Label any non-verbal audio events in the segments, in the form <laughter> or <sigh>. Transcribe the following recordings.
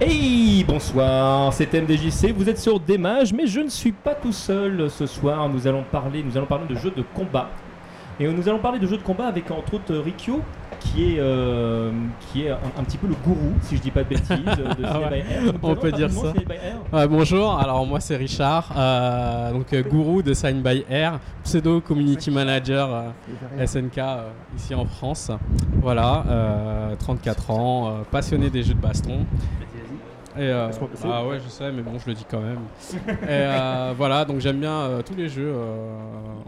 Hey, bonsoir, c'est MDJC, vous êtes sur Démage, mais je ne suis pas tout seul ce soir. Nous allons parler, nous allons parler de jeux de combat. Et nous allons parler de jeux de combat avec entre autres euh, Rikyo, qui est, euh, qui est un, un petit peu le gourou, si je dis pas de bêtises, euh, de <laughs> Ah Ciné ouais, by Air. Nous on allons peut parler dire de mon ça. Ciné by Air. Ouais, bonjour, alors moi c'est Richard, euh, donc euh, gourou de Sign by Air, pseudo community manager euh, SNK euh, ici en France. Voilà, euh, 34 ans, euh, passionné des jeux de baston. Et, euh, ah ouais, je sais, mais bon, je le dis quand même. Et <laughs> euh, voilà, donc j'aime bien euh, tous les jeux euh,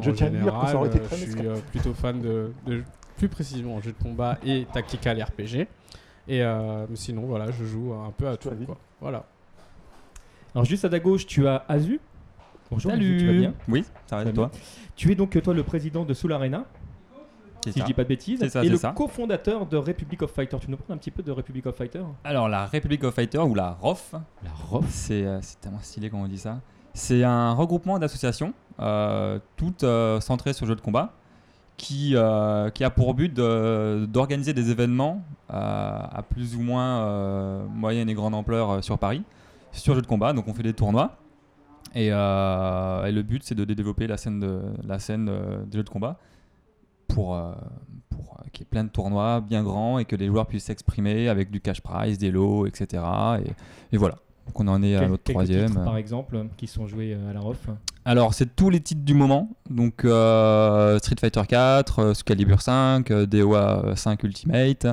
Je en tiens à dire général. que ça aurait été euh, très je suis mesquin. euh, plutôt fan de, de- plus précisément jeux de combat et tactical RPG. Et euh, mais sinon, voilà, je joue un peu à Tu tout. vas vite. Quoi. Voilà. Alors juste à ta gauche, tu as Azu. Bonjour, Azu, tu vas bien Oui, Très ça va, bien. toi Tu es donc euh, toi le président de Soul Arena, C'est si ça. je dis pas de bêtises, C'est ça, et c'est le ça. cofondateur de Republic of Fighter. Tu nous parles un petit peu de Republic of Fighter Alors, la Republic of Fighter ou la ROF, La robe. c'est euh, c'est tellement stylé quand on dit ça. C'est un regroupement d'associations, euh, toutes euh, centrées sur le jeu de combat, qui, euh, qui a pour but de- d'organiser des événements euh, à plus ou moins euh, moyenne et grande ampleur euh, sur Paris, sur jeu de combat. Donc, on fait des tournois. Et, euh, et le but, c'est de dé- développer la scène, de, la scène euh, des jeux de combat pour, euh, pour euh, qu'il y ait plein de tournois bien grands et que les joueurs puissent s'exprimer avec du cash prize, des lots, etc. Et, et voilà. Donc on en est à Quel- notre quelques troisième. titres, par exemple, euh, qui sont joués euh, à la ROF. Alors, c'est tous les titres du moment. Donc, euh, Street Fighter 4, euh, Soul Calibur 5, euh, DOA euh, 5 Ultimate,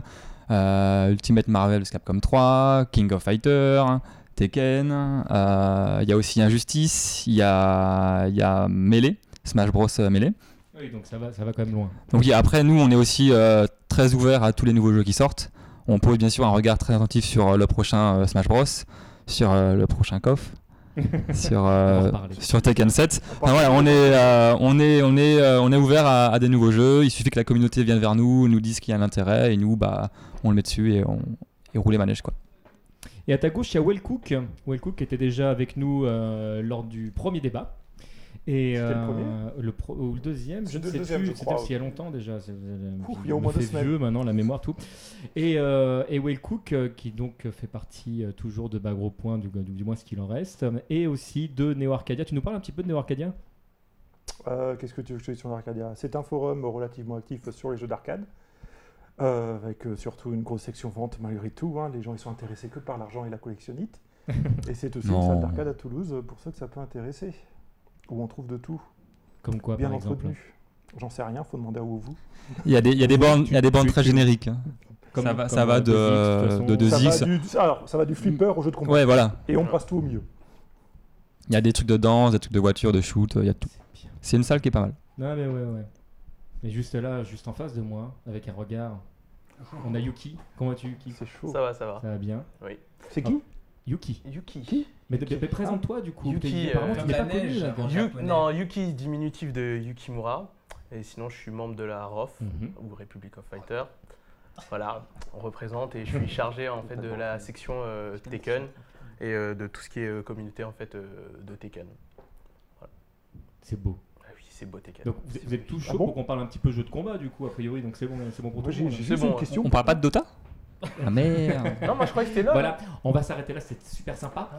euh, Ultimate Marvel Capcom 3, King of Fighter, Tekken. euh, Il y a aussi Injustice, il y a, il y a Melee, Smash Bros euh, Melee. Oui, donc ça va, ça va quand même loin. Donc il y a- après, nous, on est aussi euh, très ouvert à tous les nouveaux jeux qui sortent. On pose bien sûr un regard très attentif sur euh, le prochain euh, Smash Bros, sur euh, le <laughs> prochain KOF, sur, euh, On va en reparler. sur Tekken 7. Enfin, voilà, on est, euh, on est, on est, euh, on est ouvert à, à des nouveaux jeux. Il suffit que la communauté vienne vers nous, nous dise qu'il y a un intérêt et nous, bah, on le met dessus et on et roule les manèges quoi. Et à ta gauche, il y a Well Cook. Well Cook était déjà avec nous euh, lors du premier débat. Et euh, C'était le premier le pro- ou le deuxième, je ne C'était le sais deuxième, plus, je c'était crois. il y a longtemps déjà. c'est- Ouh, je il y a au me moins deux fais semaines. vieux maintenant, la mémoire, tout. Et, euh, et Will Cook, euh, qui donc euh, fait partie euh, toujours de Bagro Point, du, du- du moins ce qu'il en reste, et aussi de Neo Arcadia. Tu nous parles un petit peu de Neo Arcadia Euh, Qu'est-ce que tu veux que je te dise sur l'Arcadia C'est un forum relativement actif sur les jeux d'arcade, euh, avec euh, surtout une grosse section vente malgré tout. hein. Les gens ils sont intéressés que par l'argent et la <laughs> collectionnite. et c'est aussi une Non. salle d'arcade à Toulouse euh, pour ceux que ça peut intéresser, où on trouve de tout, Comme quoi, bien par exemple entretenu. J'en sais rien, faut demander à vous. Il y a des, il y a des bornes, il y a des bornes très génériques. hein. Comme- ça va, comme, ça va euh, de, Dexix, toute façon. Ça de 2x. va, du, du- alors, ça va du flipper au jeu de combat. Ouais, voilà. Et on passe tout au milieu. Il y a des trucs de danse, des trucs de voiture, de shoot, il y a tout. C'est bien. C'est une salle qui est pas mal. Non, mais ouais, ouais. Mais juste là, juste en face de moi, avec un regard, Ah. on a Yuki. Comment vas-tu, Yuki C'est chaud. Ça Ah, va, ça va. Ça va bien. C'est qui Yuki. Yuki. Mais, mais- mais présente-toi du coup. Yuki, T'es- apparemment, euh, tu n'es la pas connu neige, là. en gars. Yu- japonais. non, Yuki, diminutif de Yukimura. Et sinon, je suis membre de la ROF, Mhm. ou Republic of Fighter. Voilà, on représente et je suis chargé en fait de la section euh, Tekken et euh, de tout ce qui est euh, communauté en fait euh, de Tekken. C'est beau. Ah oui, c'est beau Tekken. Donc vous, vous êtes tous Ah chaud bon pour qu'on parle un petit peu jeu de combat du coup, a priori. Donc c'est bon, c'est bon pour tout Moi, le j'ai monde. j'ai C'est juste bon, une hein. question. On parle pas de Dota Ah merde <laughs> Non, moi je croyais que c'était là. Voilà, on va s'arrêter là, c'est super sympa.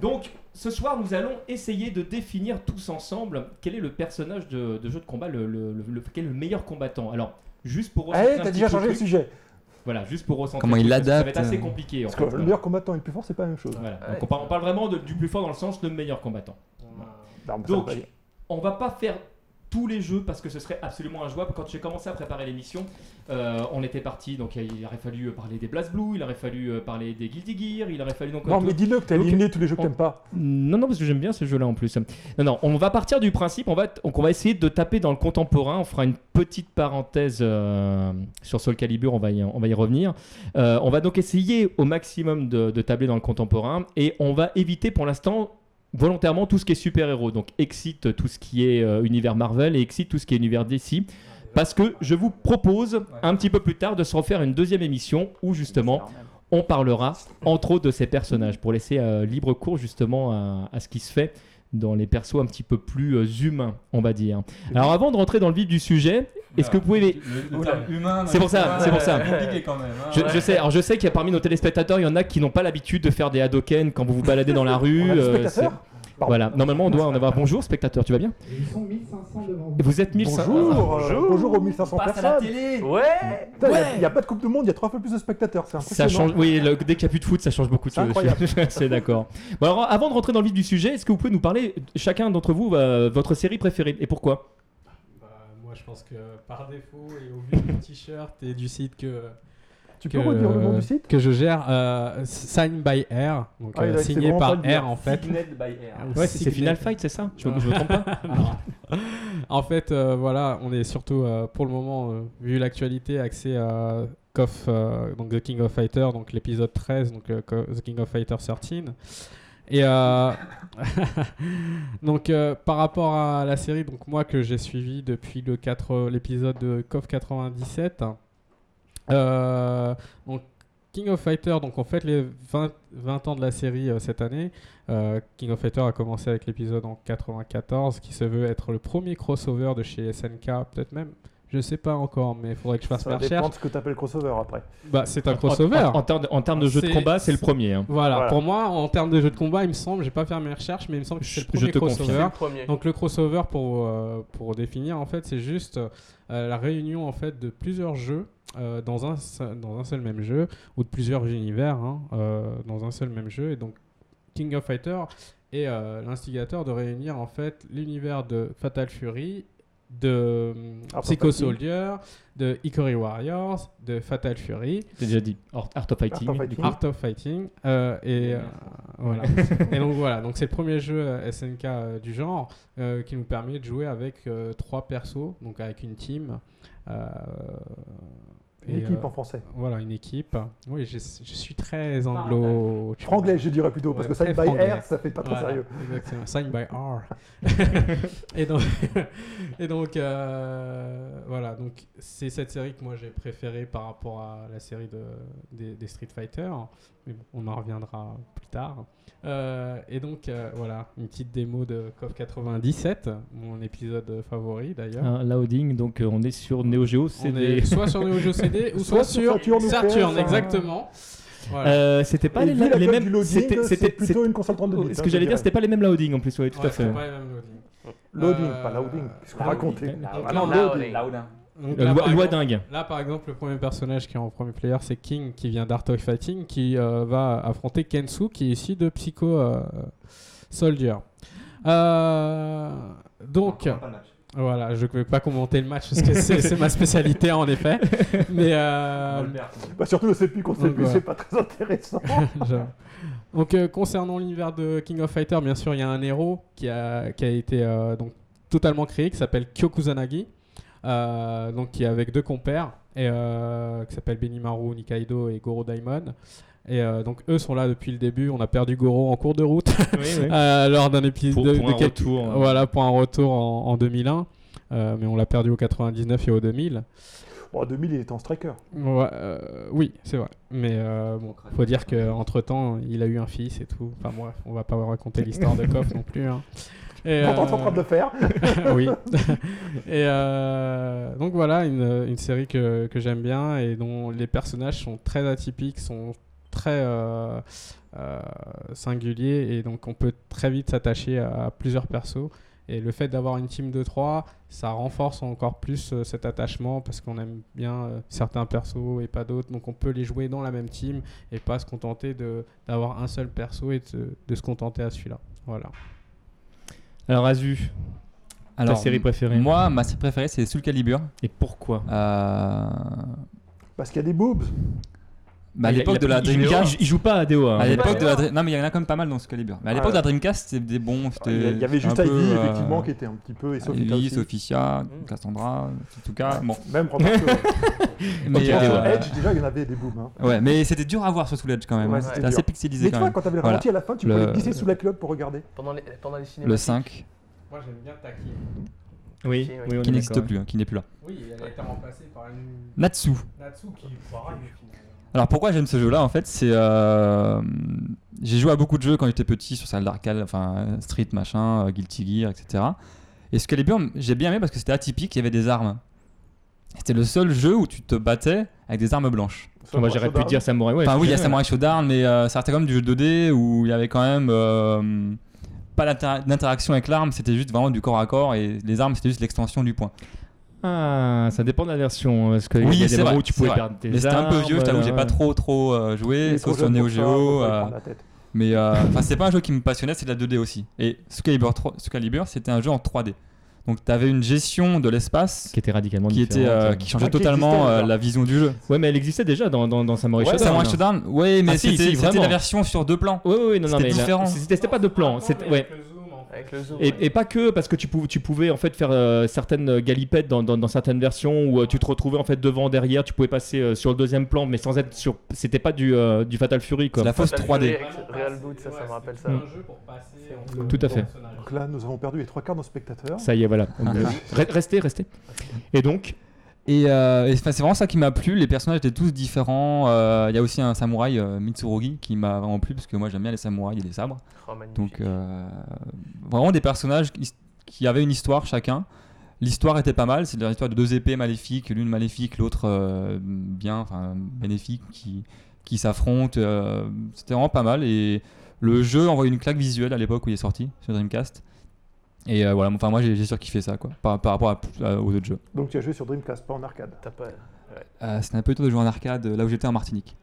Donc ce soir, nous allons essayer de définir tous ensemble quel est le personnage de, de jeu de combat, le, le- le- le- quel est le meilleur combattant. Alors, juste pour recentrer Allez, un Eh, Ah t'as petit déjà peu changé le le truc, sujet. Voilà, juste pour recentrer. Comment le il truc, parce que Ça va être l'adapte, euh, assez compliqué en Parce que fait. euh, le meilleur combattant et le plus fort, c'est pas la même chose. Voilà. Ouais. Donc on parle, on parle vraiment de- du plus fort dans le sens de meilleur combattant. Non, mais ça Donc, va pas- on va pas faire tous les jeux parce que ce serait absolument injouable. Quand j'ai commencé à préparer l'émission, euh, on était parti, donc il aurait fallu euh, parler des Blast Blue, il aurait fallu euh, parler des Guilty Gear, il aurait fallu donc. Non, tout- mais dis-le que t'as Ok. éliminé tous les jeux que On- t'aimes pas. Non, non, parce que j'aime bien ce jeu-là en plus. Non, non, on va partir du principe, on va, t- donc on va essayer de taper dans le contemporain. On fera une petite parenthèse euh, sur Soul Calibur, on va y, on va y revenir. Euh, on va donc essayer au maximum de, de tabler dans le contemporain et on va éviter pour l'instant volontairement tout ce qui est super-héros. Donc excite tout ce qui est euh, univers Marvel et excite tout ce qui est univers DC. Parce que je vous propose un petit peu plus tard de se refaire une deuxième émission où justement on parlera entre autres de ces personnages pour laisser euh, libre cours justement à, à ce qui se fait dans les persos un petit peu plus euh, humains, on va dire. Alors avant de rentrer dans le vif du sujet, Est-ce que vous pouvez Le, le Oula. terme humain. Oh C'est pour ça, c'est pour ça. C'est compliqué quand même. hein. Je, je sais, alors je sais qu'il y a parmi nos téléspectateurs, il y en a qui n'ont pas l'habitude de faire des Hadoken quand vous vous baladez dans la rue. <laughs> On a des euh, spectateurs c'est- Pardon. voilà, normalement on doit en avoir. Bonjour spectateur, tu vas bien Ils sont 1500 devant vous. Vous êtes 1500. Bonjour, euh, Bonjour. bonjour aux On 1500 passe à la personnes. télé. Ouais Putain, Il n'y a, pas de Coupe du Monde, il y a trois fois plus de spectateurs. C'est Ça impressionnant. change, oui, le- dès qu'il n'y a plus de foot, ça change beaucoup de C'est choses. incroyable. <laughs> C'est d'accord. Bon, alors, avant de rentrer dans le vif du sujet, est-ce que vous pouvez nous parler, chacun d'entre vous, euh, votre série préférée et pourquoi bah, moi, je pense que par défaut, et au vu du t-shirt et du site que, Tu que, peux redire le nom du site que je gère, euh, Sign by Air, donc Ah, euh, il a- c'est signé vraiment pas par le bien. Air en fait. <laughs> Ah, Ouais, c'est c'est Final Fight, c'est ça je, me- je me trompe pas en fait, euh, voilà, on est surtout euh, pour le moment, euh, vu l'actualité, axé à KOF, euh, donc The King of Fighter, donc l'épisode 13, donc euh, Ko- The King of Fighter 13. Et euh, <laughs> donc euh, par rapport à la série, donc moi que j'ai suivi depuis le 4 l'épisode de KOF 97, euh, donc King of Fighter, donc en fait les 20, 20 ans de la série euh, cette année. Euh, King of Fighter a commencé avec l'épisode en 94 qui se veut être le premier crossover de chez SNK, peut-être même. Je sais pas encore, mais il faudrait que je fasse Ça ma dépend recherche. de ce que tu appelles crossover après. Bah, c'est un En, crossover. <laughs> en- en termes de- en termes de jeu de C'est- combat, c'est le premier. hein. Voilà, Voilà. pour moi, en termes de jeu de combat, il me semble, j'ai pas fait mes recherches, mais il me semble que c'est le Je- je premier te confirme. C'est crossover. le premier. Donc le crossover pour, euh, pour définir en fait c'est juste euh, la réunion en fait de plusieurs jeux euh, dans, un, se- dans un seul même jeu ou de plusieurs univers hein, euh, dans un seul même jeu et donc King of Fighter est euh, l'instigateur de réunir en fait l'univers de Fatal Fury de hum, Art of Psycho Fighting. Soldier, de Ikori Warriors, de Fatal Fury, J'ai déjà dit. Art Art of Fighting. Art of Fighting. Art of Fighting euh, et euh, voilà. <laughs> et donc voilà, donc c'est le premier jeu euh, SNK euh, du genre euh, qui nous permet de jouer avec euh, trois persos, donc avec une team. euh, Une et, équipe euh, en français. voilà, une équipe. Oui, je, je suis très anglo. tu vois. Franglais, je dirais plutôt, parce Ouais, que ça, très by franglais. air, ça fait pas trop Voilà, sérieux. Ben, Exactement. Sign by <laughs> R. et donc, <laughs> et donc euh, voilà. Donc, c'est cette série que moi j'ai préférée par rapport à la série de, des, des Street Fighter. Mais bon, on en reviendra plus tard. Euh, et donc, euh, voilà, une petite démo de KOF 97, mon épisode favori d'ailleurs. Un loading, donc euh, on est sur Neo Geo On CD. est soit sur Neo Geo <laughs> CD ou soit, Soit sur sur Saturn ou hein. Saturn, PS1. exactement. Voilà. Euh, c'était pas Et les, vu la les gueule mêmes. du loading, c'était- c'est c'était- plutôt une console 32 bits. c'était- Ce hein, que je j'allais dire, dirais. c'était pas les mêmes loading en plus, oui, tout Ouais, à fait. c'est pas les mêmes loadings. Loading, Euh, pas loading. Qu'est-ce que vous loading. racontez Ah non, loading. Donc Euh, là, loi, par loi exemple- dingue. Là, par exemple, le premier personnage qui est en premier player, c'est King, qui vient d'Art of Fighting, qui euh, va affronter Kensu, qui est ici de Psycho euh, Soldier. Euh, donc, voilà, je ne vais pas commenter le match parce que c'est c'est ma spécialité en effet. Mais euh, Bah, Surtout le CPU qu'on sait Donc, plus, ouais. c'est pas très intéressant. <laughs> J'avoue. donc euh, concernant l'univers de King of Fighter, bien sûr, il y a un héros qui a, qui a été euh, donc totalement créé qui s'appelle Kyokuzanagi, euh, donc qui est avec deux compères et euh, qui s'appellent Benimaru, Nikaido et Goro Daimon. Et euh, donc eux sont là depuis le début. On a perdu Goro en cours de route <laughs> euh, lors d'un épisode Pour, de, pour de un quel- retour. euh, Voilà pour un retour en, en 2001. Euh, mais on l'a perdu au 99 et au 2000. Bon, 2000, il était en striker. Ouais, euh, oui, c'est vrai. Mais euh, bon, faut dire qu'entre temps, il a eu un fils et tout. Enfin, moi, on va pas raconter l'histoire de Koff non plus. hein. Et, Pourtant, euh, c'est en train de le faire. oui. <laughs> et euh, donc voilà, une, une série que, que j'aime bien et dont les personnages sont très atypiques, sont très euh, euh, singuliers et donc on peut très vite s'attacher à plusieurs persos. Et le fait d'avoir une team de 3, ça renforce encore plus euh, cet attachement parce qu'on aime bien euh, certains persos et pas d'autres. Donc on peut les jouer dans la même team et pas se contenter de- d'avoir un seul perso et de, se- de se contenter à celui-là. Voilà. Alors, Azu, Alors, ta série préférée. Moi, ma série préférée, c'est Soul Calibur. Et pourquoi Euh, Parce qu'il y a des boobs. bah, à Il a- l'époque il a- de la il- il- Dreamcast. Il joue pas à DOA. À hein. l'époque de la Ouais. Dream- Non, mais il y en a quand même pas mal dans Soul Calibur. Mais à Ah, l'époque Ouais. de la Dreamcast, c'était des bons. Il y a- c'était- il y avait c'était juste un peu, Ivy, euh, effectivement, qui était un petit peu. Et Sophie Ivy, aussi. Sophia, Mm. Cassandra, en tout cas. Bon. Même remarque, ouais. Mais, Ok, euh, Edge, déjà, il y en avait des boobs. hein. ouais, mais c'était dur à voir sur Soul Edge quand même. hein. Ouais, c'était c'était assez dur. pixelisé Mais tu quand vois, même. quand t'avais le Voilà. ralenti à la fin, tu Le- pouvais glisser sous la culotte pour regarder. Pendant les, pendant les cinémas. Le 5, Moi j'aime bien ta Oui, Ok, ouais. oui, on qui est n'existe d'accord. plus, hein, qui n'est plus là. Oui, elle a été remplacée par une Natsu. Natsu qui fera Alors pourquoi j'aime ce jeu-là en fait C'est euh, j'ai joué à beaucoup de jeux quand j'étais petit sur salle d'arcade, enfin euh, Street machin, euh, Guilty Gear, etc. Et ce Calibur, j'ai bien aimé parce que c'était atypique, il y avait des armes. C'était le seul jeu où tu te battais avec des armes blanches. Moi, j'aurais pu dire Samurai West. enfin, oui, il y a Ouais. Samurai Shodown, mais euh, ça restait quand même du jeu 2D où il y avait quand même euh, pas d'inter- d'interaction avec l'arme, c'était juste vraiment du corps à corps et les armes c'était juste l'extension du point. Ah, ça dépend de la version. Parce que Oui, il y a des c'est moments vrai, où tu c'est pouvais vrai. perdre tes mais c'était un peu armes, vieux, je t'avoue, euh, j'ai pas trop trop euh, joué, sauf sur Neo Geo. euh, mais euh, enfin, c'est pas un jeu qui me passionnait, c'est de la 2D aussi. Et Soul Calibur 3 Soul Calibur, c'était un jeu en 3D. Donc t'avais une gestion de l'espace Qui était radicalement qui, était, différente. euh, qui changeait Ah, qui totalement existait, euh, alors. la vision du jeu. Ouais, mais elle existait déjà dans, dans, dans Samurai Ouais, Shodown. Samurai Shodown, ouais, mais Ah, si, c'était si, c'était vraiment. la version sur deux plans. Ouais, ouais, ouais, non, non, C'était mais là, différent. C'était c'était pas de plan. c'était- Ouais. Avec le zoom. Et, ouais. et pas que, parce que tu pouvais, tu pouvais en fait faire euh, certaines galipettes dans, dans- dans certaines versions où euh, tu te retrouvais en fait devant, derrière, tu pouvais passer euh, sur le deuxième plan, mais sans être sur. C'était pas du, euh, du Fatal Fury quoi. C'est la fausse Fatal 3D. Fury. Real Boot, ça, ça me rappelle ça. Un jeu pour passer entre Tout à fait. personnages. Donc là, nous avons perdu les trois quarts de nos spectateurs. Ça y est, voilà. Ah, Donc, euh, re- restez, restez. Et donc, Et, euh, et c'est c'est vraiment ça qui m'a plu. Les personnages étaient tous différents. Euh, Il y a aussi un samouraï euh, Mitsurugi qui m'a vraiment plu parce que moi j'aime bien les samouraïs et les sabres. Oh, magnifique. Donc euh, vraiment des personnages qui, qui avaient une histoire chacun. L'histoire était pas mal. C'est l'histoire de deux épées maléfiques, l'une maléfique, l'autre euh, bien, enfin bénéfique, qui qui s'affrontent. euh, C'était vraiment pas mal et le jeu envoie une claque visuelle à l'époque où il est sorti sur Dreamcast. Et euh, voilà, enfin moi j'ai j'ai surkiffé ça quoi, par, par rapport à- à- aux autres jeux. Donc tu as joué sur Dreamcast, pas en arcade. T'as pas. Euh, c'était un peu tôt de jouer en arcade euh, là où j'étais en Martinique.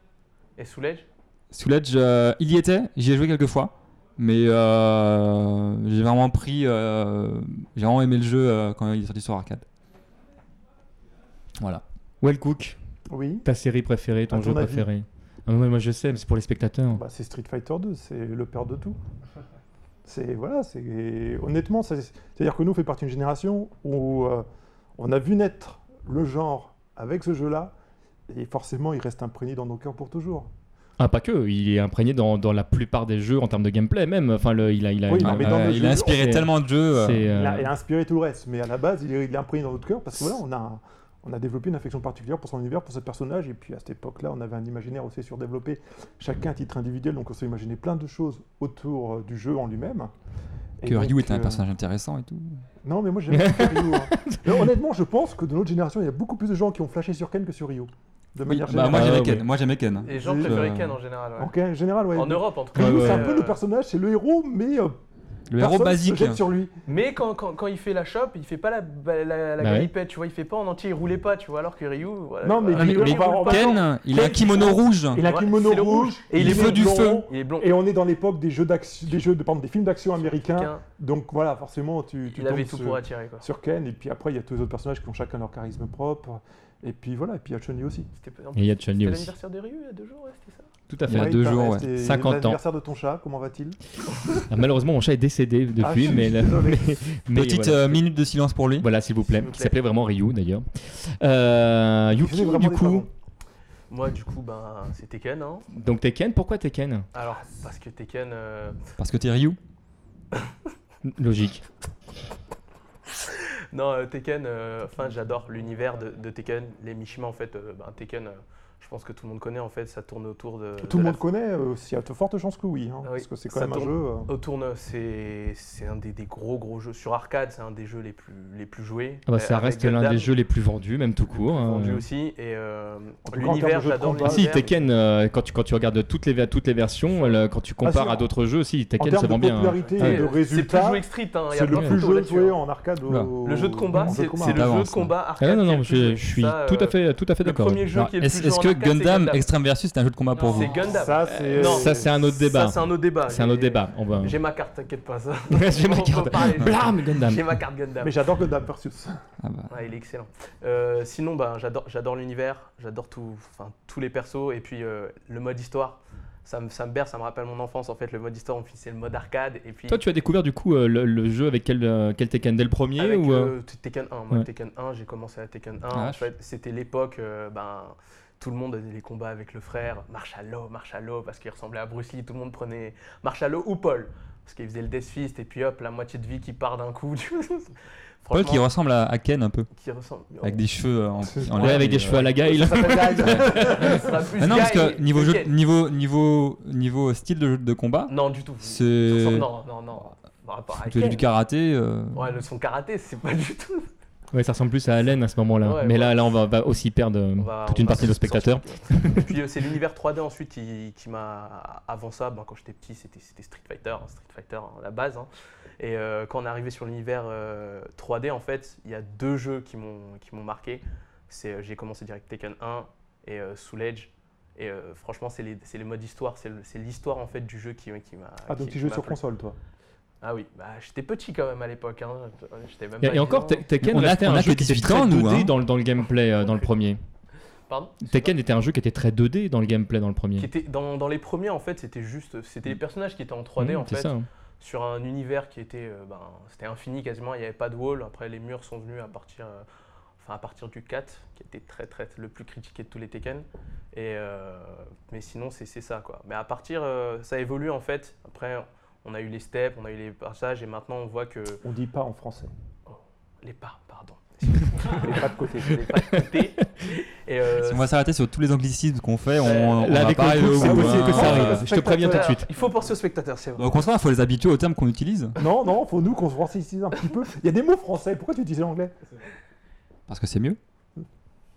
Et Soulage Soulage, euh, il y était, j'y ai joué quelques fois, mais euh, j'ai vraiment pris, euh, j'ai vraiment aimé le jeu euh, quand il est sorti sur arcade. Voilà. Well Cook, Oui. ta série préférée, ton À jeu ton avis. préféré. Ah, ouais, moi je sais, mais c'est pour les spectateurs. Bah, c'est Street Fighter 2, c'est le père de tout. C'est voilà, c'est honnêtement, ça- c'est-à-dire que nous on fait partie d'une génération où euh, on a vu naître le genre avec ce jeu-là, et forcément il reste imprégné dans nos cœurs pour toujours. Ah, pas que, il est imprégné dans, dans la plupart des jeux en termes de gameplay même. Enfin, le, il a. Il a Oui, il a- non, mais dans Euh, le il jeu, a inspiré c'est- tellement de jeux. euh, c'est, euh, Il a, il a inspiré tout le reste, mais à la base il est, il est imprégné dans notre cœur parce que voilà, on a on a développé une affection particulière pour son univers, pour ce personnage, et puis à cette époque-là, on avait un imaginaire aussi surdéveloppé, chacun à titre individuel, donc on s'est imaginé plein de choses autour euh, du jeu en lui-même. Et que donc, Ryu était un euh, personnage intéressant et tout. Non, mais moi j'aime bien Ryu. <laughs> hein. Mais honnêtement, je pense que de notre génération, il y a beaucoup plus de gens qui ont flashé sur Ken que sur Ryu. De Oui, manière bah, générale. moi Ah, j'aimais ouais. Ken. Moi j'aimais Ken. Les gens Je- préféraient Ken en général. ouais. En général, ouais. En Europe en tout cas. Ryu, euh, Ouais, c'est un ouais, peu le personnage, c'est le héros, mais euh, Le héros personne basique. se jette sur lui. Mais quand, quand, quand il fait la chope, il fait pas la, la, la, la Bah ouais. galipette, tu vois, il fait pas en entier, il roulait pas, tu vois, alors que Ryu. voilà, Non, mais voilà, mais- il roule mais pas. Ken, il a un kimono rouge. Il a un Ouais, kimono c'est le rouge, et il est est bleu du blond, feu. Il est blond. Et on est dans l'époque des jeux d'action, des jeux de pardon, des films d'action américains. Ken, Donc voilà, forcément, tu, tu il avait tombes tout sur- pour attirer quoi. sur Ken. Et puis après, il y a tous les autres personnages qui ont chacun leur charisme propre. Et puis voilà, et puis il y a Chun-Li aussi. C'était en Et il y a plus, Chun-Li c'était aussi. l'anniversaire de Ryu il y a deux jours, ouais, c'était ça Tout à Il y fait. a deux pareil, jours, ouais. c'était 50 ans. L'anniversaire de ton chat, comment va-t-il Euh, Ah, malheureusement, mon chat est décédé Ah, depuis, je suis mais, le- désolé. mais- <laughs> mais Petite voilà. euh, minute de silence pour Hmm lui. Voilà, s'il vous plaît. S'il vous Qui plaît. s'appelait vraiment Ryu d'ailleurs. Euh, Il faisait Yuki, vraiment du des coup. parons. Moi, du coup, ben, c'était Ken. Hein. Donc Tekken, pourquoi Tekken Alors, parce que Tekken. euh, Parce que t'es Ryu. Logique. Non, euh, Tekken, euh, enfin, j'adore l'univers de, de Tekken, les Mishima, en fait. euh, ben, Tekken, euh, je pense que tout le monde connaît, en fait, ça tourne autour de. Tout de le la- monde connaît, euh, s'il y a de fortes chances que oui, hein, Ah oui, parce que c'est quand ça même un tourne. jeu. euh, Autourne, c'est c'est un des, des gros gros jeux sur arcade, c'est un des jeux les plus les plus joués. Ah bah, ça Euh, avec reste l'un Gundam, des jeux les plus vendus, même tout court. hein. Ah, vendu aussi et euh, En tout cas, en termes l'univers, de jeux de j'adore combat. l'univers. Si, Tekken, euh, quand, tu, quand tu regardes toutes les, toutes les versions, le- quand tu compares sûr. à d'autres jeux, si, Ah, En Tekken se termes de vend bien. hein. popularité Ouais. et de C'est plus résultats, joué Street, hein, y a c'est le plein de plus photos jeu là-dessus, joué hein. en arcade. au- Oula. Le jeu de combat, en jeu c'est de combat. c'est le jeu D'avance, de combat Ah arcade. non, non, qui est non, le plus je, joué. je suis Ça, tout à euh, fait, tout à fait le d'accord. premier jeu Alors, qui est le Est-ce plus joué est-ce en que arcade, c'est Gundam Extreme Versus c'est un jeu de combat pour vous C'est Gundam. Ça, c'est. Non. Ça, c'est un autre débat. Ça, c'est un autre débat. C'est un autre J'ai- débat. On <laughs> va... J'ai ma carte, t'inquiète pas ça. J'ai ma On peut carte. parler. Blam, Gundam. J'ai ma carte Gundam. Mais j'adore Gundam Versus. Ah bah, Ouais, il est excellent. Euh, sinon, ben, j'adore, j'adore l'univers, j'adore tout, enfin, tous les persos et puis euh, le mode histoire. Ça me, ça me berce, ça me rappelle mon enfance en fait. Le mode histoire, on finissait le mode arcade et puis. Toi, tu as découvert du coup euh, le, le jeu avec quel, euh, quel Tekken Dès le premier avec, ou, euh, euh, Tekken 1. Moi, ouais. Tekken 1, j'ai commencé à Tekken 1. Ah, en vache. fait, c'était l'époque, euh, ben, tout le monde avait les combats avec le frère. Marshalo, Marshalo, parce qu'il ressemblait à Bruce Lee. Tout le monde prenait Marshalo ou Paul, parce qu'il faisait le Death Fist et puis hop, la moitié de vie qui part d'un coup. <laughs> tu vois. Paul qui Franchement, ressemble à, à Ken un peu, qui ressemble. avec des cheveux euh, en, en Ouais, l'air avec et, des euh, cheveux à la gueule. <laughs> Ça s'appelle Guy. Ouais. Ce sera plus Ah non, Guy parce que niveau, que jeu, Ken. niveau, niveau, niveau style de, jeu de combat, Non, du tout. c'est. Non, non, non. non. Par rapport à Tu as Ken. du karaté. euh, Ouais, le son karaté, c'est pas du tout. Ouais, ça ressemble plus à Allen à ce moment-là. Ouais, mais ouais. là, là, on va, va aussi perdre euh, On va- toute Bah, on une va partie de s'en- nos spectateurs. s'en- Et <laughs> puis euh, c'est l'univers 3D ensuite qui, qui m'a. Avant ça, ben, quand j'étais petit, c'était c'était Street Fighter, hein, Street Fighter hein, à la base. hein. Et euh, quand on est arrivé sur l'univers euh, 3D, en fait, il y a deux jeux qui m'ont qui m'ont marqué. C'est euh, j'ai commencé direct Tekken 1 et euh, Soul Edge. Et euh, franchement, c'est les, c'est les modes histoire, c'est le- c'est l'histoire en fait du jeu qui, qui m'a. Ah, donc qui- tu qui joues m'a sur plu. console, toi Ah oui, bah, j'étais petit quand même à l'époque. hein. J'étais même Et, pas et encore, 10 ans. Te- Tekken On a- restait on un a jeu que qui était 18 très ans, 2D nous, hein. dans, le- dans le gameplay, euh, dans le premier. Pardon Tekken était un jeu qui était très 2D dans le gameplay dans le premier. Qui était- dans, dans les premiers, en fait, c'était juste. C'était les personnages qui étaient en 3D, Mmh, en Mm. c'est fait. ça. sur un univers qui était, euh, ben, c'était infini quasiment, il n'y avait pas de wall. Après, les murs sont venus à partir, euh, enfin, à partir du 4, qui était très, très, le plus critiqué de tous les Tekken. Et, euh, mais sinon, c'est c'est ça, quoi. Mais à partir, euh, ça évolue, en fait. Après, on a eu les steps, on a eu les passages, et maintenant, on voit que On dit pas en français. les pas, pardon, <laughs> Les pas de côté. les pas de côté. Et, euh, Si on va s'arrêter sur tous les anglicismes qu'on fait, on, Euh, on Là, va avec pas le coup, aller au c'est bout, possible hein. que ça Euh, arrive. Je te préviens tout de voilà, suite. Il faut penser aux spectateurs, c'est vrai. Au contraire, il faut les habituer aux termes qu'on utilise. Non, non, faut nous qu'on se francise un petit peu. Il y a des mots français, pourquoi tu disais l'anglais Parce que c'est mieux.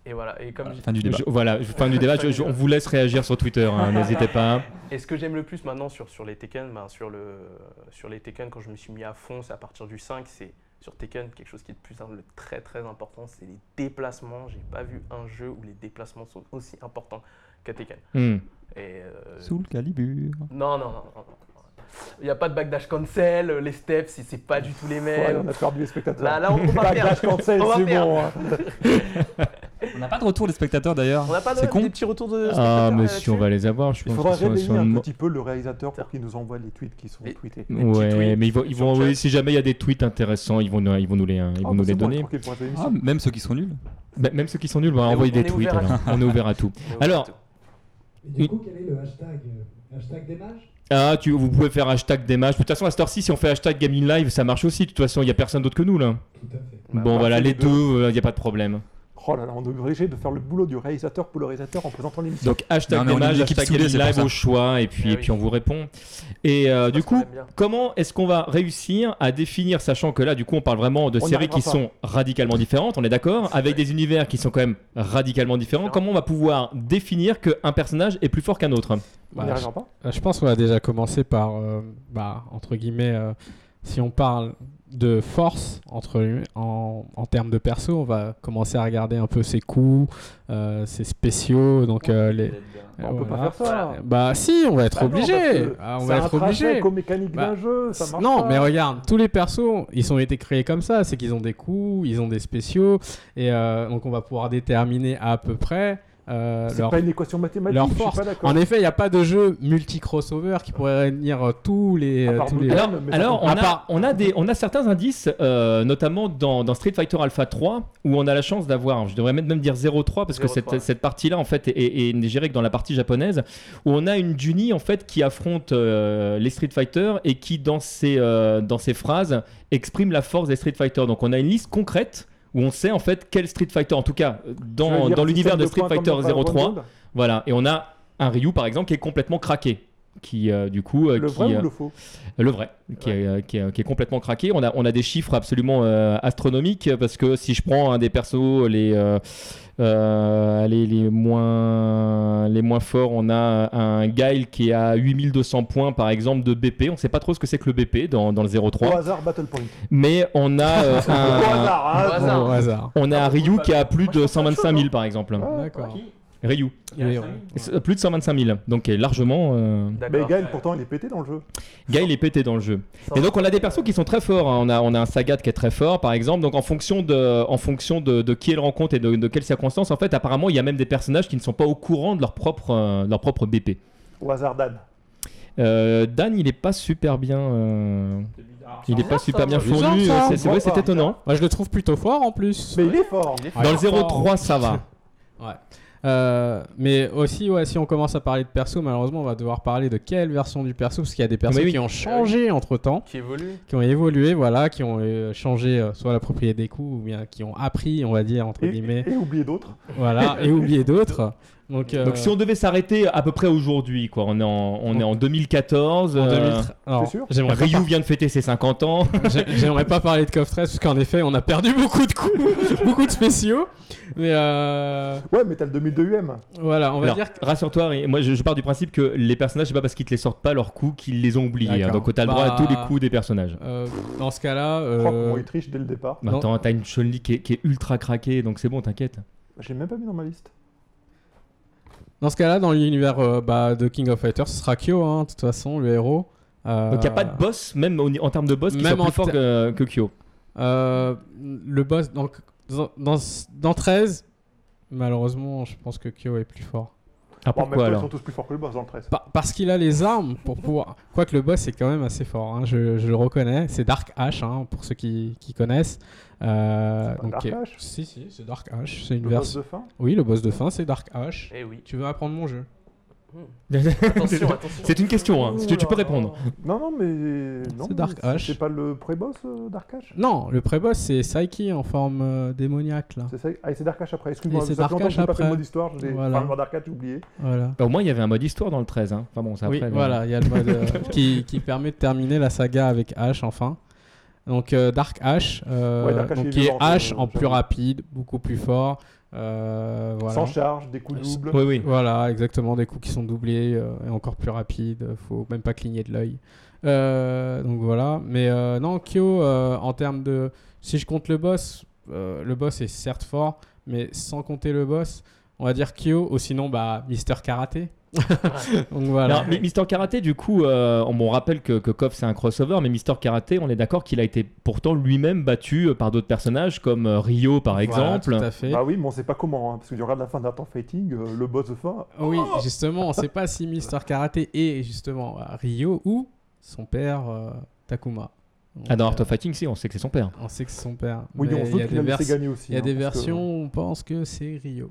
Et voilà, et comme Fin du débat. Je- voilà, je- fin du débat. je- je- on vous laisse réagir sur Twitter, hein, n'hésitez pas. Et ce que j'aime le plus maintenant sur, sur les Tekken, ben, sur, le, sur les Tekken, quand je me suis mis à fond, c'est à partir du 5, c'est sur Tekken, quelque chose qui est de plus simple, très très important, c'est les déplacements. J'ai pas vu un jeu où les déplacements sont aussi importants qu'à Tekken. Hmm. Et, euh, Sous le calibur. non, non, non, non, non. Il n'y a pas de backdash cancel, les steps, c'est- c'est pas du tout les Ouais, mêmes. on a perdu les spectateurs. là, là, on on va Bagdad perdre. cancel, On va c'est perdre. bon. hein. On n'a pas de retour des spectateurs d'ailleurs. On n'a pas de, C'est con. des petits retours de. Ah, spectateurs mais là-dessus si on va les avoir, je Il pense. faudra que sur- réveiller sur le un mo- petit peu le réalisateur pour Putain. qu'il nous envoie les tweets qui sont Mais- tweetés. les petits Ouais, tweets mais ils vont, ils sur vont le envoyer, chat. si jamais il y a des tweets intéressants, ils vont nous, ils vont nous les, ils Ah, vont bah, nous c'est les bon, donner. tranquille pour cette Ah, émission. même ceux qui sont nuls. Bah, même ceux qui sont nuls, bah, Mais envoyez on des est tweets. ouvert à alors. tout. On est ouvert à tout. Mais ouais, Alors- tout. Et du coup, quel est le hashtag euh, Hashtag des mages Ah, tu, vous pouvez faire hashtag des matchs. De toute façon, à cette heure-ci, si on fait hashtag gaming live, ça marche aussi. De toute façon, il n'y a personne d'autre que nous là. Tout à fait. Bah, bon, bah, voilà, c'est les les deux, deux. euh, il n'y a pas de problème. Oh là là, on est obligé de faire le boulot du réalisateur pour le réalisateur en présentant l'émission. Donc hashtag Non, mais on est démage, une équipe hashtag soudée, Gaming c'est pour live ça. au choix, et puis, Ah et puis oui. on vous répond. Et euh, du Parce qu'on coup, aime bien. comment est-ce qu'on va réussir à définir, sachant que là, du coup, on parle vraiment de On n'y séries arrivera qui pas. sont radicalement différentes, on est d'accord, avec des univers qui sont quand même radicalement différents. Différents. Comment on va pouvoir définir qu'un personnage est plus fort qu'un autre On n'y Bah, arrivera pas Euh, Je pense qu'on a déjà commencé par, euh, bah, entre guillemets, euh, si on parle de force entre, guillemets, en, en termes de perso, on va commencer à regarder un peu ses coups, euh, ses spéciaux, donc euh, les. On peut pas voilà. faire ça. Bah si, on va être Bah non, parce obligé. que Ah, on c'est va un être tracé obligé. co-mécanique Bah, d'un jeu, ça marche Non, pas. mais euh, regarde, tous les persos, ils ont été créés comme ça. C'est qu'ils ont des coups, ils ont des spéciaux, et euh, donc on va pouvoir déterminer à peu près euh, C'est leur pas une équation mathématique, leur je suis force. pas d'accord. En effet, il n'y a pas de jeu multi-crossover qui pourrait réunir euh, tous les. À part tous les- Blue Alors, Time, mais ça alors compte on, pas. À a, part- on, a des, on a certains indices, euh, notamment dans, dans Street Fighter Alpha 3, où on a la chance d'avoir, je devrais même même dire 03, parce que 03, cette, ouais. cette partie-là, en fait, est, est- est gérée que dans la partie japonaise, où on a une Juni, en fait, qui affronte euh, les Street Fighter et qui, dans ses, euh, dans ses phrases, exprime la force des Street Fighter. Donc, on a une liste concrète où on sait, en fait, quel Street Fighter, en tout cas, Je veux dans, dire, dans système l'univers de Street points comme Fighter dans Dragon 03. Ball, Voilà, et on a un Ryu, par exemple, qui est complètement craqué. Qui, euh, du coup, euh, Le qui, vrai euh, ou le faux le vrai, qui, est, euh, qui est- qui est complètement craqué. On a, on a des chiffres absolument euh, astronomiques parce que si je prends un des persos les, euh, euh, les, les moins, les moins forts, on a un Guile qui est à 8200 points par exemple de BP. On sait pas trop ce que c'est que le BP dans, dans le 03, Au hasard, Battle Point. mais on a, <laughs> euh, Au un, hasard, hein. Au hasard. Au hasard. on a un Ah, Ryu qui a plus moi, je de pense à la 125 000 chose, par exemple. Ah, D'accord. euh, Ryu, Oui, oui. C'est- plus de 125 000, donc est largement. euh, Mais D'accord. Gaël, pourtant, il est pété dans le jeu. Guile est pété dans le jeu. Et donc on a des persos qui sont très forts. hein. On, a, on a un Sagat qui est très fort, par exemple. Donc en fonction de, en fonction de, de qui elle rencontre et de, de quelles circonstances, en fait, apparemment, il y a même des personnages qui ne sont pas au courant de leur propre, euh, leur propre BP. Au hasard, Dan. Euh, Dan, il est pas super bien. euh, il est pas super bien bizarre, fourni. ça. C'est c'est vrai, c'est étonnant. Moi, je le trouve plutôt fort en plus. Mais il est fort. Il est Ouais. Dans le Fort. 0-3, ça <laughs> va. Euh, mais aussi, ouais, si on commence à parler de perso, malheureusement, on va devoir parler de quelle version du perso, parce qu'il y a des persos Mais oui. qui ont changé entre temps, qui évolue. qui ont évolué, voilà, qui ont euh, changé euh, soit la propriété des coups, ou bien qui ont appris, on va dire, entre Et, guillemets, et oubliez d'autres. voilà, et oublié d'autres. Donc, euh, Donc si on devait s'arrêter à peu près aujourd'hui, quoi, on est en, on est en 2014. en euh, 2013 alors, sûr J'aimerais pas, Ryu vient de fêter ses 50 ans. par- j'ai- j'aimerais pas parler de KOF 13 parce qu'en effet, on a perdu beaucoup de coups, <laughs> beaucoup de spéciaux. Mais euh, Ouais, mais t'as le 2002 UM. voilà, on va Alors, dire. Rassure-toi, et moi je, je pars du principe que les personnages, c'est pas parce qu'ils te les sortent pas leurs coups qu'ils les ont oubliés. hein. D'accord. donc t'as le droit à tous les Bah, coups des personnages. euh, dans ce cas-là, Je euh, crois qu'on y triche dès le départ. Bah, non. attends, t'as une Chun-Li qui, est- qui est ultra craquée, donc c'est bon, t'inquiète. J'ai même pas mis dans ma liste. dans ce cas-là, dans l'univers euh, bah, de King of Fighters, ce sera Kyo, hein, de toute façon, le héros. Euh, Donc y a pas de boss, même au- en termes de boss, qui Même soit en plus fort ter- que, que Kyo. Euh, le boss, donc, dans, dans, dans 13, malheureusement, je pense que Kyo est plus fort. Ah Bon, en même temps, pourquoi ils sont alors tous plus forts que le boss dans le 13. Pa- parce qu'il a les armes pour pouvoir. Quoique le boss est quand même assez fort, hein, je, je le reconnais. C'est Dark H, hein, pour ceux qui, qui connaissent. Euh, C'est pas Dark euh, Ash Si, si, c'est Dark H. C'est une Le boss version. de fin Oui, le boss de fin, c'est Dark H. Eh <laughs> oui. Tu veux apprendre mon jeu Attention, attention. C'est une question, hein. Si tu, tu peux Ouh là répondre. là. Non, non, mais. non, C'est Dark mais Ash. C'est pas le pré-boss euh, Dark Ash Non, le pré-boss, c'est Psyche en forme euh, démoniaque, là. C'est ça Ah, et c'est Dark Ash après, excuse-moi. Et c'est ça fait Dark longtemps que Ash j'ai pas fait le après. mode histoire, j'ai Voilà. enfin, le mode Dark Ash, j'ai oublié. Voilà. Bah, au moins, il y avait un mode histoire dans le 13. Hein. Enfin bon, c'est oui, après. mais- voilà, il y a le mode euh, qui, qui permet de terminer la saga avec H enfin. Donc euh, Dark H, euh, Ouais, Dark Ash, donc il est qui est violent, H je- en plus j'avoue. rapide, beaucoup plus fort. euh, voilà. Sans charge, des coups doubles. Oui, oui. Voilà, exactement, des coups qui sont doublés euh, et encore plus rapides, euh, faut même pas cligner de l'œil. Euh, donc voilà, mais euh, non, Kyo, euh, en termes de. Si je compte le boss, euh, le boss est certes fort, mais sans compter le boss, on va dire Kyo, ou sinon, bah, Mister Karaté. <laughs> donc voilà. Alors, Mi- Mister Karaté, du coup, euh, on, bon, on rappelle que, que Koff c'est un crossover, mais Mister Karaté, on est d'accord qu'il a été pourtant lui-même battu euh, par d'autres personnages comme euh, Ryo par Voilà, exemple. tout à fait. Bah oui, mais on sait pas comment, hein, parce que tu regardes la fin d'un temps fighting, euh, le boss de fin. Ah Oui, justement, on sait pas si Mister Karaté est justement euh, Ryo ou son père euh, Takuma. Donc, Ah, dans Art euh, of Fighting, si, on sait que c'est son père. on sait que c'est son père. Oui, mais on il y veut a qu'il des, a vers- laissé gagner il aussi. y a hein, des parce que- versions où on pense que c'est Ryo,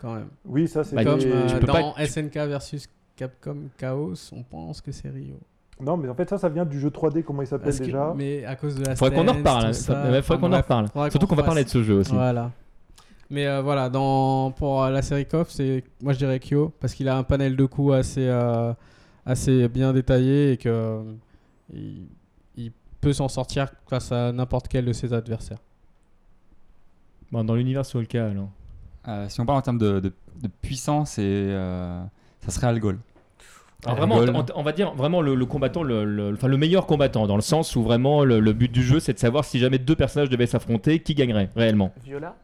quand même. Oui, ça c'est. Bah, Comme tu- euh, tu peux pas- dans SNK versus Capcom Chaos, on pense que c'est Ryo. Non, mais en fait, ça, ça vient du jeu 3D, comment il s'appelle Parce que- déjà Mais à cause de la Faudrait qu'on en stance, reparle. tout hein. ça, Faudrait enfin, qu'on en bref. reparle. Faudrait Surtout qu'on va fasse- parler de ce jeu aussi. Voilà. Mais euh, voilà, dans, pour euh, la série KOF, c'est moi je dirais Kyo parce qu'il a un panel de coups assez, euh, assez bien détaillé et que euh, il, il peut s'en sortir face à n'importe quel de ses adversaires. Bon, Bah, dans l'univers sur le cas, alors. Euh, si on parle en termes de, de- de puissance, et, euh, ça serait Algol. Alors Elle Ah, vraiment, rigole. on, on va dire vraiment le, le combattant, le, le- enfin, le meilleur combattant, dans le sens où vraiment le, le but du jeu, c'est de savoir si jamais deux personnages devaient s'affronter, qui gagnerait réellement. Viola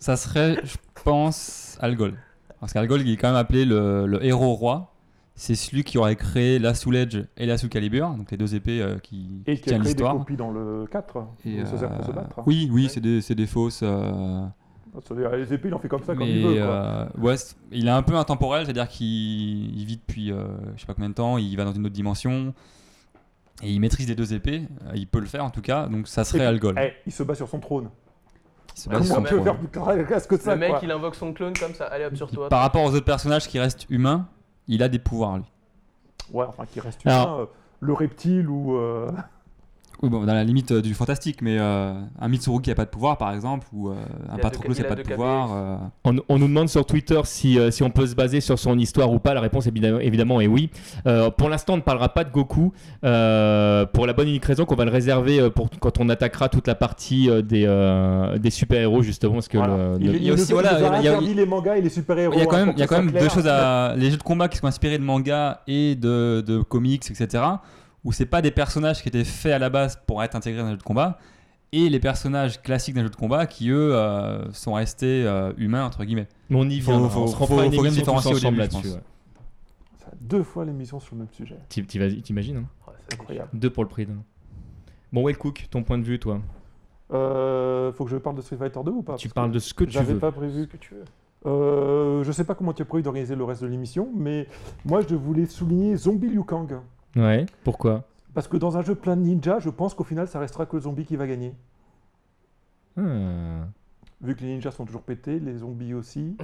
Ça serait, je pense, Algol. Parce qu'Algol, il est quand même appelé le, le héros roi. C'est celui qui aurait créé la Soul Edge et la Soul Calibur, donc les deux épées euh, qui, Et qui qui a créé tiennent des l'histoire. copies dans le 4 Et, pour se faire- pour se euh, battre. hein. oui, oui, Ouais. c'est des, c'est des fausses. euh, C'est-à-dire, Les épées, il en fait comme ça, comme mais il veut. quoi. euh, ouais, c'est- il est un peu intemporel, c'est-à-dire qu'il il vit depuis euh, je sais pas combien de temps, il va dans une autre dimension et il maîtrise les deux épées. euh, Il peut le faire en tout cas, donc ça serait puis- Algol. Eh, il se bat sur son trône. Il se Comment base euh, Ah, sur on le peut trône. faire plus classe que ça Le mec, quoi. il invoque son clone comme ça. Allez hop sur toi. Par rapport aux autres personnages qui restent humains, il a des pouvoirs lui. Ouais, enfin, qui reste Alors- humain, euh, le reptile ou. euh, Oui, bon, dans la limite euh, du fantastique, mais euh, un Mitsuru qui a pas de pouvoir, par exemple, ou euh, un deux- Patroclus qui il a a pas deux de KBX. pouvoir. euh, On, on nous demande sur Twitter si, euh, si on peut se baser sur son histoire ou pas. La réponse évidemment, évidemment est oui. Euh, pour l'instant, on ne parlera pas de Goku euh, pour la bonne et unique raison qu'on va le réserver euh, pour quand on attaquera toute la partie euh, des, euh, des super-héros justement. Parce que voilà. le- Il- le- il Il y a aussi- nous voilà, nous a il y a- interdit les mangas et les super-héros. Il y a quand hein, même, pour il y a que ça quand même soit deux clair. choses à. Les jeux de combat qui sont inspirés de mangas et de, de comics, etc. Où c'est pas des personnages qui étaient faits à la base pour être intégrés dans un jeu de combat. Et les personnages classiques d'un jeu de combat qui, eux, euh, sont restés euh, humains, entre guillemets. mais on y Faut- vient. faut- on se rend faut- pas une faut quand même émission tous différencier au ensemble début, je là-dessus. pense. ouais. Ça fait Deux fois l'émission sur le même sujet. T'im- t'im- vas-y, T'imagines hein Oh, ça, c'est Incroyable. Deux pour le prix d'un. Bon, Well Cook, ton point de vue, toi Euh, faut que je parle de Street Fighter 2 ou pas Tu Ah, Parce parles que de ce que tu J'avais veux. pas chiant. prévu. Ce que tu veux. Euh, je sais pas comment tu as prévu d'organiser le reste de l'émission, mais moi je voulais souligner Zombie Liu Kang. Ouais, pourquoi Parce que dans un jeu plein de ninjas, je pense qu'au final ça restera que le zombie qui va gagner. Ah. Vu que les ninjas sont toujours pétés, les <laughs> zombies aussi.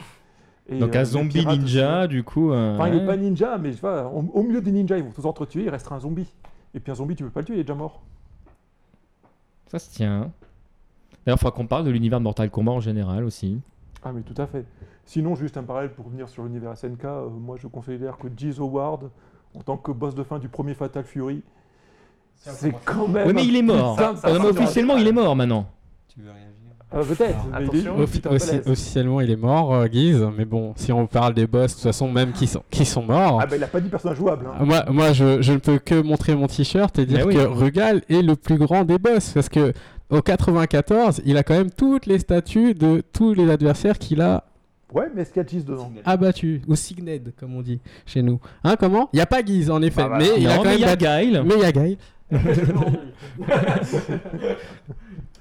Et, Donc euh, un les zombie pirates ninja, aussi. du coup. euh, Enfin, il ouais. est pas ninja, mais je vois, au, au milieu des ninjas, ils vont tous entretuer, il restera un zombie. Et puis un zombie, tu peux pas le tuer, il est déjà mort. Ça se tient. D'ailleurs, il faudra qu'on parle de l'univers de Mortal Kombat en général aussi. Ah, mais tout à fait. Sinon, juste un parallèle pour revenir sur l'univers SNK, euh, moi je considère que Jizz Howard, en tant que boss de fin du premier Fatal Fury, c'est quand même. Oui, mais il est mort. putain de Ça, ça, Euh, Non, mais parcours. officiellement, il est mort maintenant. Tu veux réagir Euh, Peut-être. Alors, mais il est- attention. il est Offi- putain de aussi- balèze. officiellement, il est mort, euh, Guise. Mais bon, si on parle des boss, de toute façon, même qui sont, qui sont morts. euh, Ah bah il a pas dit personnage jouable. hein. Moi, moi je, je ne peux que montrer mon t-shirt et dire Mais oui. que Rugal est le plus grand des boss. Parce que au 94, il a quand même toutes les statues de tous les adversaires qu'il Ah. a Ouais, mais est-ce qu'il y a Jizz dedans abattus. Ou signed, comme on dit chez nous. Hein, comment Il n'y a pas Guise, en effet. Bah, voilà. mais il a non, quand mais même il y a battu- Guile. Mais il y a Gail.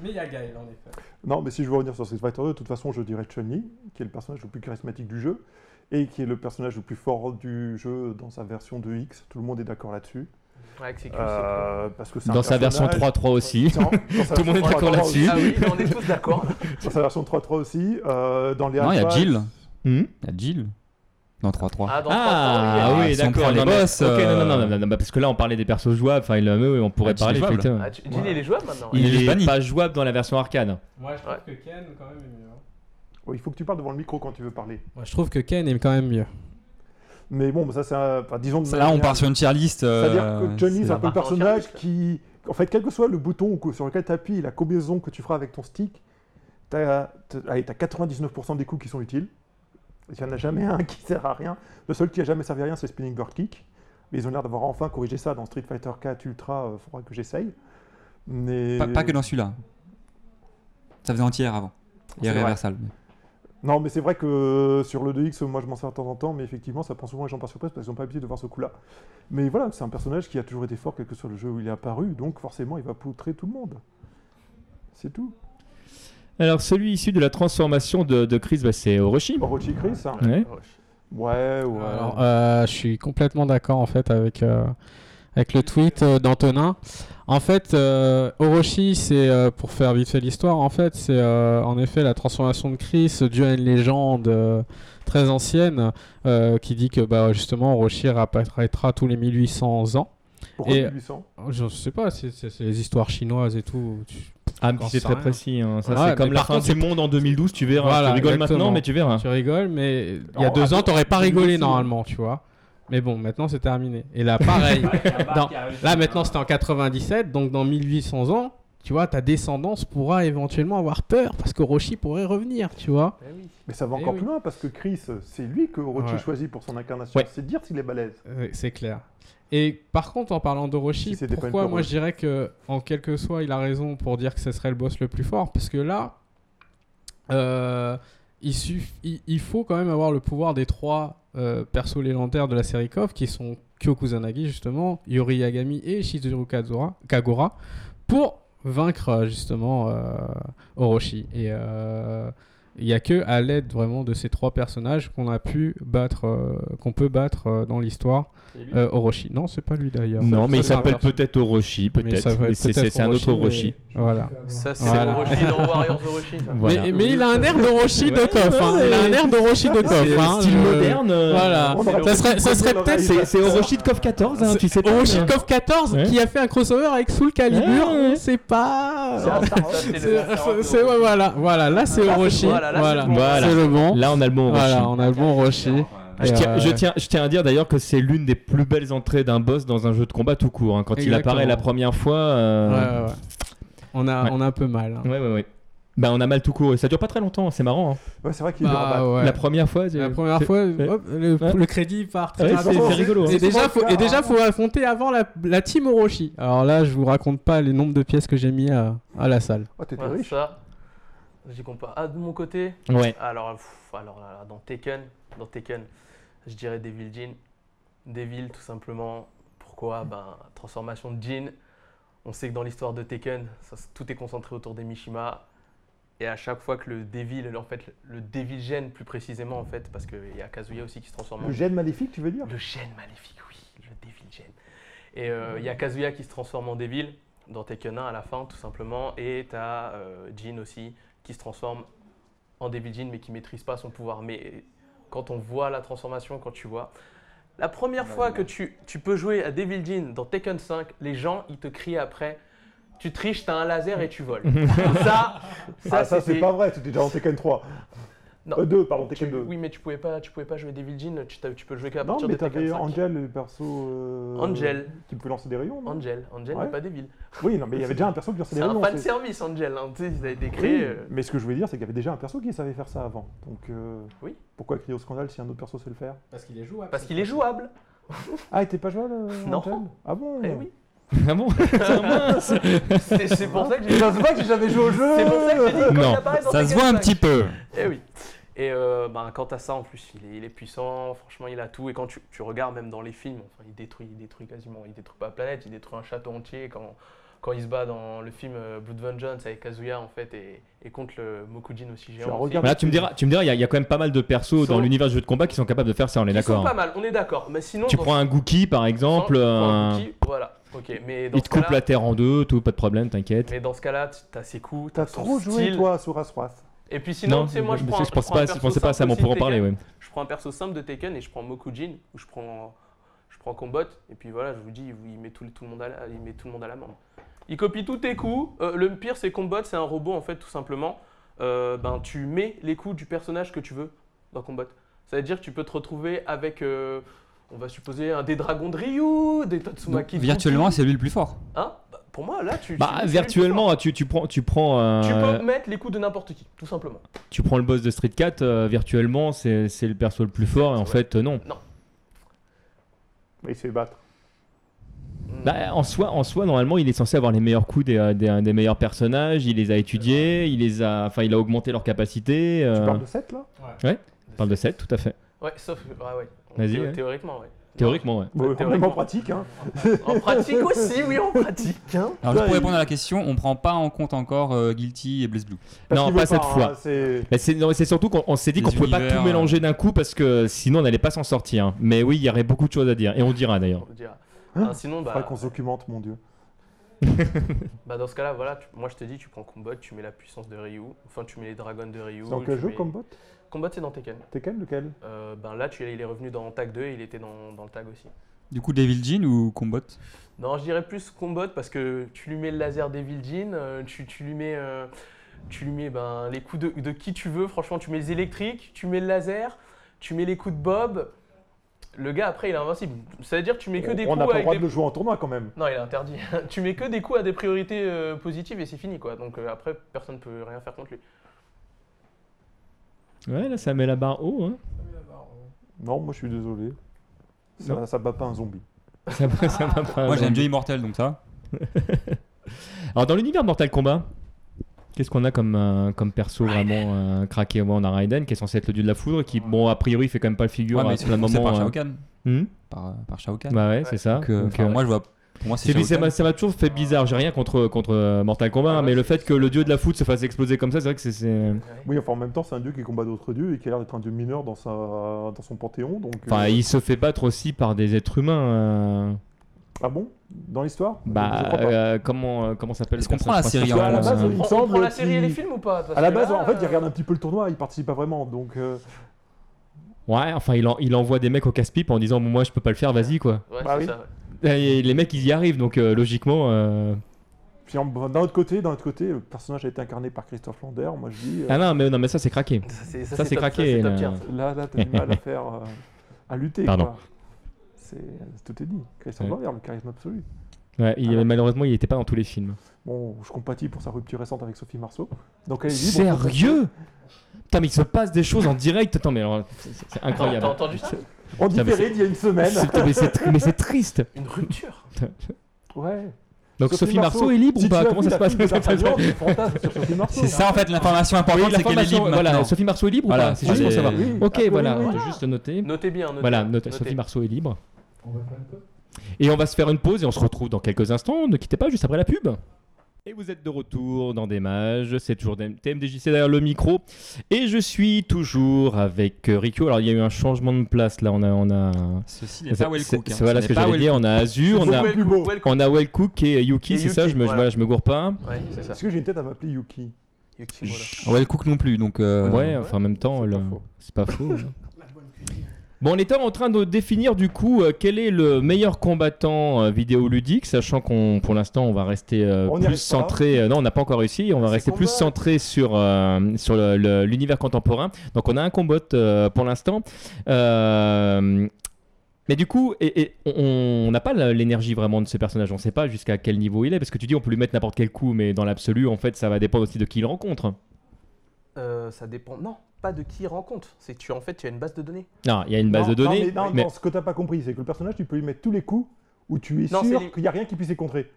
Mais il y a Gaël, en effet. Non, mais si je veux revenir sur Street Fighter 2, de toute façon, je dirais Chun-Li, qui est le personnage le plus charismatique du jeu et qui est le personnage le plus fort du jeu dans sa version 2X. Tout le monde est d'accord là-dessus. Avec ses culs, Euh, parce que c'est un Dans sa version personnage- 3.3 aussi. Dans- dans sa Tout le monde est version d'accord 3.3 c'est là-dessus. cool. Ah oui, on est <laughs> tous d'accord. aussi. Dans sa version 3.3 aussi. euh, dans les Non, il y a alphas, Jill. Hmm Il y a Jill. Dans 3-3. Ah, dans Ah, trois ans, oui. oui, Si on prend d'accord. les non, mais- boss, ok, non, euh, non, non, non, non, bah, parce que là, on parlait des persos jouables. Enfin, il- euh, oui, oui, on pourrait Ah, tu parler. dis jouable. effectivement. il est- Ah, tu- Jill, il est jouable maintenant. Il est Il juste est banni. pas jouable dans la version arcade. Moi, je trouve Ouais. que Ken, quand même, est mieux. ouais, Il faut que tu parles devant le micro quand tu veux parler. Moi, je trouve que Ken est quand même mieux. Mais bon, ça, c'est un... enfin, disons de Là, on manière- part sur une tier list. euh, C'est-à-dire que Johnny, c'est un peu le Par contre, personnage Charlie, qui. En fait, quel que soit le bouton ou sur lequel tu appuies, la combinaison que tu feras avec ton stick, t'as t'as- allez, t'as 99% des coups qui sont utiles. Il n'y en a jamais un qui sert à rien. Le seul qui a jamais servi à rien, c'est Spinning Bird Kick. Mais ils ont l'air d'avoir enfin corrigé ça dans Street Fighter 4 Ultra, il faudra que j'essaye. Mais... Pas, pas que dans celui-là. Ça faisait entière avant. Et C'est vrai. réversal. Non, mais c'est vrai que euh, sur le 2X, moi je m'en sers de temps en temps, mais effectivement, ça prend souvent les gens par surprise parce qu'ils n'ont pas l'habitude de voir ce coup-là. Mais voilà, c'est un personnage qui a toujours été fort, quel que soit le jeu où il est apparu, donc forcément, il va poutrer tout le monde. C'est tout. Alors, celui issu de la transformation de, de Chris, bah, c'est Orochi. Orochi Chris, hein Ouais. Oh, Ouais, ouais. Alors, euh, je suis complètement d'accord en fait avec, euh, avec le tweet euh, d'Antonin. En fait, euh, Orochi, c'est euh, pour faire vite fait l'histoire, en fait, c'est euh, en effet la transformation de Chris due à une légende euh, très ancienne euh, qui dit que bah, justement Orochi apparaîtra tous les 1800 ans. Pourquoi euh, et- 1800 Je sais pas, c'est c'est- c'est les histoires chinoises et tout. tu- Ah, mais J'en c'est sais très rien. précis. hein. Ça, Ouais, c'est mais comme la par fin contre, du c'est- monde en 2012. Tu verras. Voilà, tu rigoles exactement. maintenant, mais tu verras. Tu rigoles, mais il y a Oh, deux ans, attends, t'aurais pas c'est rigolé difficile. normalement, tu vois. Mais bon, maintenant c'est terminé. Et là, <laughs> pareil. Dans- là, maintenant c'était en 97, donc dans 1800 ans, tu vois, ta descendance pourra éventuellement avoir peur parce que Roshi pourrait revenir, tu vois. Eh oui. Mais ça va Eh encore oui. plus loin parce que Chris, c'est lui que Orochi Ouais. choisit pour son incarnation. Ouais. C'est dire s'il est balèze. Euh, C'est clair. Et par contre, en parlant de Roshi, Si c'était pas une pourquoi peur, moi oui. je dirais que, en quelque soit, il a raison pour dire que ce serait le boss le plus fort Parce que là, euh, il, suff- il- il faut quand même avoir le pouvoir des trois euh, persos légendaires de la série KOF qui sont Kyo Kusanagi, justement, Yori Yagami et Shizuru Kazura- Kagura pour vaincre euh, justement euh, Orochi. Et euh, il n'y a que à l'aide vraiment de ces trois personnages qu'on a pu battre, euh, qu'on peut battre euh, dans l'histoire euh, Orochi. Non, c'est pas lui d'ailleurs. Non, mais il c'est un s'appelle perso- peut-être Orochi, Mais ça peut-être. va Mais être C'est peut-être c'est- c'est un autre Orochi. Voilà. Ça, c'est Voilà. Orochi <laughs> dans Warriors Orochi. ça. Voilà. Mais, mais il a un air d'Orochi de Ouais, Koff. hein. ouais, Il a un air d'Orochi de Koff. C'est hein. Style Je- moderne. euh, Voilà. On aurait Ça serait, ça serait Dans peut-être l'oreille. C'est c'est Orochi de KOF 14, hein, tu sais pas. Orochi hein. Koff 14 Ouais. qui a fait un crossover avec Soul Calibur. Ouais, ouais. C'est pas. Ça, c'est C'est- le- ça, c'est- c'est c'est- ouais, voilà, voilà, là c'est Là, c'est- Orochi. voilà, là, c'est Voilà, le bon. Voilà. c'est le bon. Là, on a le bon Orochi. Voilà, on a le bon Orochi. Je Et, tiens, euh, je, tiens, je tiens à dire d'ailleurs que c'est l'une des plus belles entrées d'un boss dans un jeu de combat tout court. hein. Quand il Exactement. apparaît la première fois. ouais, euh, ouais, ouais. On a, Ouais. on a un peu mal. hein. ouais, ouais, ouais. Bah, on a mal tout court. Et ça dure pas très longtemps, c'est marrant. hein. Ouais, c'est vrai qu'il est en Bah, bas. ouais. La première fois. La première fois, hop, le, Ouais. le crédit part très Ouais, rapidement. c'est c'est rigolo. hein. Et déjà, souvent faut, le cas, et déjà, hein. faut affronter avant la, la team Orochi. Alors là, je vous raconte pas les nombres de pièces que j'ai mis à, à la salle. Oh, t'étais Ouais, riche. ça. J'y compare. Ah, de mon côté, Ouais. Alors, pff, alors là, là, dans Tekken, dans Tekken, je dirais Devil Jin. Devil, tout simplement. Pourquoi Ben, transformation de Jin. On sait que dans l'histoire de Tekken, ça s- tout est concentré autour des Mishima. Et à chaque fois que le Devil, en fait, le Devil gène plus précisément, en fait, parce qu'il y a Kazuya aussi qui se transforme en Le gène maléfique, tu veux dire le gène maléfique, oui, le Devil Gène. Et euh, il y a Kazuya qui se transforme en Devil dans Tekken 1 à la fin, tout simplement. Et tu as Jin aussi qui se transforme en Devil Jin, mais qui maîtrise pas son pouvoir. Mais quand on voit la transformation, quand tu vois. La première fois que tu, tu peux jouer à Devil Jin dans Tekken 5, les gens, ils te crient après. Tu triches, t'as un laser et tu voles. ça, ça, Ah, ça, c'est c'était- pas vrai, c'était déjà en Tekken 3. Non. Euh, deux, pardon, Tekken Tu- 2. Oui, mais tu pouvais pas, tu pouvais pas jouer Devil Jin, tu, t'as- tu peux jouer qu'à Non, partir mais de Tekken t'avais 5. Angel, le perso. euh, Angel. Qui pouvait lancer des rayons. non Angel, Angel Ouais. n'est pas Devil. Oui, non, mais il y avait déjà un perso qui lançait C'est des rayons. un fan c'est- service, Angel. Hein, tu sais, ils avaient été Oui, créés. euh, mais ce que je voulais dire, c'est qu'il y avait déjà un perso qui savait faire ça avant. Donc, euh, Oui. pourquoi crier au scandale si un autre perso sait le faire Parce qu'il est jouable. Parce qu'il est jouable. Ah, il était pas jouable euh, Non. Angel Ah bon Eh oui. Ah bon Tiens, mince. <laughs> C'est c'est pour ça que j'ai. Je savais pas que j'avais joué au jeu C'est pour ça que j'ai dit quand Non, il apparaît dans Ça se Tekken voit un 5. petit peu. Eh oui. Et euh, ben, quant à ça, en plus, il est, il est puissant, franchement, il a tout. Et quand tu, tu regardes, même dans les films, enfin, il détruit, il détruit quasiment, il détruit pas la planète, il détruit un château entier. Quand, quand il se bat dans le film euh, Blood Vengeance avec Kazuya, en fait, et, et contre le Mokujin aussi géant. la aussi, regarde. Bah là, tu me diras, tu me diras, il y, a- il y a quand même pas mal de persos dans Sont- l'univers du jeu de combat qui sont capables de faire ça. On est qui sont d'accord. pas mal, on est d'accord. Mais sinon, Tu dans- prends un Gookie par dans- exemple, dans un- Wookiee, voilà. Ok, mais dans il ce te coupe cas-là- la terre en deux, tout, pas de problème, t'inquiète. Mais dans ce cas-là, tu- t'as ses <laughs> coups, T'as t'as son trop joué, style. toi, à Suras Wrath. Et puis sinon, tu sais, moi, je mais prends. ça, un- je pense prends un pas, je perso pensais pas à ça, simple mais on aussi pourra en de parler. Tekken. Ouais. je prends un perso simple de Tekken et je prends Mokujin ou je prends je prends Combot et puis voilà je vous dis il il met tout, le- tout le monde à la, il met tout le monde à l'amende. Il copie tous tes coups. Euh, le pire c'est Combot c'est un robot en fait tout simplement. Euh, ben tu mets les coups du personnage que tu veux dans Combot. Ça veut dire que tu peux te retrouver avec euh, on va supposer un des dragons de Ryu, des Donc, Tatsumaki. de virtuellement, Kuki. c'est lui le plus fort. Hein Bah, Pour moi là tu Bah tu- tu- virtuellement, tu, tu prends, tu prends, euh, tu peux mettre les coups de n'importe qui tout simplement. tu prends le boss de Street Cat. euh, virtuellement, c'est c'est le perso le plus fort et en Ouais. fait euh, non. Mais il se fait battre. Mmh. Bah, en soi, en soi, normalement, il est censé avoir les meilleurs coups des, euh, des, des meilleurs personnages. Il les a étudiés, il les a, enfin, il a augmenté leurs capacités. Tu euh, parles de 7 là on parle de 7, tout à fait. Ouais sauf ouais, ouais. Vas-y, Thé- ouais. Théoriquement ouais. Théoriquement, ouais. Ouais, Même Bah, théoriquement. en pratique, hein. En pratique aussi, oui, en pratique. hein. Ouais, Alors, juste pour il- répondre à la question, on prend pas en compte encore euh, Guilty et Blaze Blue. Parce Non, qu'il pas veut cette hein, fois. c'est- Mais c'est non, mais c'est surtout qu'on on s'est dit Les qu'on pouvait pas univers, tout euh. mélanger d'un coup parce que sinon on n'allait pas s'en sortir. hein. Mais oui, il y aurait beaucoup de choses à dire et on dira d'ailleurs. On dira. Hein Hein, sinon, bah, Faudrait qu'on se documente, mon dieu. bah, dans ce cas-là, voilà, tu- moi je te dis, tu prends Combat, tu mets la puissance de Ryu, enfin tu mets les dragons de Ryu. C'est dans quel tu jeu, mets- Combot Combat, c'est dans Tekken. Tekken, lequel Euh, ben là, tu, il est revenu dans Tag 2 et il était dans, dans le Tag aussi. Du coup, Devil Jean ou Combot Non, je dirais plus Combat parce que tu lui mets le laser des Jean, euh, tu, tu lui mets, euh, tu lui mets ben, les coups de, de qui tu veux, franchement, tu mets les électriques, tu mets le laser, tu mets les coups de Bob. Le gars, après, il est invincible. Ça veut dire que tu mets que des On coups n'a pas le avec droit des- de le jouer en tournoi quand même. <laughs> Non, il est interdit. <laughs> tu mets que des coups à des priorités euh, positives et c'est fini quoi. Donc euh, après, personne ne peut rien faire contre lui. Ouais, là ça met la barre haut. Hein. Non, moi je suis désolé. Ça, ça bat pas un zombie. Ça va- <laughs> ça va pas. hein. Moi, j'aime bien Immortel, donc ça. Alors dans l'univers de Mortal Kombat, qu'est-ce qu'on a comme, euh, comme perso vraiment euh, craqué Ouais, On a Raiden qui est censé être le dieu de la foudre, qui bon a priori il fait quand même pas le figure Ouais, à mais plein de c'est moments. par euh, Shao Kahn. hmm Par, euh, par Shao Kahn. bah ouais, Ouais. c'est ça. Donc, euh, Donc, enfin, euh, moi, je vois. Pour moi, c'est C'est bi- ça Shao Kahn. m'a ça m'a toujours fait bizarre. J'ai rien contre contre euh, Mortal Kombat, Ah ouais, mais le c'est- fait que le dieu de la foudre se fasse exploser comme ça, c'est vrai que c'est- c'est. Oui, enfin en même temps, c'est un dieu qui combat d'autres dieux et qui a l'air d'être un dieu mineur dans, sa... dans son panthéon. Donc, Enfin, euh, il se fait battre aussi par des êtres humains. euh. Ah bon Dans l'histoire Je Bah, crois pas. euh, comment euh, comment s'appelle Est-ce le qu'on prend la personnage série Parce qu'à principal, la euh, base, il me On prend, on prend semble la série et les qu'il- films ou pas Parce À la que base, là, en fait, il euh, regarde un petit peu le tournoi, il participe pas vraiment. Donc, euh, Ouais, enfin, il, en- il envoie des mecs au casse-pipe en disant Bon, Moi, je peux pas le faire, vas-y quoi. euh, Ouais, Bah c'est oui. ça, ouais. <laughs> Et les mecs, ils y arrivent, donc euh, logiquement. euh, puis en- d'un autre côté, d'un autre côté, le personnage a été incarné par Christophe Lander. Moi, je dis, euh, Ah non, mais, non, mais ça, c'est craqué. Ça, Ça, c'est top- craqué, euh, c'est top là. tier, ça. là, là, t'as du mal <laughs> à faire, euh, à lutter. Pardon. quoi. C'est tout est dit. Christophe Ouais. Lander, le charisme absolu. Ouais, il- Ah ouais. Malheureusement, il était pas dans tous les films. Bon, je compatis pour sa rupture récente avec Sophie Marceau. Donc, elle est libre. Sérieux Putain, mais il se passe des choses en direct. Attends, mais alors, c'est- c'est c'est T'as incroyable. entendu ça En Putain, mais différé d'il y a une semaine. C'est- mais c'est tr- mais c'est triste. Une rupture. Ouais. Donc, Sophie, Marceau, est libre ou pas Comment ça se <laughs> passe Tu fantasmes sur Sophie Marceau. C'est ça, en fait, l'information importante, c'est qu'elle est L'information, libre. voilà, maintenant. Sophie Marceau est libre Voilà, ou pas C'est c'est juste pour les- savoir. Oui, Ok, oui, voilà, oui, on va juste noter. Notez bien, notez Voilà, bien, note- notez. Sophie Marceau est libre. On va faire une pause. Et on va se faire une pause et on se retrouve dans quelques instants. Ne quittez pas juste après la pub. Et vous êtes de retour dans des mages, c'est toujours des- TMDJC derrière le micro. Et je suis toujours avec euh, Rico. Alors il y a eu un changement de place là, on a... On a... Ceci n'est pas Will c'est- Cook. hein. c'est- voilà ce n'est que pas j'allais Will dire, on a Azur, on a, Welcome, plus beau. welcome. on a Wellcook et Yuki, Et c'est ça, Yuki, je me, je- voilà. je me gourre pas. Ouais, c'est ça. Parce que j'ai une tête à m'appeler Yuki. Yukimoto. Cook. Will Cook non plus, donc. euh, ouais, enfin en même temps, c'est le- <laughs> pas faux. c'est pas faux. hein. Bon, on était en train de définir du coup euh, quel est le meilleur combattant euh, vidéoludique, sachant qu'on pour l'instant on va rester euh, On y plus reste pas. centré. euh, non, on n'a pas encore réussi. On va C'est rester plus combat. centré sur euh, sur le- le- l'univers contemporain. Donc on a un combat euh, pour l'instant. Euh, mais du coup, et, et on on n'a pas la- l'énergie vraiment de ce personnage. On ne sait pas jusqu'à quel niveau il est, parce que tu dis on peut lui mettre n'importe quel coup, mais dans l'absolu, en fait, ça va dépendre aussi de qui il rencontre. Euh, ça dépend. Non, pas de qui il rencontre. C'est que tu en fait tu as une base de données. Non, il y a une base Non, de données. Non, mais, non, mais- non, ce que t'as pas compris, c'est que le personnage, tu peux lui mettre tous les coups où tu es Non, c'est sûr les- qu'il n'y a rien qui puisse les contrer.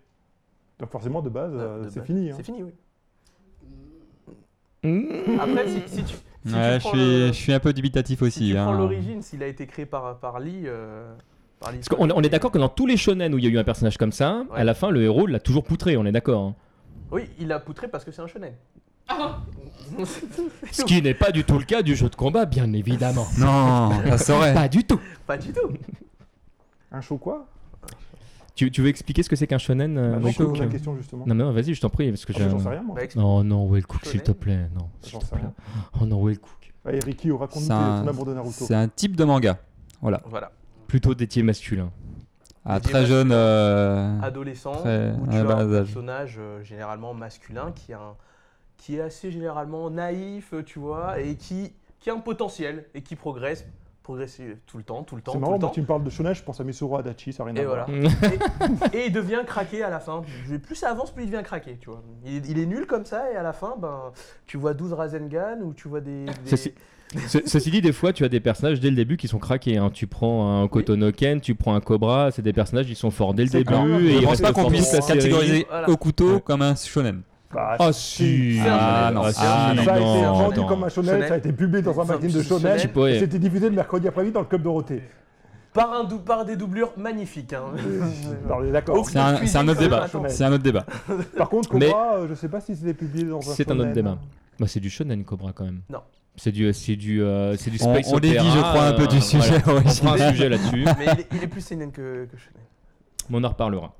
Donc forcément, de base, Euh, euh, de c'est base. fini. hein. C'est fini, oui. Mmh. Après, si, si tu, si tu Ouais, je prends suis, le- je suis un peu dubitatif aussi. si tu prends hein. l'origine, s'il a été créé par, par Lee. euh, par Lee Parce qu'on on est d'accord que dans tous les shonen où il y a eu un personnage comme ça, Ouais. à la fin, le héros l'a toujours poutré, on est d'accord. <laughs> hein. Oui, il l'a poutré parce que c'est un shonen. Ce qui n'est pas du tout le cas du jeu de combat, bien évidemment. Non, Ah, ça serait. Pas du tout. <laughs> Pas du tout. Un show quoi Tu, tu veux expliquer ce que c'est qu'un shonen euh, Bah, Mike donc, Hook la question justement. Non, mais non, vas-y, je t'en prie, parce que Ah, j'ai mais J'en un- sais rien, moi. Bah, ex- Non, non, Will Cook, Shonen. s'il te plaît, non. s'il J'en te sais plaît. rien. Oh non, Will Cook. Allez, Ricky, raconte-nous C'est un- ton amour de Naruto. C'est un type de manga. Voilà. Voilà. Plutôt détier <laughs> masculin. Ah, Dédié très jeune. euh, Ah, Adolescent, Très- où à tu la as un base âge. personnage euh, généralement masculin qui, a un- qui est assez généralement naïf, euh, tu vois, et qui, qui a un potentiel et qui progresse, progresse euh, tout le temps, tout le temps, C'est tout marrant, le moi temps. tu me parles de shonen, je pense à Misuru Adachi, ça n'a rien Et à voir. voilà. et, et il devient craqué à la fin. Je- Plus ça avance, plus il devient craqué, tu vois. Il, il est nul comme ça et à la fin, ben, tu vois 12 Rasengan ou tu vois des... des- Ceci- Ce- ceci dit, des fois, tu as des personnages dès le début qui sont craqués. hein. Tu prends un Kotonoken, tu prends un Cobra, c'est des personnages qui sont forts dès le C'est début. quand même- et Je ils pense restent pas qu'on forts puisse toute la série. catégoriser Voilà. au couteau Ouais. comme un shonen. Bah, Ah si. si C'est un Ah shonen. non, Ah, ah si. non. ça a été non, vendu non. comme un shonen, Shonen. ça a été publié dans un Enfin, magazine de shonen. shonen. Je sais pas, ouais. et C'était diffusé le mercredi après-midi dans le club Dorothée. par, un dou- par des doublures <laughs> magnifiques. hein. Alors, on est d'accord. C'est un, c'est un autre Cuisine, débat. attends. C'est un autre débat. Par contre, Mais- Cobra, euh, je sais pas si c'était publié dans un C'est un autre shonen. débat. Bah, c'est du shonen Cobra quand même. Non. C'est du, c'est du, euh, c'est du On, space on dévie, opéra, je crois, un peu euh, du voilà. sujet On prend un <laughs> original. sujet là-dessus, Mais il est, il est plus seinen que, que Shonen. mais on en reparlera.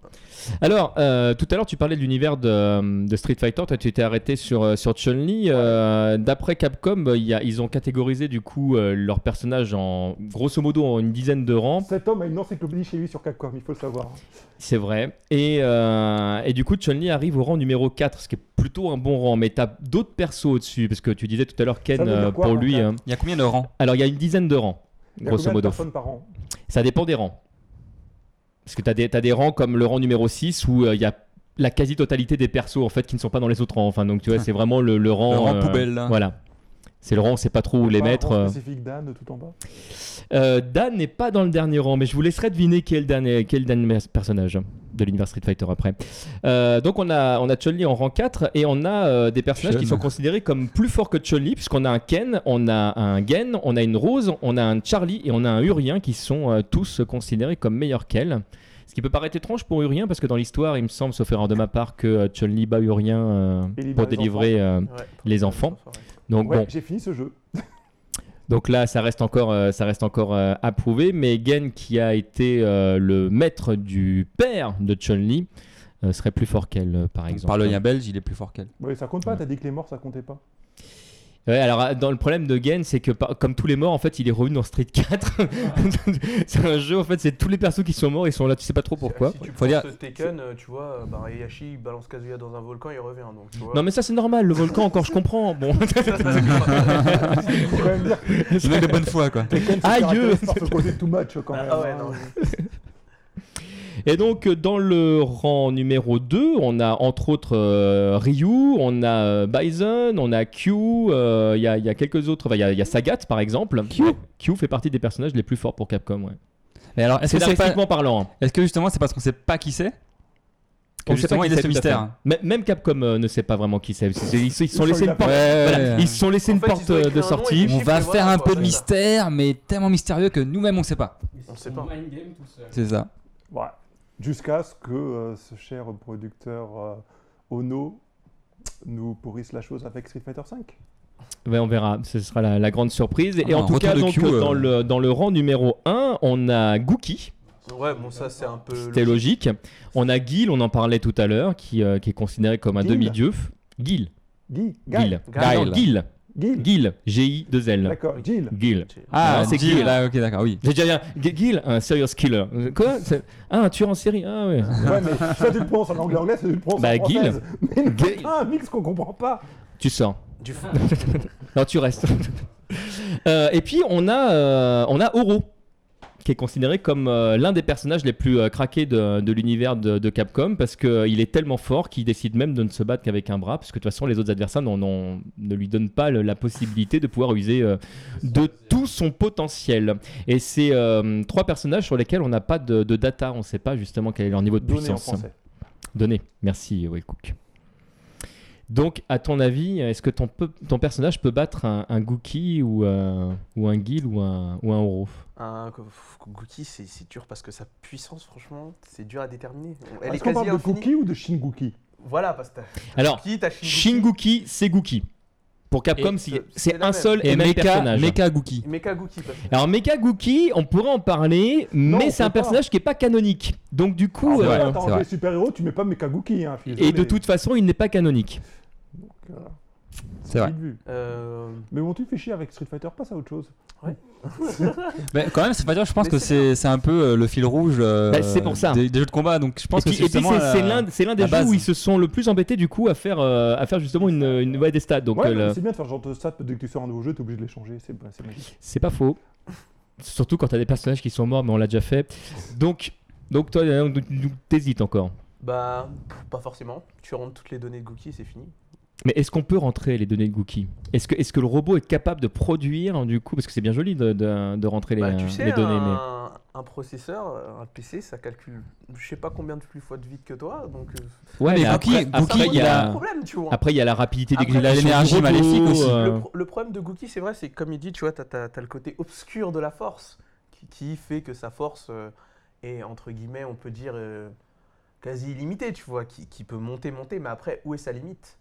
Alors, euh, tout à l'heure, tu parlais de l'univers de, euh, de Street Fighter. Toi, tu étais arrêté sur, euh, sur Chun-Li. Euh, D'après Capcom, euh, il y a- ils ont catégorisé du coup euh, leurs personnages en grosso modo en une dizaine de rangs. Cet homme a une encyclopédie chez lui sur Capcom, il faut le savoir. C'est vrai. Et, euh, et du coup, Chun-Li arrive au rang numéro 4, ce qui est plutôt un bon rang. Mais tu as d'autres persos au-dessus, parce que tu disais tout à l'heure, Ken, veut dire euh, quoi, pour rang lui. quatre euh, Il y a combien de rangs alors, il y a une dizaine de rangs, Il y a grosso combien de modo. personnes par an Ça dépend des rangs. Parce que tu as, des rangs comme le rang numéro 6 où euh, il y a la quasi-totalité des persos en fait qui ne sont pas dans les autres rangs. Enfin, donc tu vois, c'est vraiment le, rang. Hein. Le rang euh, poubelle, là. Voilà. C'est le rang, on sait pas trop où les Pas un mettre. rang euh. spécifique d'Anne de tout en bas. Euh, Dan n'est pas dans le dernier rang, mais je vous laisserai deviner qui est le dernier, qui est le dernier personnage de l'univers Street Fighter après. Euh, donc on a, on a Chun-Li en rang 4 et on a euh, des personnages qui Chun. sont considérés comme plus forts que Chun-Li puisqu'on a un Ken, on a un Gen, on a une Rose, on a un Charlie et on a un Urien qui sont euh, tous considérés comme meilleurs qu'elle. Ce qui peut paraître étrange pour Urien parce que dans l'histoire, il me semble, sauf erreur de ma part, que euh, Chun-Li bat Urien euh, Et libère pour les délivrer euh, Ouais. les enfants. Ouais. Donc Ouais, bon. j'ai fini ce jeu. Donc là, ça reste encore, euh, ça reste encore euh, à prouver. Mais Gen, qui a été euh, le maître du père de Chun-Li, euh, serait plus fort qu'elle, euh, par exemple. Par le lien belge, il est plus fort qu'elle. Ouais, ça compte pas, t'as dit que les morts ça comptait pas. Ouais, alors, euh, dans le problème de Gen, c'est que par- comme tous les morts, en fait, il est revenu dans Street 4. <laughs> c'est un jeu, en fait, c'est tous les persos qui sont morts, ils sont là, tu sais pas trop pourquoi. Si tu Faut Faut dire- Tekken, euh, tu vois, euh, bah, Heihachi, il balance Kazuya dans un volcan, il revient. Donc, tu vois. <laughs> Non, mais ça, c'est normal, le volcan, encore, je comprends. Bon, <laughs> Faut quand même dire que Il est de bonne foi, <laughs> quoi. Tekken se Aïe. caractérise par ce côté too much quand même. Ah ouais, hein. non. Et donc, euh, dans le rang numéro 2, on a entre autres euh, Ryu, on a euh, Bison, on a Q, euh, il y, a- il y a quelques autres, enfin, il y, a- il y a Sagat par exemple. Q Q fait partie des personnages les plus forts pour Capcom, ouais. Mais alors, est-ce que, c'est pas... Scénaristiquement parlant. hein. est-ce que justement, c'est parce qu'on sait pas qui On c'est que sait pas justement, qui il y a c'est, ce tout à fait. mystère Mais- Même Capcom euh, ne sait pas vraiment qui c'est. Ils se- Ils se ils se sont Ils laissés sont une porte, Ouais, voilà, ouais. ils se sont laissés une En fait, ils porte ont euh, écrit de un nom et sortie. ils- On va chiffres, faire voilà, un quoi, peu de c'est ça. mystère, mais tellement mystérieux que nous-mêmes on sait pas. On sait pas. Mind game tout seul. C'est ça. Ouais. Jusqu'à ce que euh, ce cher producteur euh, Ono nous pourrisse la chose avec Street Fighter 5. Ouais, on verra, ce sera la, la grande surprise. Et Ah, en un tout cas, retour donc, de Q, euh, dans, euh. le, dans le rang numéro 1, on a Gookie. Ouais, bon, ça, c'est un peu. C'était logique. On a Gil, on en parlait tout à l'heure, qui, euh, qui est considéré comme un Gil demi-dieu. Gil. Guy, Guy. Gil. Guile. Non, Gil. Gil. Gil, G-I-2-L. D'accord, Gil. Gil. Gil. Ah, Ah, c'est Jill, Gil. ah, ok, d'accord, oui. J'ai déjà dit, un- G- Gil, un serious killer. Euh, Quoi C'est- Ah, un tueur en série. Ah, ouais. Ouais, mais ça, tu le prononces en anglais anglais, ça, tu le prononces Bah, en Gil. française. Mais non, Gil. ah, un mix qu'on comprend pas. tu sors. Du <laughs> fond. Non, tu restes. <laughs> Euh, et puis, on a, euh, on a Oro, qui est considéré comme euh, l'un des personnages les plus euh, craqués de, de l'univers de, de Capcom, parce qu'il est tellement fort qu'il décide même de ne se battre qu'avec un bras, parce que de toute façon, les autres adversaires n'en ont- ne lui donnent pas le- la possibilité de pouvoir user euh, de tout son potentiel. Et c'est euh, trois personnages sur lesquels on n'a pas de, de data, on ne sait pas justement quel est leur niveau de Donné en puissance. français. Donné. Merci, Will Cook. Donc, à ton avis, est-ce que ton, peu- ton personnage peut battre un, un Gookie ou, euh, ou un Gil ou un, ou un Oro Un co- Ah, pff, Gookie, c'est c'est dur parce que sa puissance, franchement, c'est dur à déterminer. On- Elle est Est-ce qu'on quasi parle de infinie. Cookie ou de Shinguki Voilà, parce que t'as Alors, Gookie, t'as Shin Shinguki, c'est Gookie. Pour Capcom, Et c'est c'est- c'est c'est la un même. seul et, même personnage. Mecha Gookie. Mecha Gookie. parce que- Alors, Mecha Gookie, on pourrait en parler, Non, on mais c'est peut un pas. personnage qui n'est pas canonique. Donc, du Ah, coup. c'est euh, vrai. attends, c'est Dans les super-héros, tu mets pas Mekaguki. Hein, je suis et de désolé. toute façon, il n'est pas canonique. Voilà. C'est vrai. Vite vu. Euh, Mais bon, tu fais chier avec Street Fighter, passe à autre chose. Mais quand même, c'est pas dire, je pense Mais que c'est c'est c'est un peu euh, le fil rouge euh, Bah, c'est pour ça. Des, des jeux de combat. Donc je pense et que puis, c'est et puis, justement. euh, c'est c'est la- l'un c'est l'un des la jeux base. où ils se sont le plus embêtés du coup à faire, euh, à faire justement une, une ouais, des stats. Donc, ouais, euh, mais le- c'est bien de faire genre de stats, dès que tu sors un nouveau jeu, t'es obligé de les changer. C'est bah, c'est magique. C'est pas faux. Surtout quand t'as des personnages qui sont morts, mais on l'a déjà fait. Donc, donc toi, euh, donc, donc, t'hésites encore. bah, pff, pas forcément. Tu rentres toutes les données de Gookie, c'est fini. Mais est-ce qu'on peut rentrer les données de Gookie Est-ce que, est que le robot est capable de produire, hein, du coup, parce que c'est bien joli de, de- de rentrer les, bah, euh, tu sais, les données. mais- un, un processeur, euh, un PC, ça calcule je sais pas combien de plus fois de vide que toi. Donc, euh, Ouais, mais mais Gookie- après, Gookie, après, il y un a, problème, tu vois. après, il y a la rapidité Après, d'exécution. du l'énergie robot, maléfique aussi. euh, Le, pro- le problème de Gookie, c'est vrai, c'est que comme il dit, tu vois, t'as as, le côté obscur de la force qui, qui fait que sa force euh, est, entre guillemets, on peut dire, euh, quasi illimitée, tu vois, qui, qui peut monter, monter, mais après, où est sa limite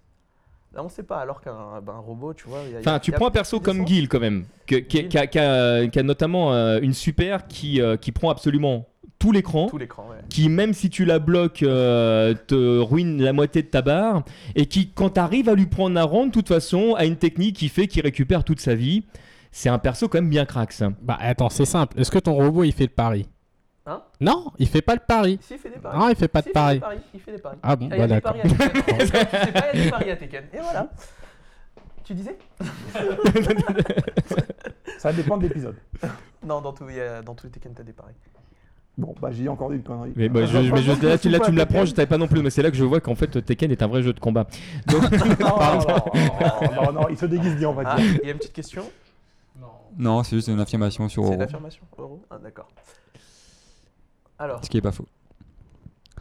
Là, on sait pas, alors qu'un ben, un robot, tu vois. il y a- il y a- Enfin, tu il y a prends un plus de perso comme descente. Gil quand même, que- qui, qui a, qui a- qui a notamment euh, une super qui, euh, qui prend absolument tout l'écran. Tout l'écran, ouais. qui même si tu la bloques euh, te ruine la moitié de ta barre et qui quand t'arrives à lui prendre un round de toute façon a une technique qui fait qu'il récupère toute sa vie c'est un perso quand même bien crax Bah attends, c'est simple. Est-ce que ton robot il fait le pari Hein Non, il fait pas le pari. Si, il fait des paris. Ah, Non, il fait pas Si, de il fait pari. des paris. Il fait des paris. Ah bon, Ah, il y bah a des d'accord. paris à Tekken. <laughs> Tu sais pas, il y a des paris à Tekken. Et voilà. Tu disais Ça dépend de l'épisode. Non, dans tous dans tous les Tekken, t'as <laughs> des paris. Bon, bah j'ai encore dit une connerie. mais, bah, je- Enfin, mais je- franchement, là, je tu, là, suis tu me pas l'apprends je savais pas non plus mais c'est là que je vois qu'en fait Tekken est un vrai jeu de combat Non, non, non, il se déguise bien, on va Ah, dire. il y a une petite question. Non, c'est juste une affirmation Oh. sur C'est Oro. une affirmation euro Ah, d'accord. Alors, Ce qui est pas faux.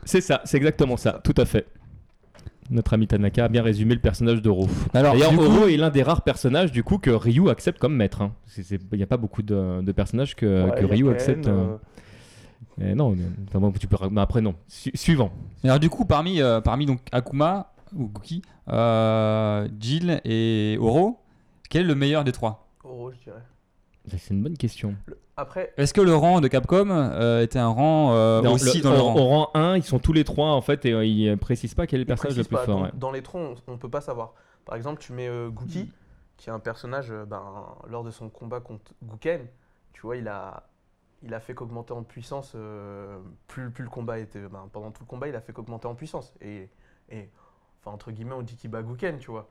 c'est ça c'est exactement ça tout à fait notre ami Tanaka a bien résumé le personnage d'Oro. Alors, D'ailleurs, du coup- Oro est l'un des rares personnages du coup que Ryu accepte comme maître. hein. C'est- c'est- Il n'y a pas beaucoup de, de personnages que, Ouais, que il y a Ryu Ken, accepte. euh, euh, Eh non, mais- enfin, bon, tu peux. mais après, non. Su- suivant. Et Alors du coup, parmi, euh, parmi donc Akuma ou Gookie, euh, Jill et Oro, quel est le meilleur des trois euro, je dirais. C'est une bonne question. Le- Après, Est-ce que le rang de Capcom euh, était un rang euh, Non, aussi le- dans le au- rang Au rang 1, ils sont tous les trois, en fait, et euh, ils précisent pas quel est le il personnage le précise plus pas, fort. donc, ouais. dans les troncs, on, on peut pas savoir. Par exemple, tu mets euh, Gookie, qui est un personnage, euh, ben, lors de son combat contre Guken, tu vois, il a, il a fait qu'augmenter en puissance, euh, plus, plus le combat était, ben, pendant tout le combat, il a fait qu'augmenter en puissance. Et, et, enfin, entre guillemets, on dit qu'il bat Guken, tu vois.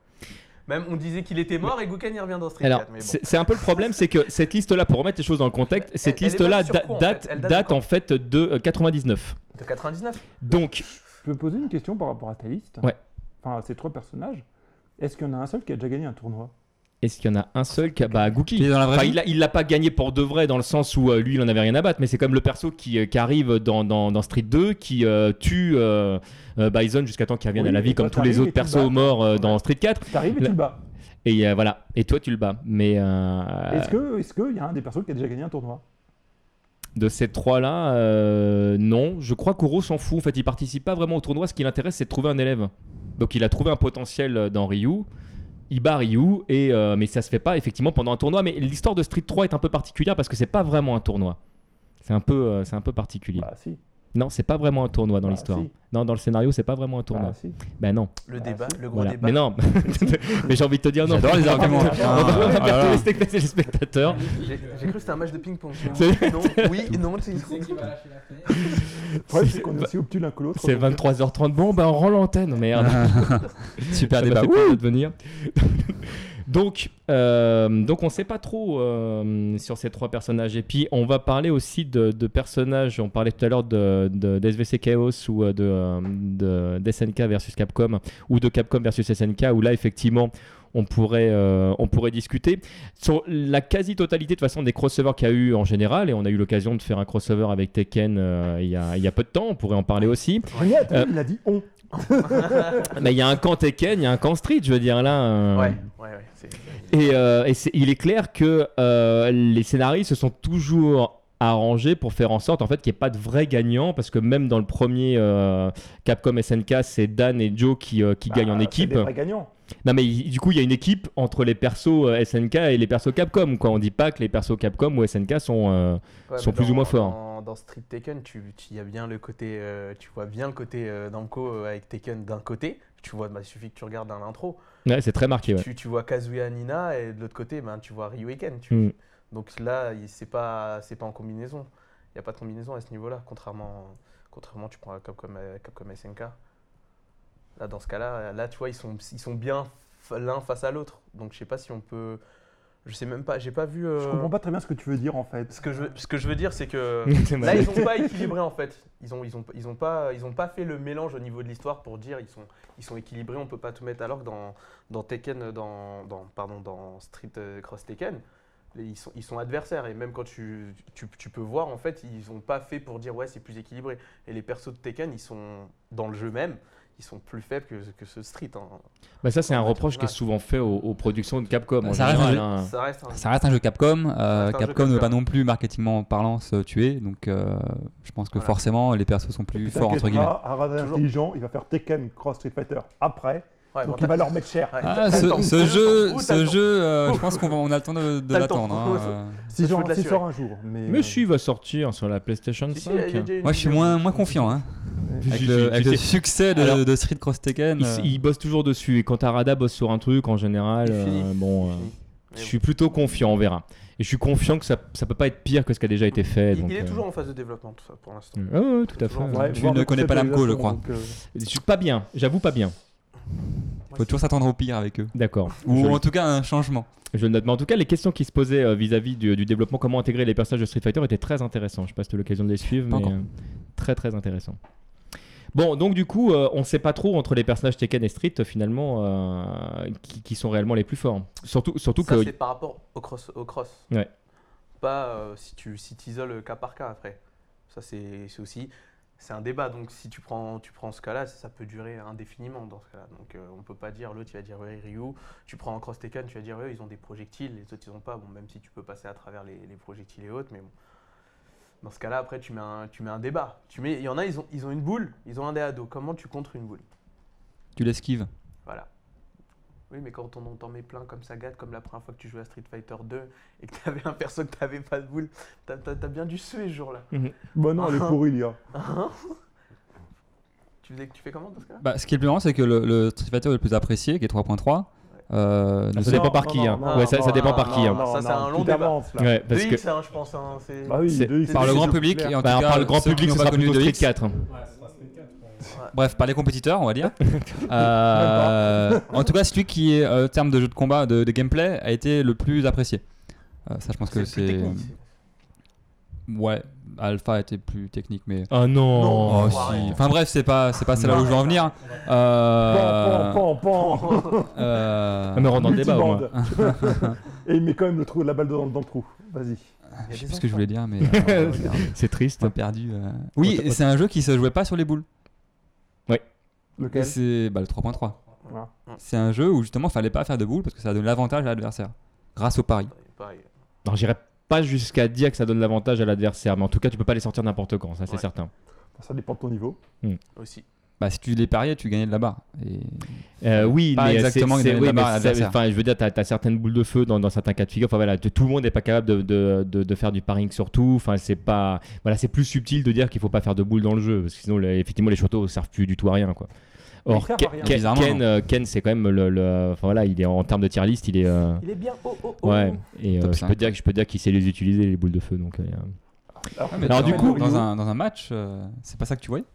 Même on disait qu'il était mort et Guken il revient dans Street Alors, 4, mais bon. c'est c'est un peu le problème, c'est que cette liste-là, pour remettre les choses dans le contexte, Elle- cette elle est liste-là basée sur da- quoi, en date, fait Elle date, date de en fait de euh, 99. De 99 Donc, Je peux poser une question par rapport à ta liste. Ouais. Enfin, à ces trois personnages. Est-ce qu'il y en a un seul qui a déjà gagné un tournoi est-ce qu'il y en a un seul qui a. Bah, Il est Gookie. dans la vraie Enfin, vie il l'a- il l'a pas gagné pour de vrai, dans le sens où euh, lui, il en avait rien à battre, mais c'est comme le perso qui, euh, qui arrive dans, dans- dans Street 2, qui euh, tue euh, euh, Bison jusqu'à temps qu'il revienne Oui, à la et vie, toi, comme tous les t'arrives autres et tu le persos bats. morts euh, dans Street 4. T'arrives <laughs> et La- tu le bats. Et euh, voilà. Et toi, tu le bats. Mais euh, Est-ce que, est-ce qu'il y a un des persos qui a déjà gagné un tournoi de ces trois-là, euh, non. Je crois qu'Oro s'en fout. En fait, il participe pas vraiment au tournoi. Ce qui l'intéresse, c'est de trouver un élève. Donc, il a trouvé un potentiel euh, dans Ryu. Il bat Ryu, et, euh, mais ça se fait pas effectivement pendant un tournoi. Mais l'histoire de Street 3 est un peu particulière parce que c'est pas vraiment un tournoi. C'est un peu, euh, c'est un peu particulier. Bah si. Non, c'est pas vraiment un tournoi dans Ah, l'histoire. si. Non, dans le scénario, c'est pas vraiment un tournoi. Ah, si. Ben non. Le Ah, débat, si. le gros Voilà. débat. Mais non. <laughs> mais j'ai envie de te dire non. J'adore <laughs> les <laughs> arguments. On va- on va Ah, faire voilà. tous les spectateurs. J'ai j'ai cru que c'était un match de ping-pong. <laughs> C'est- Non, oui, non, tu Le problème, c'est qu'on est aussi obtus l'un que l'autre. C'est donc- hein. 23h30. Bon, ben on rend l'antenne, merde. Super Ça m'a débat. fait plaisir de venir. <laughs> donc, euh, donc, on ne sait pas trop euh, sur ces trois personnages. Et puis, on va parler aussi de, de personnages. On parlait tout à l'heure de, de, d'SVC Chaos ou euh, de, euh, de, d'SNK versus Capcom ou de Capcom versus SNK où là, effectivement, on pourrait, euh, on pourrait discuter. Sur la quasi-totalité, de toute façon, des crossovers qu'il y a eu en général, et on a eu l'occasion de faire un crossover avec Tekken euh, il y, a, il y a peu de temps, on pourrait en parler aussi. Regarde, t'as Euh, vu, il a dit on. Mais il y a un camp Tekken, il y a un camp Street, je veux dire, là. euh, Ouais, ouais, ouais. c'est- et, euh, et c'est- il est clair que euh, les scénaristes se sont toujours arrangés pour faire en sorte en fait qu'il n'y ait pas de vrai gagnant parce que même dans le premier euh, Capcom SNK c'est Dan et Joe qui, euh, qui gagnent en Bah, équipe C'est des vrais gagnants. non mais il- du coup il y a une équipe entre les persos euh, SNK et les persos Capcom quoi on dit pas que les persos Capcom ou SNK sont euh, Ouais, sont mais plus ou dans- moins forts. Dans, dans Street Tekken, tu, tu y a bien le côté, euh, tu vois bien le côté euh, Namco euh, avec Tekken d'un côté. Tu vois, bah, il suffit que tu regardes dans l'intro. ouais, c'est très marqué ouais. Tu, tu vois Kazuya Nina et de l'autre côté, ben, tu vois Ryu Ken. Tu... Mm. Donc là, il- c'est pas, c'est pas en combinaison. Il n'y a pas de combinaison à ce niveau-là, contrairement, contrairement tu prends à Capcom, euh, Capcom SNK. Là, dans ce cas-là, là, tu vois, ils sont, ils sont bien f- l'un face à l'autre. Donc je sais pas si on peut, je sais même pas, j'ai pas vu. Je euh, comprends pas très bien ce que tu veux dire en fait. Ce que je, veux- ce que je veux dire, c'est que <laughs> C'est Là, marrant. ils ont pas équilibré en fait. Ils ont, ils ont, ils ont pas, ils ont pas fait le mélange au niveau de l'histoire pour dire ils sont, ils sont équilibrés. On peut pas tout mettre. Alors que dans, dans Tekken, dans, dans, pardon, dans Street euh, Cross Tekken, ils sont, ils sont adversaires. Et même quand tu, tu, tu peux voir en fait, ils ont pas fait pour dire ouais c'est plus équilibré. Et les persos de Tekken, ils sont dans le jeu même, ils sont plus faibles que, que ce Street. hein. Bah, ça c'est un reproche qui est souvent fait aux, aux productions de Capcom en Ça reste général, un- hein. Ça reste. un- Ça reste un jeu Capcom. euh, reste un jeu Capcom ne veut pas Capcom. non plus, marketingment parlant, se tuer. Donc, euh, je pense que Voilà. forcément, les persos sont plus forts, entre T'inquiète guillemets. pas, Harada est intelligent, il va faire Tekken Cross Street Fighter après, Ouais, bon, donc il va leur mettre cher. t'as- ouais, Ah, t'as- t'as le temps. ce, T'as ce le jeu, temps. Ouh, t'as ce le temps. jeu euh, je <laughs> pense qu'on va- on a le temps de, de T'as le temps. l'attendre. <laughs> hein, euh. Si je peux genre, te s'il l'assurer. sort un jour. Mais, mais euh, si il va sortir sur la PlayStation 5 Si, si, il y a- il y a déjà une Moi, je suis vidéo. moins, moins confiant. hein. Ouais. Avec Tu- le, tu- avec tu le sais- succès de, Alors, de Street Cross Tekken. Il, euh, il bosse toujours dessus. Et quand Arada bosse sur un truc, en général, Il finit. euh, bon, euh, Il finit. Mais je bon. suis plutôt confiant, on verra. Et je suis confiant que ça, ça peut pas être pire que ce qui a déjà été fait. Il, donc, il est euh, toujours en phase de développement, tout ça, pour Mm. l'instant. ouais, ouais, tout à fait. Toujours en Ouais, Tu voir ne le connais pas l'AMCO, je crois. donc, euh, Je suis pas bien, j'avoue pas bien. faut toujours s'attendre au pire avec eux. D'accord. Ou Je- en tout cas, un changement. Je le note. Mais en tout cas, les questions qui se posaient euh, vis-à-vis du, du développement, comment intégrer les personnages de Street Fighter étaient très intéressantes. Je sais pas si tu as l'occasion de les suivre, Pas mais encore. euh, très très intéressant. Bon, donc du coup, euh, on sait pas trop entre les personnages Tekken et Street, euh, finalement, euh, qui, qui sont réellement les plus forts. Surtout, surtout Ça, que. c'est par rapport au cross. Au cross. Ouais. Pas euh, si tu si isoles cas par cas après. Ça, c'est c'est aussi. C'est un débat, donc si tu prends, tu prends ce cas-là, ça, ça peut durer indéfiniment dans ce cas-là. Donc euh, on peut pas dire, l'autre il va dire ouais, Ryu, tu prends en cross Tekken, tu vas dire ouais, ils ont des projectiles, les autres ils ont pas, bon, même si tu peux passer à travers les, les projectiles et autres, mais bon. Dans ce cas-là, après, tu mets un, tu mets un débat. Tu mets- Il y en a, ils ont, ils ont une boule, ils ont un dé à dos. Comment tu contres une boule Tu l'esquives. voilà. Oui, mais quand on en t'en met plein comme ça gâte, comme la première fois que tu jouais à Street Fighter 2 et que t'avais un perso que t'avais pas de boule, t'as t'as- t'as bien dû suer ce jour-là. Bah <laughs> non, elle est pourrie, l'IA. Hein tu, faisais, tu fais comment dans ce cas-là Bah, ce qui est le plus marrant, c'est que le, le Street Fighter le plus apprécié, qui est 3.3, euh, Ah, ne Ça se- dépend par Non, qui, non, hein. non, Ouais, ça, non, ça dépend non, par qui. non, hein. non. ça, c'est un long tu débat. t'avances, là. Ouais, parce que 2X, hein, je pense. Hein, c'est- Bah oui, C'est- deux X, par le c'est- grand c'est public clair. et en Bah, tout cas, par le grand ceux qui public, n'ont ce pas sera connu plutôt de Street X. 4. hein. Bref, par les compétiteurs, on va <laughs> dire. Euh, en tout cas, celui qui est, euh, en termes de jeu de combat, de, de gameplay, a été le plus apprécié. Euh, ça, je pense que c'est plus c'est. technique. Ouais, Alpha était plus technique, mais. Ah non, Non. Oh, Oh, si. arrête. Enfin bref, c'est pas, c'est pas celle-là où je veux en venir. Euh, Pan, pan, pan, pan. euh, Ah, mais on rentre dans le débat au moins. Multibande. hein. <laughs> Et met quand même le trou, la balle dans, dans le trou. Vas-y. Il y a je sais des plus ce que je enfants. voulais dire, <laughs> mais. euh, regarde, C'est triste. on a perdu. euh. Oui, et c'est un jeu qui se jouait pas sur les boules. Et Lequel C'est bah, le 3.3. Voilà. C'est un jeu où justement, fallait pas faire de boules parce que ça donne l'avantage à l'adversaire grâce au pari. Pareil. Non, j'irai pas jusqu'à dire que ça donne l'avantage à l'adversaire, mais en tout cas, tu peux pas les sortir n'importe quand, ça c'est Ouais. certain. Ça dépend de ton niveau. Aussi. bah, si tu les pariais, tu gagnais de la barre. Et... Euh, oui, Pas mais exactement c'est, donner c'est- oui, la mais barre à c'est- l'adversaire. enfin, je veux dire, t'as, as certaines boules de feu dans, dans certains cas de figure. Enfin voilà, t- tout le monde n'est pas capable de, de, de- de faire du paring sur tout. Enfin, c'est pas, voilà, c'est plus subtil de dire qu'il faut pas faire de boules dans le jeu, parce que sinon, les- effectivement, les châteaux servent plus du tout à rien, quoi. Or, Ils servent Ken, à rien. Ken- Bizarrement, Ken, non. euh, Ken, c'est quand même le, le- enfin voilà, il est en termes de tier list, il est, euh, Il est bien haut, haut, Oh. haut. ouais, et Top euh, je peux cinq. dire, je peux dire qu'il sait les utiliser les boules de feu, donc. euh, Alors, Ouais, mais Alors, dans- du coup- dans un, dans un match, euh, c'est pas ça que tu voyais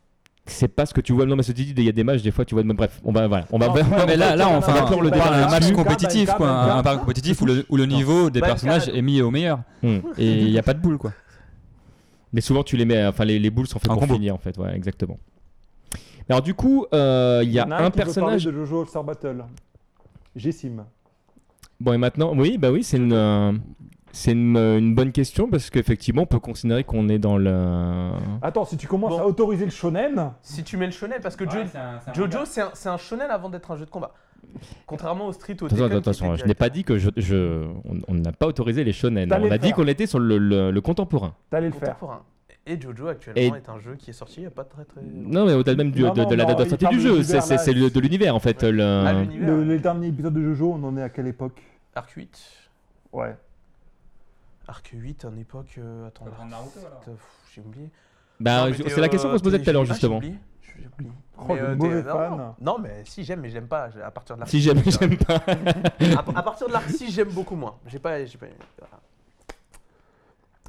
c'est pas ce que tu vois non mais ce dit il y a des matchs des fois tu vois de bref on va voilà on va Non, on va- mais là, là, on, non, fait non, un- non, rappelons le on bah, parle débat d'un bah, match bah, compétitif, bah, quoi. bah, bah, Un match compétitif où le, où le niveau des Bah, personnages bah, est mis au meilleur. Hmm. Et il n'y a pas de boule, quoi. Mais souvent, tu les mets. Enfin, les, les boules sont faites En pour combo. finir, en fait. Ouais, exactement. Alors, du coup, euh, il y a en un qui veut parler personnage. de Jojo All Star Battle. Jessim. Bon, et maintenant, oui, bah oui, c'est une. euh, C'est une, euh, une bonne question parce qu'effectivement, on peut considérer qu'on est dans le. Ah, Attends, si tu commences Bon. à autoriser le shonen, Si tu mets le shonen, parce que Jo- Jojo, c'est un, c'est un shonen avant d'être un jeu de combat. Contrairement au street ou au Attention, Tekken, attention, attention, hein, qui je était n'ai pas dit que je. je- on on n'a pas autorisé les shonen. T'allais On a le dit faire. qu'on était sur le, le- le contemporain. t'allais le faire. contemporain. Et Jojo, actuellement, Et- est un jeu qui est sorti il n'y a pas très très. Non, mais au-delà même du- Euh, Non, de, non, de la date non, de il sortie parle du de jeu, c'est l'univers, c'est- là. Ah, c'est le- de l'univers en fait. le- À l'univers. Le, les derniers épisodes de Jojo, on en est à quelle époque Arc 8. Ouais. Arc 8, en époque. euh, attends, Pas de Arc Naruto, 7, alors euh, pff, J'ai oublié. Bah, Non, mais c'est t'es, la question qu'on se posait euh, tout à l'heure t'es- ah, justement. j'oublie, j'oublie. Oh, Mais, euh, le t'es- mauvais non, fan. non. Non, mais si j'aime, mais j'aime pas j'ai- à partir de Ah, l'arc. Si j'aime, j'aime pas. À, à partir de l'arc 6, j'aime beaucoup moins. J'ai pas, j'ai pas. voilà.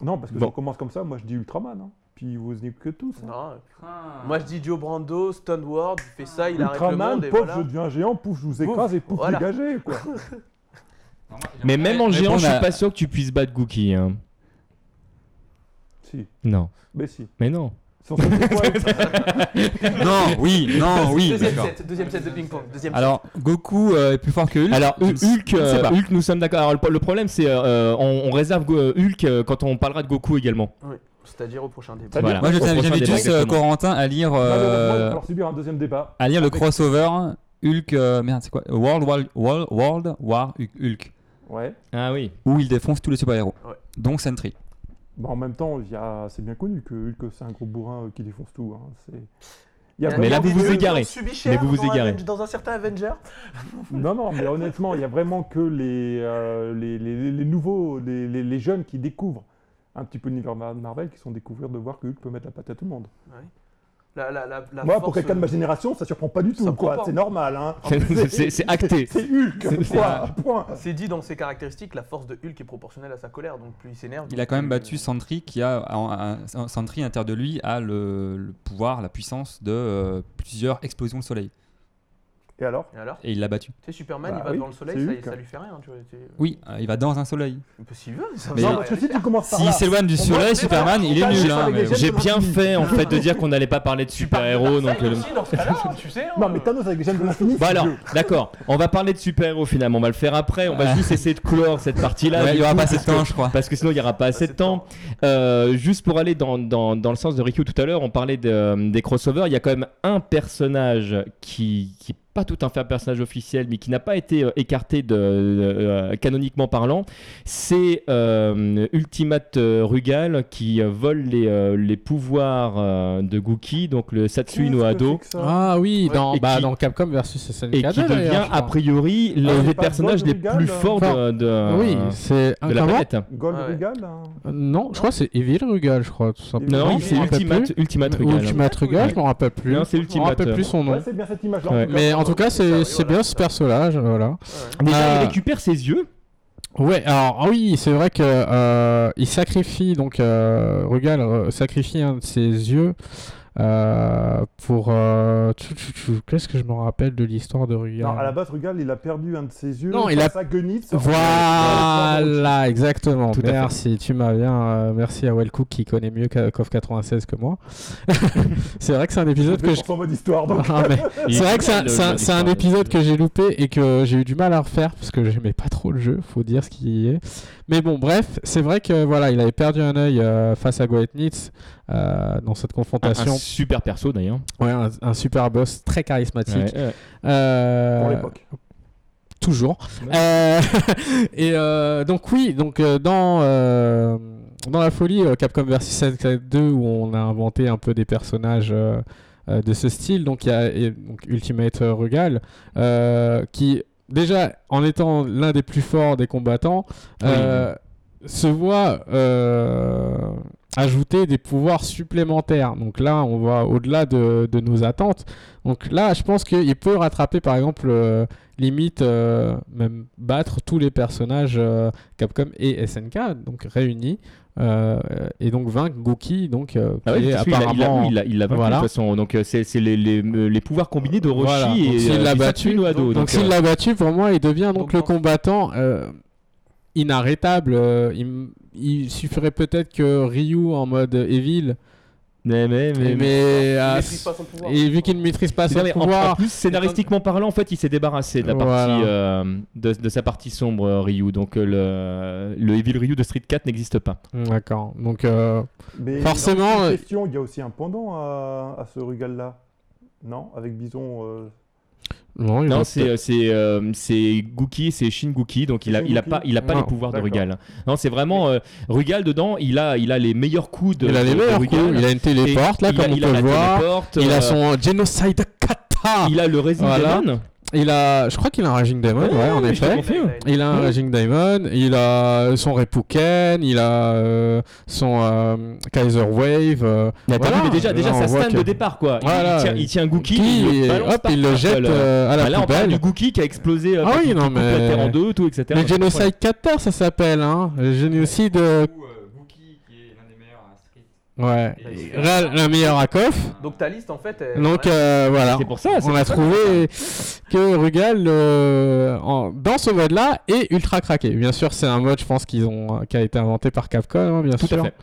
Non, parce que Bon. si on commence comme ça, moi je dis Ultraman. hein. Puis vous n'y que tous. hein. Non. Ah. Moi je dis Joe Brando, Stone Ward, il fait ça, il arrête le Ultraman, monde et pouf, voilà. je deviens géant, pouf, je vous écrase et pouf, Voilà. dégagez, <laughs> quoi. Mais même en géant, je suis pas passé sûr que tu puisses battre Gookie. hein. si, Non, mais si. mais non. Sans ça, c'est quoi, <laughs> Non, oui, <laughs> non, oui. Deuxième d'accord. set, deuxième set de ping-pong. Deuxième Alors, Goku euh, est plus fort que <laughs> Hulk. Alors Je ne sais- Hulk, je ne sais euh, pas. Hulk, nous sommes d'accord. Alors, le, po- le problème, c'est euh, on, on réserve Go- euh, Hulk euh, quand on parlera de Goku également. set. Oui, C'est-à-dire au prochain débat. Voilà. C'est-à-dire- Moi, je Au tiens- prochain j'invite débat, juste euh, exactement. Corentin à lire, Malheureusement, il va euh, falloir subir un deuxième débat. à lire le crossover Hulk. euh, merde, c'est quoi World, War- World, World War Hulk. Ouais. Ah oui. Où il défonce tous les super-héros. Ouais. Donc Sentry. Bah, en même temps, il y a- c'est bien connu que Hulk, c'est un gros bourrin euh, qui défonce tout. hein. C'est- Il y a Mais là, vraiment vous que- vous égarez. Mais vous vous égarez. Dans un certain Avenger. <laughs> Non, non, mais honnêtement, il y a vraiment que les, euh, les, les- les- les nouveaux, les, les- les jeunes qui découvrent un petit peu l'univers Mar- Marvel, qui sont découverts de voir que Hulk peut mettre la patte à tout le monde. La, la, la, la Moi, pour force- euh, quelqu'un de ma génération, ça surprend pas du Ça tout, prend quoi. pas. C'est normal, hein. <laughs> C'est- c'est- c'est <laughs> acté. C'est Hulk, C'est- point, point. C'est dit dans ses caractéristiques, la force de Hulk est proportionnelle à sa colère, donc plus il s'énerve. Il a donc quand même plus- euh, battu Sentry qui a un- un- Sentry à l'intérieur de lui a le, le pouvoir, la puissance de euh, plusieurs explosions de soleil Et alors Et alors et il l'a battu. Tu sais, Superman, Bah il va oui, devant le c'est soleil, Hulk. ça, ça lui fait rien, tu vois. tu- Oui, euh, il va dans un soleil. Il peut s'il veut, ça Mais- va, Non, parce que allez. si tu commences par S'il là, s'éloigne du on voit soleil, que Superman, il est pas- nul. pas hein, les mais jeunes bon. J'ai Thanos bien avec les fait en lunettes. fait de dire qu'on n'allait pas parler de super héros. Donc Ça, euh, aussi, dans ce cas-là, <laughs> hein, tu sais. hein, Non, mais euh, Thanos avec les gemmes de l'infini. bon c'est alors, vieux. d'accord. On va parler de super héros finalement. On va le faire après. On va juste essayer de clore cette partie-là. Ah. Ouais, du il y aura coup, pas assez de parce que- temps, je crois. Parce que sinon, il n'y aura pas assez de de temps. Euh, juste pour aller dans, dans- dans le sens de Rikyu tout à l'heure, on parlait de- euh, des crossovers. Il y a quand même un personnage qui n'est pas tout à fait un personnage officiel, mais qui n'a pas été euh, écarté de, euh, canoniquement parlant. C'est euh, Ultimate euh, Rugal qui euh, vole les, euh, les pouvoirs euh, de Gookie, donc le Satsui no Qu'est-ce que Hado. c'est que ça Ah oui, Ouais. dans, Et bah, qui- dans Capcom versus SNK. Et qui d'ailleurs, devient je crois. a priori Ah, l'un c'est des pas personnages Gold les Rugal, plus euh, forts de, de- oui, c'est un de la comment planète. Gold Ouais. Regal, hein. Euh, Non, je crois que c'est Evil Rugal, je crois, tout simplement. Non, Non, c'est Je me rappelle Ultimate, plus. Ultimate Ou Rugal. Ultimate Rugal, je m'en rappelle plus. Non, c'est Je m'en Ultimate. rappelle plus son Ouais, nom. c'est bien cette image-là. Ouais. en tout cas. Mais en tout cas, Ah c'est oui, c'est voilà, bien c'est ce ça. personnage, voilà. Déjà, Euh, il récupère ses yeux. Ouais, alors ah oui, c'est vrai que euh, il sacrifie donc euh, Rugal euh, sacrifie un de ses yeux euh, pour euh, tchou, tchou, tchou. qu'est-ce que je me rappelle de l'histoire de Rugal Non, à la base, Rugal, il a perdu un de ses yeux. Non, il a- sa guenille. ça- Voilà, exactement. Tout à fait. merci, tu m'as bien. euh, merci à Wellcook qui connaît mieux qu'à- qu'Off 96 que moi. <laughs> c'est vrai que c'est un épisode que je. son mode histoire, donc. <laughs> Ah, mais C'est vrai que c'est un- c'est un, c'est un épisode que j'ai loupé et que j'ai eu du mal à refaire parce que j'aimais pas trop le jeu, faut dire ce qui est. Mais bon, bref, c'est vrai que voilà, il avait perdu un œil euh, face à Goetnitz euh, dans cette Un, Ah, un confrontation. super perso d'ailleurs. Ouais, un, un super boss très charismatique. Ouais, ouais. Euh, Pour l'époque. toujours. Euh, <laughs> et euh, donc oui, donc euh, dans euh, dans la folie euh, Capcom vs 2 où on a inventé un peu des personnages euh, euh, de ce style. Donc il y a et- donc, Ultimate Rugal euh, qui, déjà en étant l'un des plus forts des combattants, euh, se voit euh, ajouter des pouvoirs supplémentaires. Donc là, on va au-delà de, de nos attentes. Donc là, je pense qu'il peut rattraper par exemple. euh, limite euh, même battre tous les personnages euh, Capcom et SNK donc réunis euh, et donc vaincre Goki donc euh, Ah ouais, qui est parce qu'il a- il a- apparemment oui, il l'a il l'a vaincu Voilà. de toute façon. Donc euh, c'est c'est les, les, les pouvoirs combinés de Roshi Voilà. Donc, et euh, s'il l'a battu, battu Noado. donc, s'il l'a battu pour moi il devient donc, donc, le non. combattant euh, inarrêtable Euh, il, m- il suffirait peut-être que Ryu en mode Evil mais, mais, mais, mais, euh, Il maîtrise pas son pouvoir. et vu qu'il ne maîtrise pas Non, son mais en- en, pouvoir plus, scénaristiquement parlant, en fait, il s'est débarrassé de, la Voilà. partie, euh, de, de sa partie sombre euh, Ryu. Donc euh, le, le Evil Ryu de Street 4 n'existe pas. d'accord donc euh, Mais Forcément, une euh, question, il y a aussi un pendant à, à ce Rugal-là. Non Avec Bison. euh, non, il Non, doit c'est euh, c'est euh, c'est Gookie, c'est Shin Gookie, donc il a Shin il a Gookie pas il a pas Non, les pouvoirs de d'accord. Rugal. Non, c'est vraiment euh, Rugal dedans, il a il a les meilleurs coups de il a de- les de meilleurs coups. Rugal. il a une téléporte là Et il a- comme on il a peut la le voir téléporte, Il euh, a son Genocide Kata il a le Resident Voilà. Evil. Il a, je crois qu'il a un Raging Diamond, ouais, en mais je te <laughs> effet. comprends. fait, ouais. Il a un Ouais. Raging Diamond, il a euh, son Repuken, il a euh, son euh, Kaiser Wave. euh, Mais t'as vu, voilà. mais déjà, Là, déjà on ça voit stun que- de départ quoi. Il- Voilà. il, tient, il tient Gookie, Qui, il le et balance hop, par il le terre, jette quoi, euh, à la Bah là on parle poubelle. du Gookie qui a explosé, euh, Ah qui- oui, qui non, coupe la mais- terre en deux, tout, etc. Le Genocide Kata, ça s'appelle, hein. Le génocide. euh, Gookie, qui est l'un des meilleurs hein, à Street. Ouais. Et- Là, la meilleure à Koff. Donc ta liste en fait. elle- Donc ouais. euh, voilà. C'est pour ça, c'est on a pour ça. trouvé que Rugal euh, en- dans ce mode là est ultra craqué. Bien sûr, c'est un mode je pense qu'ils ont euh, qui a été inventé par Capcom hein, bien Tout à sûr. fait.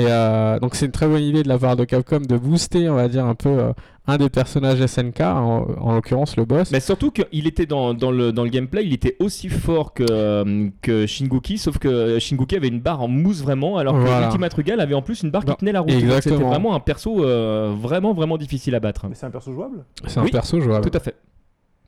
Et euh, donc c'est une très bonne idée de la part de Capcom de booster, on va dire un peu euh, un des personnages SNK en, en l'occurrence le boss. Mais Bah, surtout qu'il était dans, dans le, dans le gameplay, il était aussi fort que, euh, que Shinguki, sauf que Shinguki avait une barre en mousse vraiment, alors que Voilà. Ultimate Rugal avait en plus une barre qui Non, tenait la route. Donc exactement. C'était vraiment un perso euh, vraiment, vraiment difficile à battre. Mais c'est un perso jouable C'est oui, un perso jouable. Tout à fait.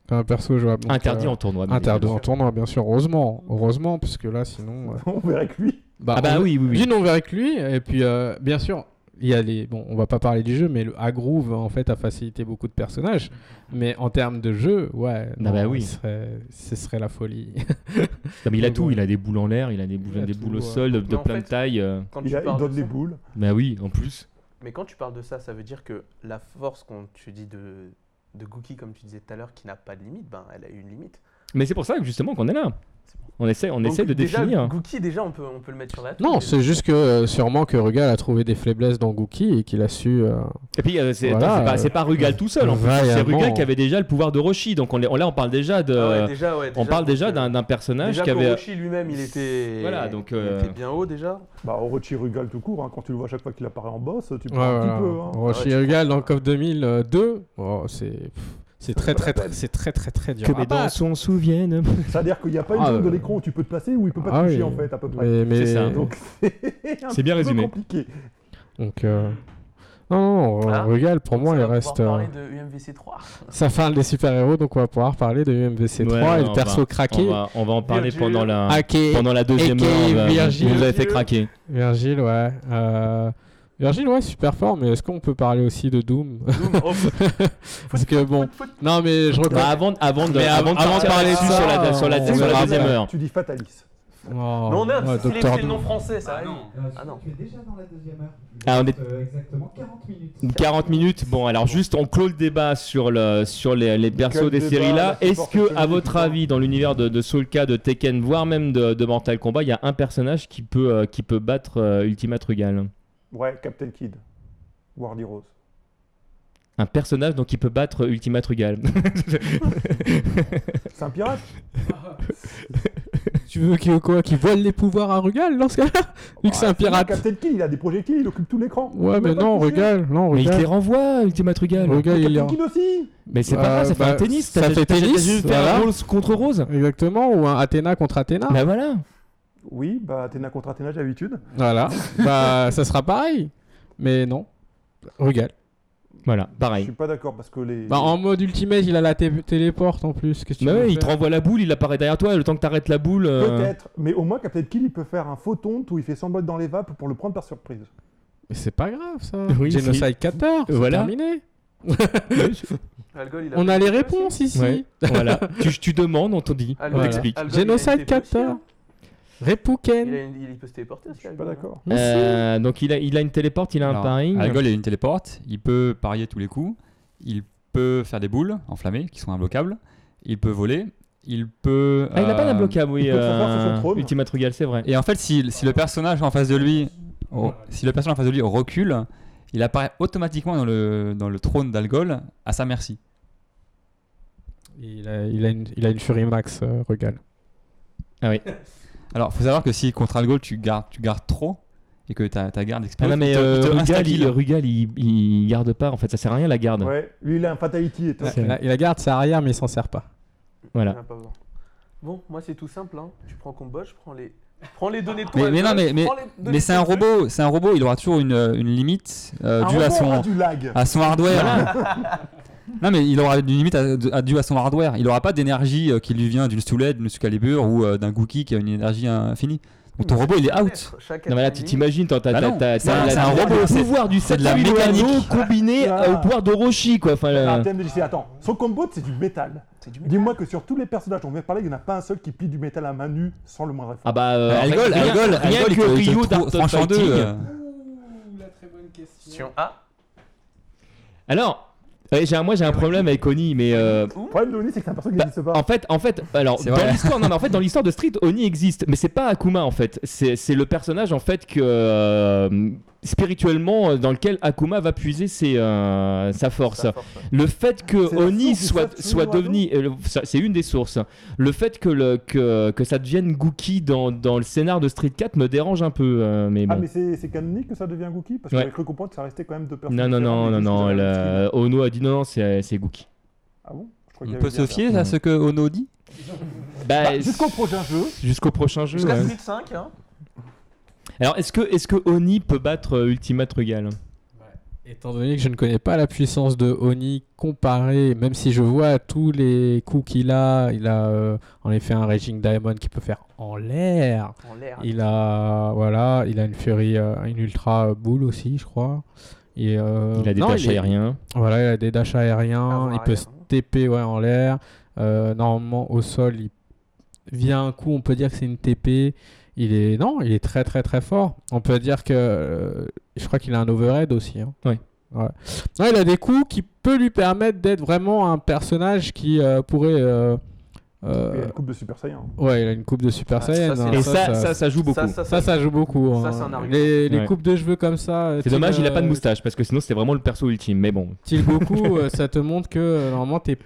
C'est un perso jouable. Donc, Interdit euh, en tournoi. bien Interdit évidemment. en tournoi, bien sûr, heureusement, heureusement, parce que là, sinon, euh, <laughs> On verra que lui. Ah bah on- oui, oui, oui. D'une, on verra que lui, et puis euh, bien sûr, il y a les. Bon, on va pas parler du jeu, mais le Agroove en fait a facilité beaucoup de personnages. Mais en termes de jeu, ouais. non, bah oui. il serait- ce serait la folie. Non, mais il a Donc, tout, ouais. il a des boules en l'air, il a des boules, Il a des tout, boules au ouais. sol de, de Mais en plein de fait- tailles. euh. quand Il, tu a- il parles de donne les ça- boules. Bah oui, en plus. Mais quand tu parles de ça, ça veut dire que la force qu'on tu dis de de Gookie comme tu disais tout à l'heure qui n'a pas de limite, ben elle a eu une limite. Mais c'est pour ça que justement qu'on est là. On essaie, on Donc, essaie de déjà, définir. Gookie, déjà, on peut, on peut le mettre sur la table. <laughs> non, c'est juste que euh, sûrement que Rugal a trouvé des faiblesses dans Gookie et qu'il a su. euh, Et puis, euh, c'est Voilà, attends, c'est pas, euh, c'est pas Rugal tout seul, en plus. C'est vaillamment. Rugal qui avait déjà le pouvoir de Roshi. Donc on est, on- là, on parle déjà de. Ah ouais, déjà, ouais, euh, on parle donc, déjà euh, d'un d'un personnage Déjà, qui avait. Orochi lui-même, il était. Voilà, donc, il euh, était bien haut déjà. Bah, Orochi Rugal tout court, hein, quand tu le vois à chaque fois qu'il apparaît en boss, tu ouais, prends un voilà. petit peu. <laughs> hein. Roshi Ouais, tu Rugal dans Cop 2002, oh, c'est. pff, C'est très très très c'est très très très dur. Ah bah. à battre. s'en souviennent. C'est-à-dire qu'il n'y a pas une Ah, zone de euh, l'écran où tu peux te passer, où il peut pas Ah te oui. toucher en fait, à peu près. Mais, mais- C'est ça. Donc <laughs> c'est un C'est bien peu résumé. compliqué. Donc, euh, non, non, Ah. Rugal, pour moi, il Ça va reste. pouvoir euh, parler de UMVC 3. Ça parle des super-héros, donc on va pouvoir parler de UMVC 3 Ouais, et on le perso va- On craqué. va, on va en parler Virgule. pendant la, Hacké. pendant la deuxième Aka, heure. on va- Virgile. Vous avez fait craquer. Virgile, ouais. Euh, Virgile, ouais, super fort, mais est-ce qu'on peut parler aussi de Doom <laughs> Zoom, oh, foot, Parce que bon. foot, foot. Non, mais je reconnais. Bah, avant, avant, de, Mais avant, de avant de partir parler de là-dessus ça, sur la, sur la, on sur la verra deuxième après. heure. Tu dis Fatalis. Mais on a c'est les- Oh, Docteur c'est le nom français, ça arrive. Ah non. Euh, Tu es déjà dans la deuxième heure. Il Ah, on reste, euh, exactement 40 minutes. 40 minutes. Bon, alors juste, on clôt le débat sur, le, sur les, les persos Quel des débat, séries là. là, c'est Est-ce fort que, à fonctionné, votre tout ça. avis, dans l'univers de, de Soulka, de Tekken, voire même de, de Mortal Kombat, il y a un personnage qui peut, euh, qui peut battre euh, Ultimate Rugal Ouais, Captain Kid. Wardy Rose. Un personnage donc qui peut battre euh, Ultimate Rugal. C'est un pirate Doom. Tu veux qu'il quoi Qu'il vole les pouvoirs à Rugal dans ce cas-là Vu que c'est un Ah, pirate. Captain Kid, il a des projectiles, il occupe tout l'écran. Ouais, Il peut mais pas non, toucher. Rugal, non, Mais il te les Rugal. renvoie, Ultimate Rugal. Rugal, il est Captain en- Kid aussi Mais c'est pas grave, ça Euh, fait un bah, tennis. ça t'as- fait t'as- t'as tennis, juste fait un voilà. Rose contre Rose. Exactement, ou un Athéna contre Athéna. Bah voilà. Oui, bah Athéna contre Athéna, j'ai l'habitude. Voilà. bah, ça sera pareil. Mais non. Rugal. Voilà, Je pareil. suis pas d'accord parce que les. Bah, en mode ultimate, il a la té- téléporte en plus. Qu'est-ce que tu Bah veux ouais, il te faire renvoie la boule, il apparaît derrière toi, le temps que t'arrêtes la boule. euh, Peut-être, mais au moins Captain Kid, il peut faire un faux tonte où il fait semblant d'être dans les vapes pour le prendre par surprise. <laughs> Mais c'est pas grave ça. Oui, Genocide 14, c'est Voilà. terminé. <laughs> Algol, il On a fait- les réponses ici. Ouais. voilà. tu, tu demandes, on te dit, Algol, on il a- t'explique. Algol, il a Génocide été blessé, Captor. hein. Il, a Repuken. une- il peut se téléporter Je aussi. suis pas Algol, hein. d'accord. Mais si. Euh, donc il a, il a une téléporte, il a un Alors, paring. Algol est une téléporte, il peut parier tous les coups, il peut faire des boules enflammées qui sont imbloquables, il peut voler, il peut. Ah, il n'a pas euh, d'imbloquable, oui. il peut savoir sur son trône. Ultima Trugal, c'est vrai. Et en fait, si, si le personnage en face de lui, oh, si le personnage en face de lui recule, il apparaît automatiquement dans le, dans le trône d'Algol à sa merci. Il a, il a une, il a une Fury Max, euh, Regal. Alors, faut savoir que si contre Algol tu gardes, tu gardes trop et que ta, ta garde Ah explose, non, mais il te- euh, il te Rugal, insta-kill. il, Rugal il, il garde pas, en fait, ça sert à rien la garde. Ouais, lui il a un fatality et tout. Ouais. Il la, il la garde, sa arrière, mais il s'en sert pas. Voilà. On va hein. pas voir. Bon, moi c'est tout simple. hein. Tu prends combo, je prends les, prends les données de Mais- toi. mais Algol, non, mais- je mais- prends les données Mais de c'est un toi. robot, c'est un robot, il aura toujours une, une limite euh, Un due à robot son, a Ah, du lag. Ah, à son hardware. <laughs> non, mais il aura une limite à, à- due à son hardware. Il n'aura pas d'énergie euh, qui lui vient d'une Stoulette, d'une Excalibur ou euh, d'un Gookie qui a une énergie infinie. Donc ton robot, il est out. Ah, Chaque Non mais là ennemi- tu t'imagines, t'as t'as- Bah non, t'as- t'as- c'est un- t'as- c'est t'as- un t'as robot, le c'est- pouvoir du c'est de la 7000 mécanique. oiseaux combiné Ah. au pouvoir d'Orochi quoi. Enfin, euh. le- Ah, TMDJC, attends, son combo c'est du métal. C'est du Dis-moi que sur tous les personnages dont on vient de parler, il n'y en a pas un seul qui plie du métal à main nue sans le moindre effort. Ah bah euh, Elle rien- rigole, elle rien- rigole, elle rien rigole, que il te- il Ryu te trou- franchement d'Art of deux, Fighting. euh, la très bonne Sion A. Alors, euh, j'ai un- moi j'ai un problème avec Oni mais euh, Le problème de Oni, c'est que c'est un personnage qui Bah, n'existe pas. en fait en fait alors C'est dans vrai. l'histoire non mais en fait dans l'histoire de Street Oni existe mais c'est pas Akuma en fait c'est c'est le personnage en fait que euh, spirituellement euh, dans lequel Akuma va puiser ses, euh, sa force. Ça force, ouais. Le fait que C'est la Oni source du soit, Satsui soit no Hado devenu. euh, le- ça- C'est une des sources. Le fait que, le, que, que ça devienne Gookie dans, dans le scénar de Street 4 me dérange un peu. euh, mais Ah, bon. mais c'est c'est canonique que ça devient Gookie Parce que Ouais. j'avais cru comprendre que ça restait quand même deux personnes. non, non, non, différentes, non, non. mais juste la même le- Ono a dit non, non, c'est c'est Gookie. skin. Ah bon Je crois qu'il euh, On y peut avait se bien fier ça. à ce que Ono dit Bah, ça. Bah, Jusqu'au prochain jeu, jusqu'au prochain jeu. Jusqu'à ouais. Street 5, hein. Alors, est-ce que, est que Oni peut battre euh, Ultima Trugal Étant donné que je ne connais pas la puissance de Oni comparée, même si je vois tous les coups qu'il a, il a euh, en effet un Raging Diamond qui peut faire en l'air. En l'air. Il a voilà, il a une Fury, euh, une Ultra Boule aussi, je crois. Et, euh, Il a des non, tâches est- aériennes. Voilà, il a des dashs aériens, Avant il peut arrière, se hein. TP ouais, en l'air. Euh, normalement, au sol, il... via un coup, on peut dire que c'est une TP. Il est... Non, il est très très très fort. On peut dire que... euh, je crois qu'il a un overhead aussi. hein. Ouais. Ouais. Ouais, il a des coups qui peut lui permettre d'être vraiment un personnage qui euh, pourrait... euh, il y a euh, une coupe de Super Saiyan. Ouais, il a une coupe de Super Ah, ça, Saiyan. c'est- hein. Et Ça, ça, ça, ça- ça, joue beaucoup. Ça, ça, ça, ça, ça joue beaucoup. ça, hein. c'est un argument. les les Ouais. coupes de cheveux comme ça. euh, C'est dommage, il a pas de moustache moustache parce que sinon c'était vraiment le perso ultime. Mais bon, Til Goku, euh, ça te montre que euh, normalement t'es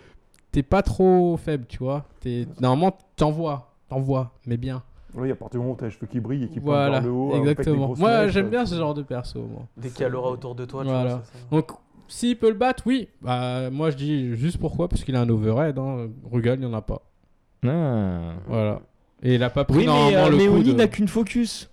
t'es pas trop faible, tu vois. T'es- normalement t'envoies, t'envoies, mais bien. Oui, à partir du moment où t'as les cheveux qui brillent et qui pointent Voilà, vers le haut. euh, avec des exactement. grosses Moi mèches, j'aime euh, bien ce genre de perso. moi. Dès qu'il y a l'aura autour de toi, tu Voilà. vois. ça, ça- Donc s'il peut le battre, oui. Bah, moi je dis juste pourquoi, parce qu'il a un overhead. Hein. Rugal, il y en a pas. Ah. Voilà. Et il a pas pris Oui, mais, normalement euh, le mais coup Oni de- n'a qu'une focus.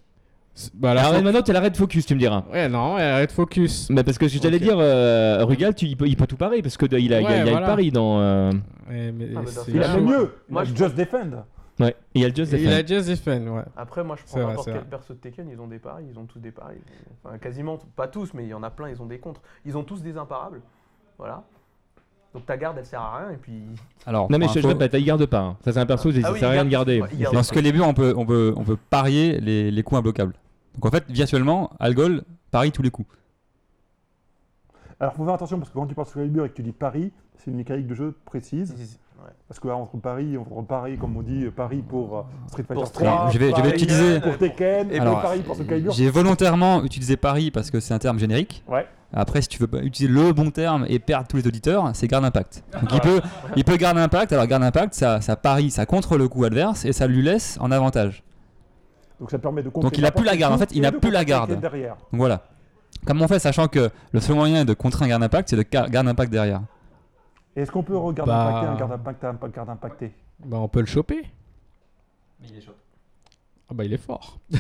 Bah, la- Alors maintenant, t'es l'arrêt de focus, tu me diras. Ouais, non, ouais, arrête focus. Mais parce que je t'allais Ok. dire, euh, Rugal, tu- il, peut, il peut tout parer parce que de- il a, il a- il a Ouais, le voilà. pari dans. euh, Ouais, mais Ah, mais c'est- dans- Il a Là, fait moi- mieux Il moi, a je- Just Defend Ouais, il a le Just Et Il Defend. a just defend, ouais. Après, moi, je C'est prends vrai, n'importe c'est quel vrai. perso de Tekken, ils ont des paris, ils ont tous des paris. Enfin, quasiment, t- pas tous, mais il y en a plein, ils ont des contres. Ils ont tous des imparables. Voilà. Donc ta garde, elle sert à rien, et puis. Alors, Non, mais pour je, je info, répète, il garde pas. hein. Ça, c'est un perso, ça Ah oui, sert à il rien de garde- garder. ouais, il garde. Dans ce que les buts, on peut, on peut, on peut parier les, les coups imbloquables. Donc en fait, virtuellement, Algol parie tous les coups. Alors faut faire attention parce que quand tu parles sur Calibur et que tu dis Paris, c'est une mécanique de jeu précise. Ouais. Parce que là, entre Paris, entre Paris, comme on dit, Paris pour euh, Street Fighter Street- 3, je vais- je vais Paris utiliser- euh, pour Tekken, et Alors, pour Paris pour ce Calibur. J'ai volontairement utilisé paris parce que c'est un terme générique. Ouais. Après, si tu veux pas utiliser le bon terme et perdre tous les auditeurs, c'est garde impact. Donc il peut, il peut garde impact. Alors garde impact, ça, ça parie, ça contre le coup adverse et ça lui laisse en avantage. Donc ça permet de Donc, il a plus la garde. En fait, il a plus la garde. derrière. Donc voilà. Comment on fait, sachant que le seul moyen de contrer un garde impact, c'est de ca- garde impact derrière. Et est-ce qu'on peut regarder Bah. impacter un garde impact à un garde impacté Bah, on peut le choper. Mais il est chaud. Ah, bah, il est fort. Ouais,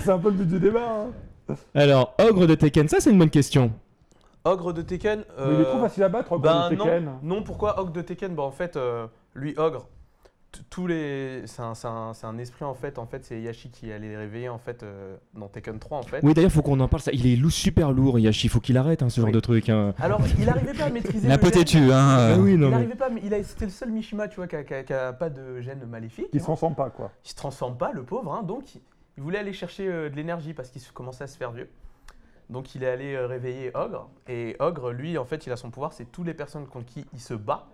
C'est un peu le but du débat. hein. Alors, Ogre de Tekken, ça, c'est une bonne question. Ogre de Tekken. Mais il est euh, trop facile à battre, ben ben Tekken. non. Non, pourquoi Ogre de Tekken Bah, en fait, euh, lui, Ogre, t- tous les c'est un, c'est un- c'est un esprit en fait en fait c'est Yashi qui allait les réveiller en fait euh, dans Tekken 3 en Euh. fait. Oui, d'ailleurs, faut qu'on en parle. Ça. Il est lou- super lourd, Yashi. Faut qu'il arrête hein, ce genre Oui. de truc. hein. Alors il arrivait pas à maîtriser La le gène. potétue, hein. Ah euh, oui, non, Il mais- arrivait pas, mais il a- c'était le seul Mishima, tu vois, qui a, qui a- qui a pas de gène maléfique. Ils ne hein. s'en sentent pas, quoi. il se transforme pas, le pauvre. hein, donc, il, il voulait aller chercher euh, de l'énergie parce qu'il se- commençait à se faire vieux. Donc, il est allé euh, réveiller Ogre. Et Ogre, lui, en fait, il a son pouvoir c'est toutes les personnes contre qui il se bat,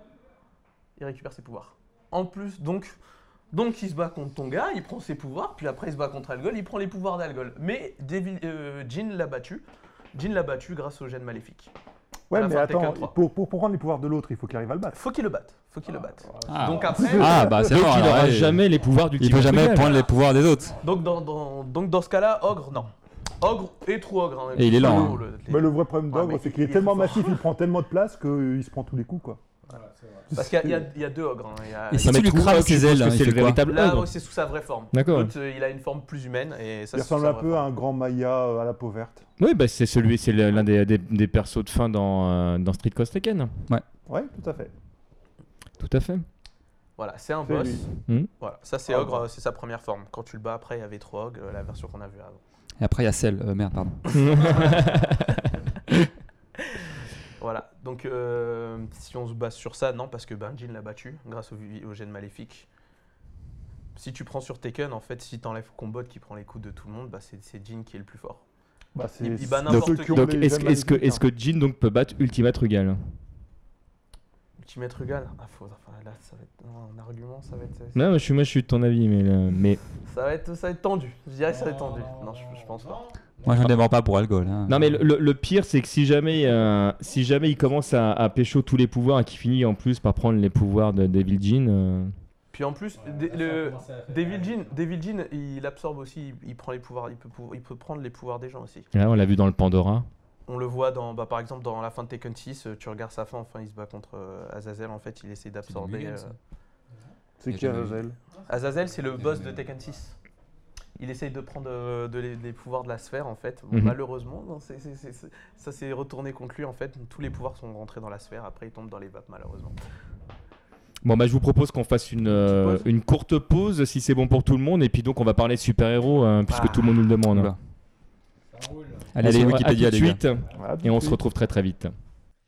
il récupère ses pouvoirs. En plus, donc, donc il se bat contre ton gars, il prend ses pouvoirs, puis après, il se bat contre Algol, il prend les pouvoirs d'Algol. Mais Devil- euh, Jin l'a battu. Jin l'a battu grâce au gène maléfique. À Ouais, la mais fin, attends, Tekken 3. pour, pour, pour prendre les pouvoirs de l'autre, il faut qu'il arrive à le battre. Faut qu'il le batte. Faut qu'il le batte. Ah, Donc après, ah, bah c'est Donc, bon. il alors, n'aura ouais, jamais les pouvoirs du Il peut jamais prendre les pouvoirs des autres. donc dans, dans- donc dans ce cas-là, Ogre, non. Ogre et Trou Ogre. hein, Et il est lent, le- hein. le- les- Mais le vrai problème Ouais, d'Ogre, mais c'est il- qu'il est il est tellement trop fort. massif, il prend tellement de place qu'il se prend tous les coups, quoi. Parce qu'il y, a- il y a- il y a deux ogres. hein, il Ah, y a- Et il y si a- tu lui crames ses ailes, il c'est fait le quoi hein, Ah, véritable Là, ogre. c'est sous sa vraie forme. D'accord. L'autre, euh, il a une forme plus humaine et ça il c'est sous ressemble sa un vraie peu à forme. un grand Maya euh, à la peau verte. Oui, bah, c'est celui, c'est le- l'un des, des- des persos de fin dans, euh, dans Street Coast Tekken. Ouais, tout à fait. Tout à fait. Voilà, c'est un C'est boss. lui. Hmm. Voilà, ça c'est Ah, ogre, bon. euh, c'est sa première forme. Quand tu le bats après, il y avait trois ogres, euh, la version qu'on a vue avant. Et après, il y a celle. euh, merde, pardon. Voilà, donc euh, si on se base sur ça, non, parce que ben, Jin l'a battu grâce au, vi- au gène maléfique. Si tu prends sur Tekken, en fait, si t'enlèves Combot qui prend les coups de tout le monde, bah, c'est c'est Jin qui est le plus fort. Bah, c'est Il- il bat c'est n'importe ceux qui. qui ont Donc, les est-ce gemmes que- est-ce que, magnifiques, est-ce hein. que Jin donc, peut battre Ultimate Rugal Ultimate Rugal, ah, faut, enfin, là, ça va être non, un argument, ça va être. ça- Non, moi, je suis, moi, je suis de ton avis, mais, euh, mais... Ça va être, ça va être tendu. Je dirais que ça va être tendu. Non, je, je pense pas. Moi, je ne dévore pas pour Algol. hein. non, mais le, le- le pire, c'est que si jamais, euh, si jamais il commence à, à pécho tous les pouvoirs et qu'il finit en plus par prendre les pouvoirs de Devil Jin, euh, Puis en plus, dé- le Devil Jin, Devil Jin, il absorbe aussi, il- il prend les pouvoirs, il peut, pou- il peut prendre les pouvoirs des gens aussi. là, on l'a vu dans le Pandora. On le voit dans, bah, par exemple, dans la fin de Tekken 6, euh, tu regardes sa fin, enfin, il se bat contre euh, Azazel, en fait, il essaie d'absorber. Mugen, euh, ça. C'est Il y a qui jamais eu. Azazel Azazel, c'est le Mugen. boss de Tekken 6. Il essaye de prendre euh, de les, les pouvoirs de la sphère, en fait. Bon, Mhm. Malheureusement, non, c'est- c'est- c'est- c'est- ça s'est retourné contre lui, en fait. Tous les pouvoirs sont rentrés dans la sphère, après, il tombe dans les vapes, malheureusement. Bon, bah, je vous propose qu'on fasse une, euh, Petite pause. une courte pause, si c'est bon pour tout le monde, et puis donc, on va parler de super-héros, euh, puisque Ah. tout le monde nous le demande. Oula. Allez, Allez, sur Wikipédia, Wikipédia, à tout les de gars. suite, Voilà, tout et de on se suite. retrouve très très vite.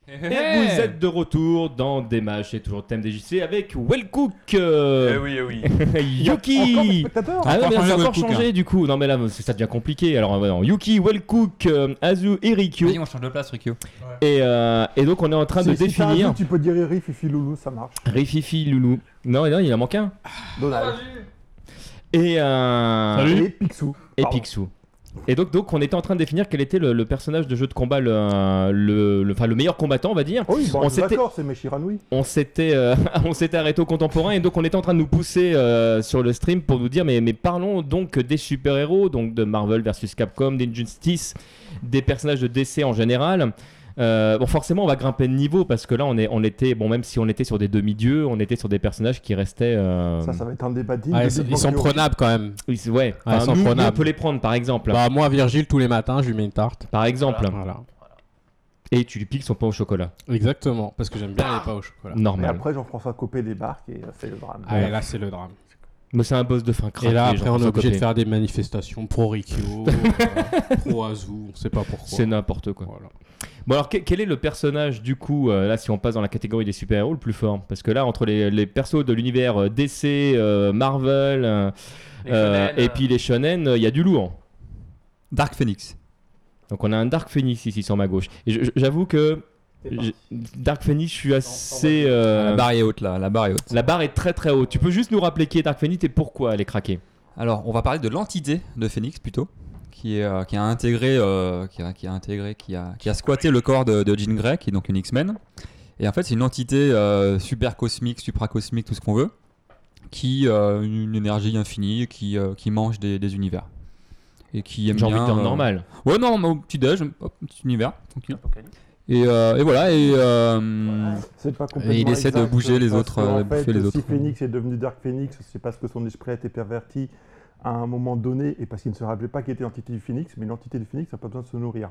Et vous êtes de retour dans des matchs, c'est toujours le thème des JC avec Wellcook, euh, Eh oui, eh oui. Encore des Yuki. spectateurs Ah non, Encore mais là, changé c'est encore Wellcook, changé du coup. Non mais là ça devient compliqué. Alors euh, non, Yuki, Wellcook, euh, Azu et Rikyo. Vas-y, on change de place, Rikyo. Et, euh, et donc on est en train de Si- si t'as un définir doute, tu peux dire Eri, Fifi, Loulou, ça marche. Rififi, Loulou. Non, non, il en manque un. Donald. Et, euh, Et Picsou. et Pardon. Picsou. Et donc, donc on était en train de définir quel était le, le personnage de jeu de combat, le, le, le- enfin, le meilleur combattant, on va dire. Oh oui, bon, On s'était- d'accord, c'est Meshiranui. on s'était euh, <laughs> on s'était arrêté au contemporain et donc on était en train de nous pousser euh, sur le stream pour nous dire mais, mais parlons donc des super-héros donc de Marvel versus Capcom, d'Injustice, des personnages de DC en général. Euh, bon forcément on va grimper de niveau parce que là on est on était bon même si on était sur des demi-dieux, on était sur des personnages qui restaient euh, Ça, ça va être un débat digne. Ah, de ils, sont- Big ils Bang sont Theory. prenables quand même. oui, c'est- ouais, Ah, ils sont nous, nous, on prenables. peut les prendre par exemple, Bah, moi, Virgile, tous les matins, je lui mets une tarte. par exemple Voilà. et tu lui piques son pain au chocolat. Exactement, parce que j'aime bien les pas au chocolat. Mais Normal. après, Jean-François Copé débarque et euh, c'est le drame. Ah, et là, c'est le drame. Mais c'est un boss de fin Et craqué, là, les après, gens on sont est obligé de cotés. faire des manifestations pro Rikyo, <laughs> euh, pro Azu, on sait pas pourquoi. c'est n'importe quoi. Voilà. Bon alors que- quel est le personnage du coup euh, là si on passe dans la catégorie des super-héros le plus fort parce que là entre les, les persos de l'univers euh, DC, euh, Marvel euh, Les euh, shonen, et euh, puis les shonen, euh, il y a du lourd. Dark Phoenix. Donc on a un Dark Phoenix ici sur ma gauche. Et je- je- j'avoue que je- Dark Phoenix, je suis assez euh, La barre est haute, là. La barre est haute. la barre est très très haute. Tu peux juste nous rappeler qui est Dark Phoenix et pourquoi elle est craquée Alors, on va parler de l'entité de Phoenix plutôt, qui, est, euh, qui a intégré, euh, qui a, qui a intégré, qui a, qui a squatté le corps de, de Jean Grey, qui est donc une X-Men. Et en fait, c'est une entité euh, super cosmique, supracosmique, tout ce qu'on veut, qui a une énergie infinie, qui, euh, qui mange des, des univers. Et qui aime J'ai envie bien, de dire <laughs> euh, normal. Ouais, non, mais au petit-déj, hop, petit univers, tranquille. Apocalypse. Et, euh, et voilà, et euh, C'est pas complètement Et il essaie de exact, bouger les parce autres, que, euh, en bouffer fait, les Si autres. Phoenix est devenu Dark Phoenix, c'est parce que son esprit a été perverti à un moment donné et parce qu'il ne se rappelait pas qu'il était l'entité du Phoenix, mais l'entité du Phoenix n'a pas besoin de se nourrir.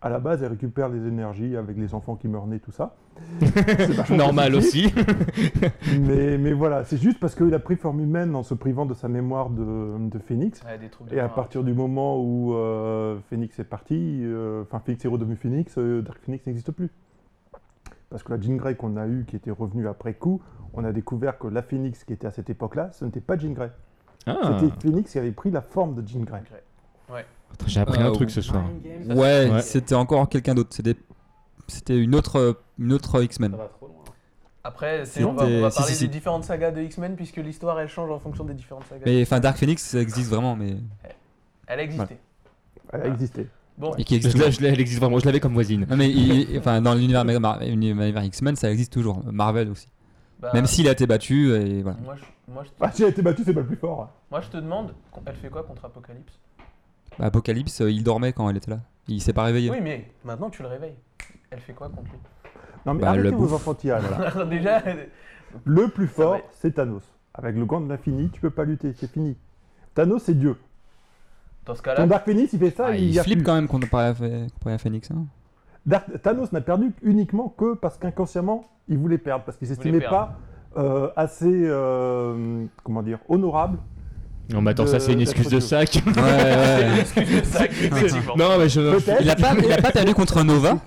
À la base, elle récupère les énergies avec les enfants qui meurent nés, tout <laughs> ça. vachement Normal positif. aussi. mais, mais voilà, c'est juste parce qu'il a pris forme humaine en se privant de sa mémoire de, de Phoenix. Ouais, des trucs de Et à mémoire. partir du moment où euh, Phoenix est parti, euh, enfin Phoenix est redevenu Phoenix, euh, Dark Phoenix n'existe plus. Parce que la Jean Grey qu'on a eue, qui était revenue après coup, on a découvert que la Phoenix qui était à cette époque-là, ce n'était pas Jean Grey. <laughs> Ah, C'était Phoenix qui avait pris la forme de euh, Jean Grey. Putain, J'ai appris un Euh, truc ce soir. Ouais, Ouais. c'était encore quelqu'un d'autre. C'était, c'était une autre, une autre X-Men. Après, sinon, on va, C'était- on va si, parler si, si. des différentes sagas de X-Men puisque l'histoire elle change en fonction des différentes sagas. Mais enfin, Dark Phoenix ça existe vraiment, mais Elle a existé. Elle a existé. Bon, et qui existe. Je l'ai- toujours. je l'ai- elle existe vraiment, je l'avais comme voisine. Non mais il- il- enfin dans l'univers, Mar- Mar- l'univers X-Men, ça existe toujours. Marvel aussi. bah, Ah. Même s'il a été battu et voilà. Moi je, moi, je te, Bah, si elle a été battue, c'est pas le plus fort. hein. moi, je te demande, elle fait quoi contre Apocalypse Apocalypse, euh, il dormait quand elle était là. Il s'est pas réveillé. Oui, mais maintenant tu le réveilles. Elle fait quoi contre lui Non mais Bah, arrêtez le vos bouffe. enfantillages. <laughs> Alors, Déjà, elle- Le plus fort, va être- c'est Thanos. Avec le gant de l'infini, tu peux pas lutter, c'est fini. Thanos, c'est Dieu. dans ce Ton cas-là, Dark Phoenix, il fait ça, Ah, il, il y a flippe plus. quand même comparé à, Ph- comparé à Phoenix. hein. Dark- Thanos n'a perdu uniquement que parce qu'inconsciemment, il voulait perdre, parce qu'il voulait s'estimait pas perdre. euh, assez, euh, comment dire, honorable. Non, mais attends, ça De- c'est une Euh, d'être excuse de audio. sac. Ouais, ouais, ouais. excuse le sac, <laughs> effectivement. non, mais je. Peut-être. Il a pas, il a pas perdu contre Nova.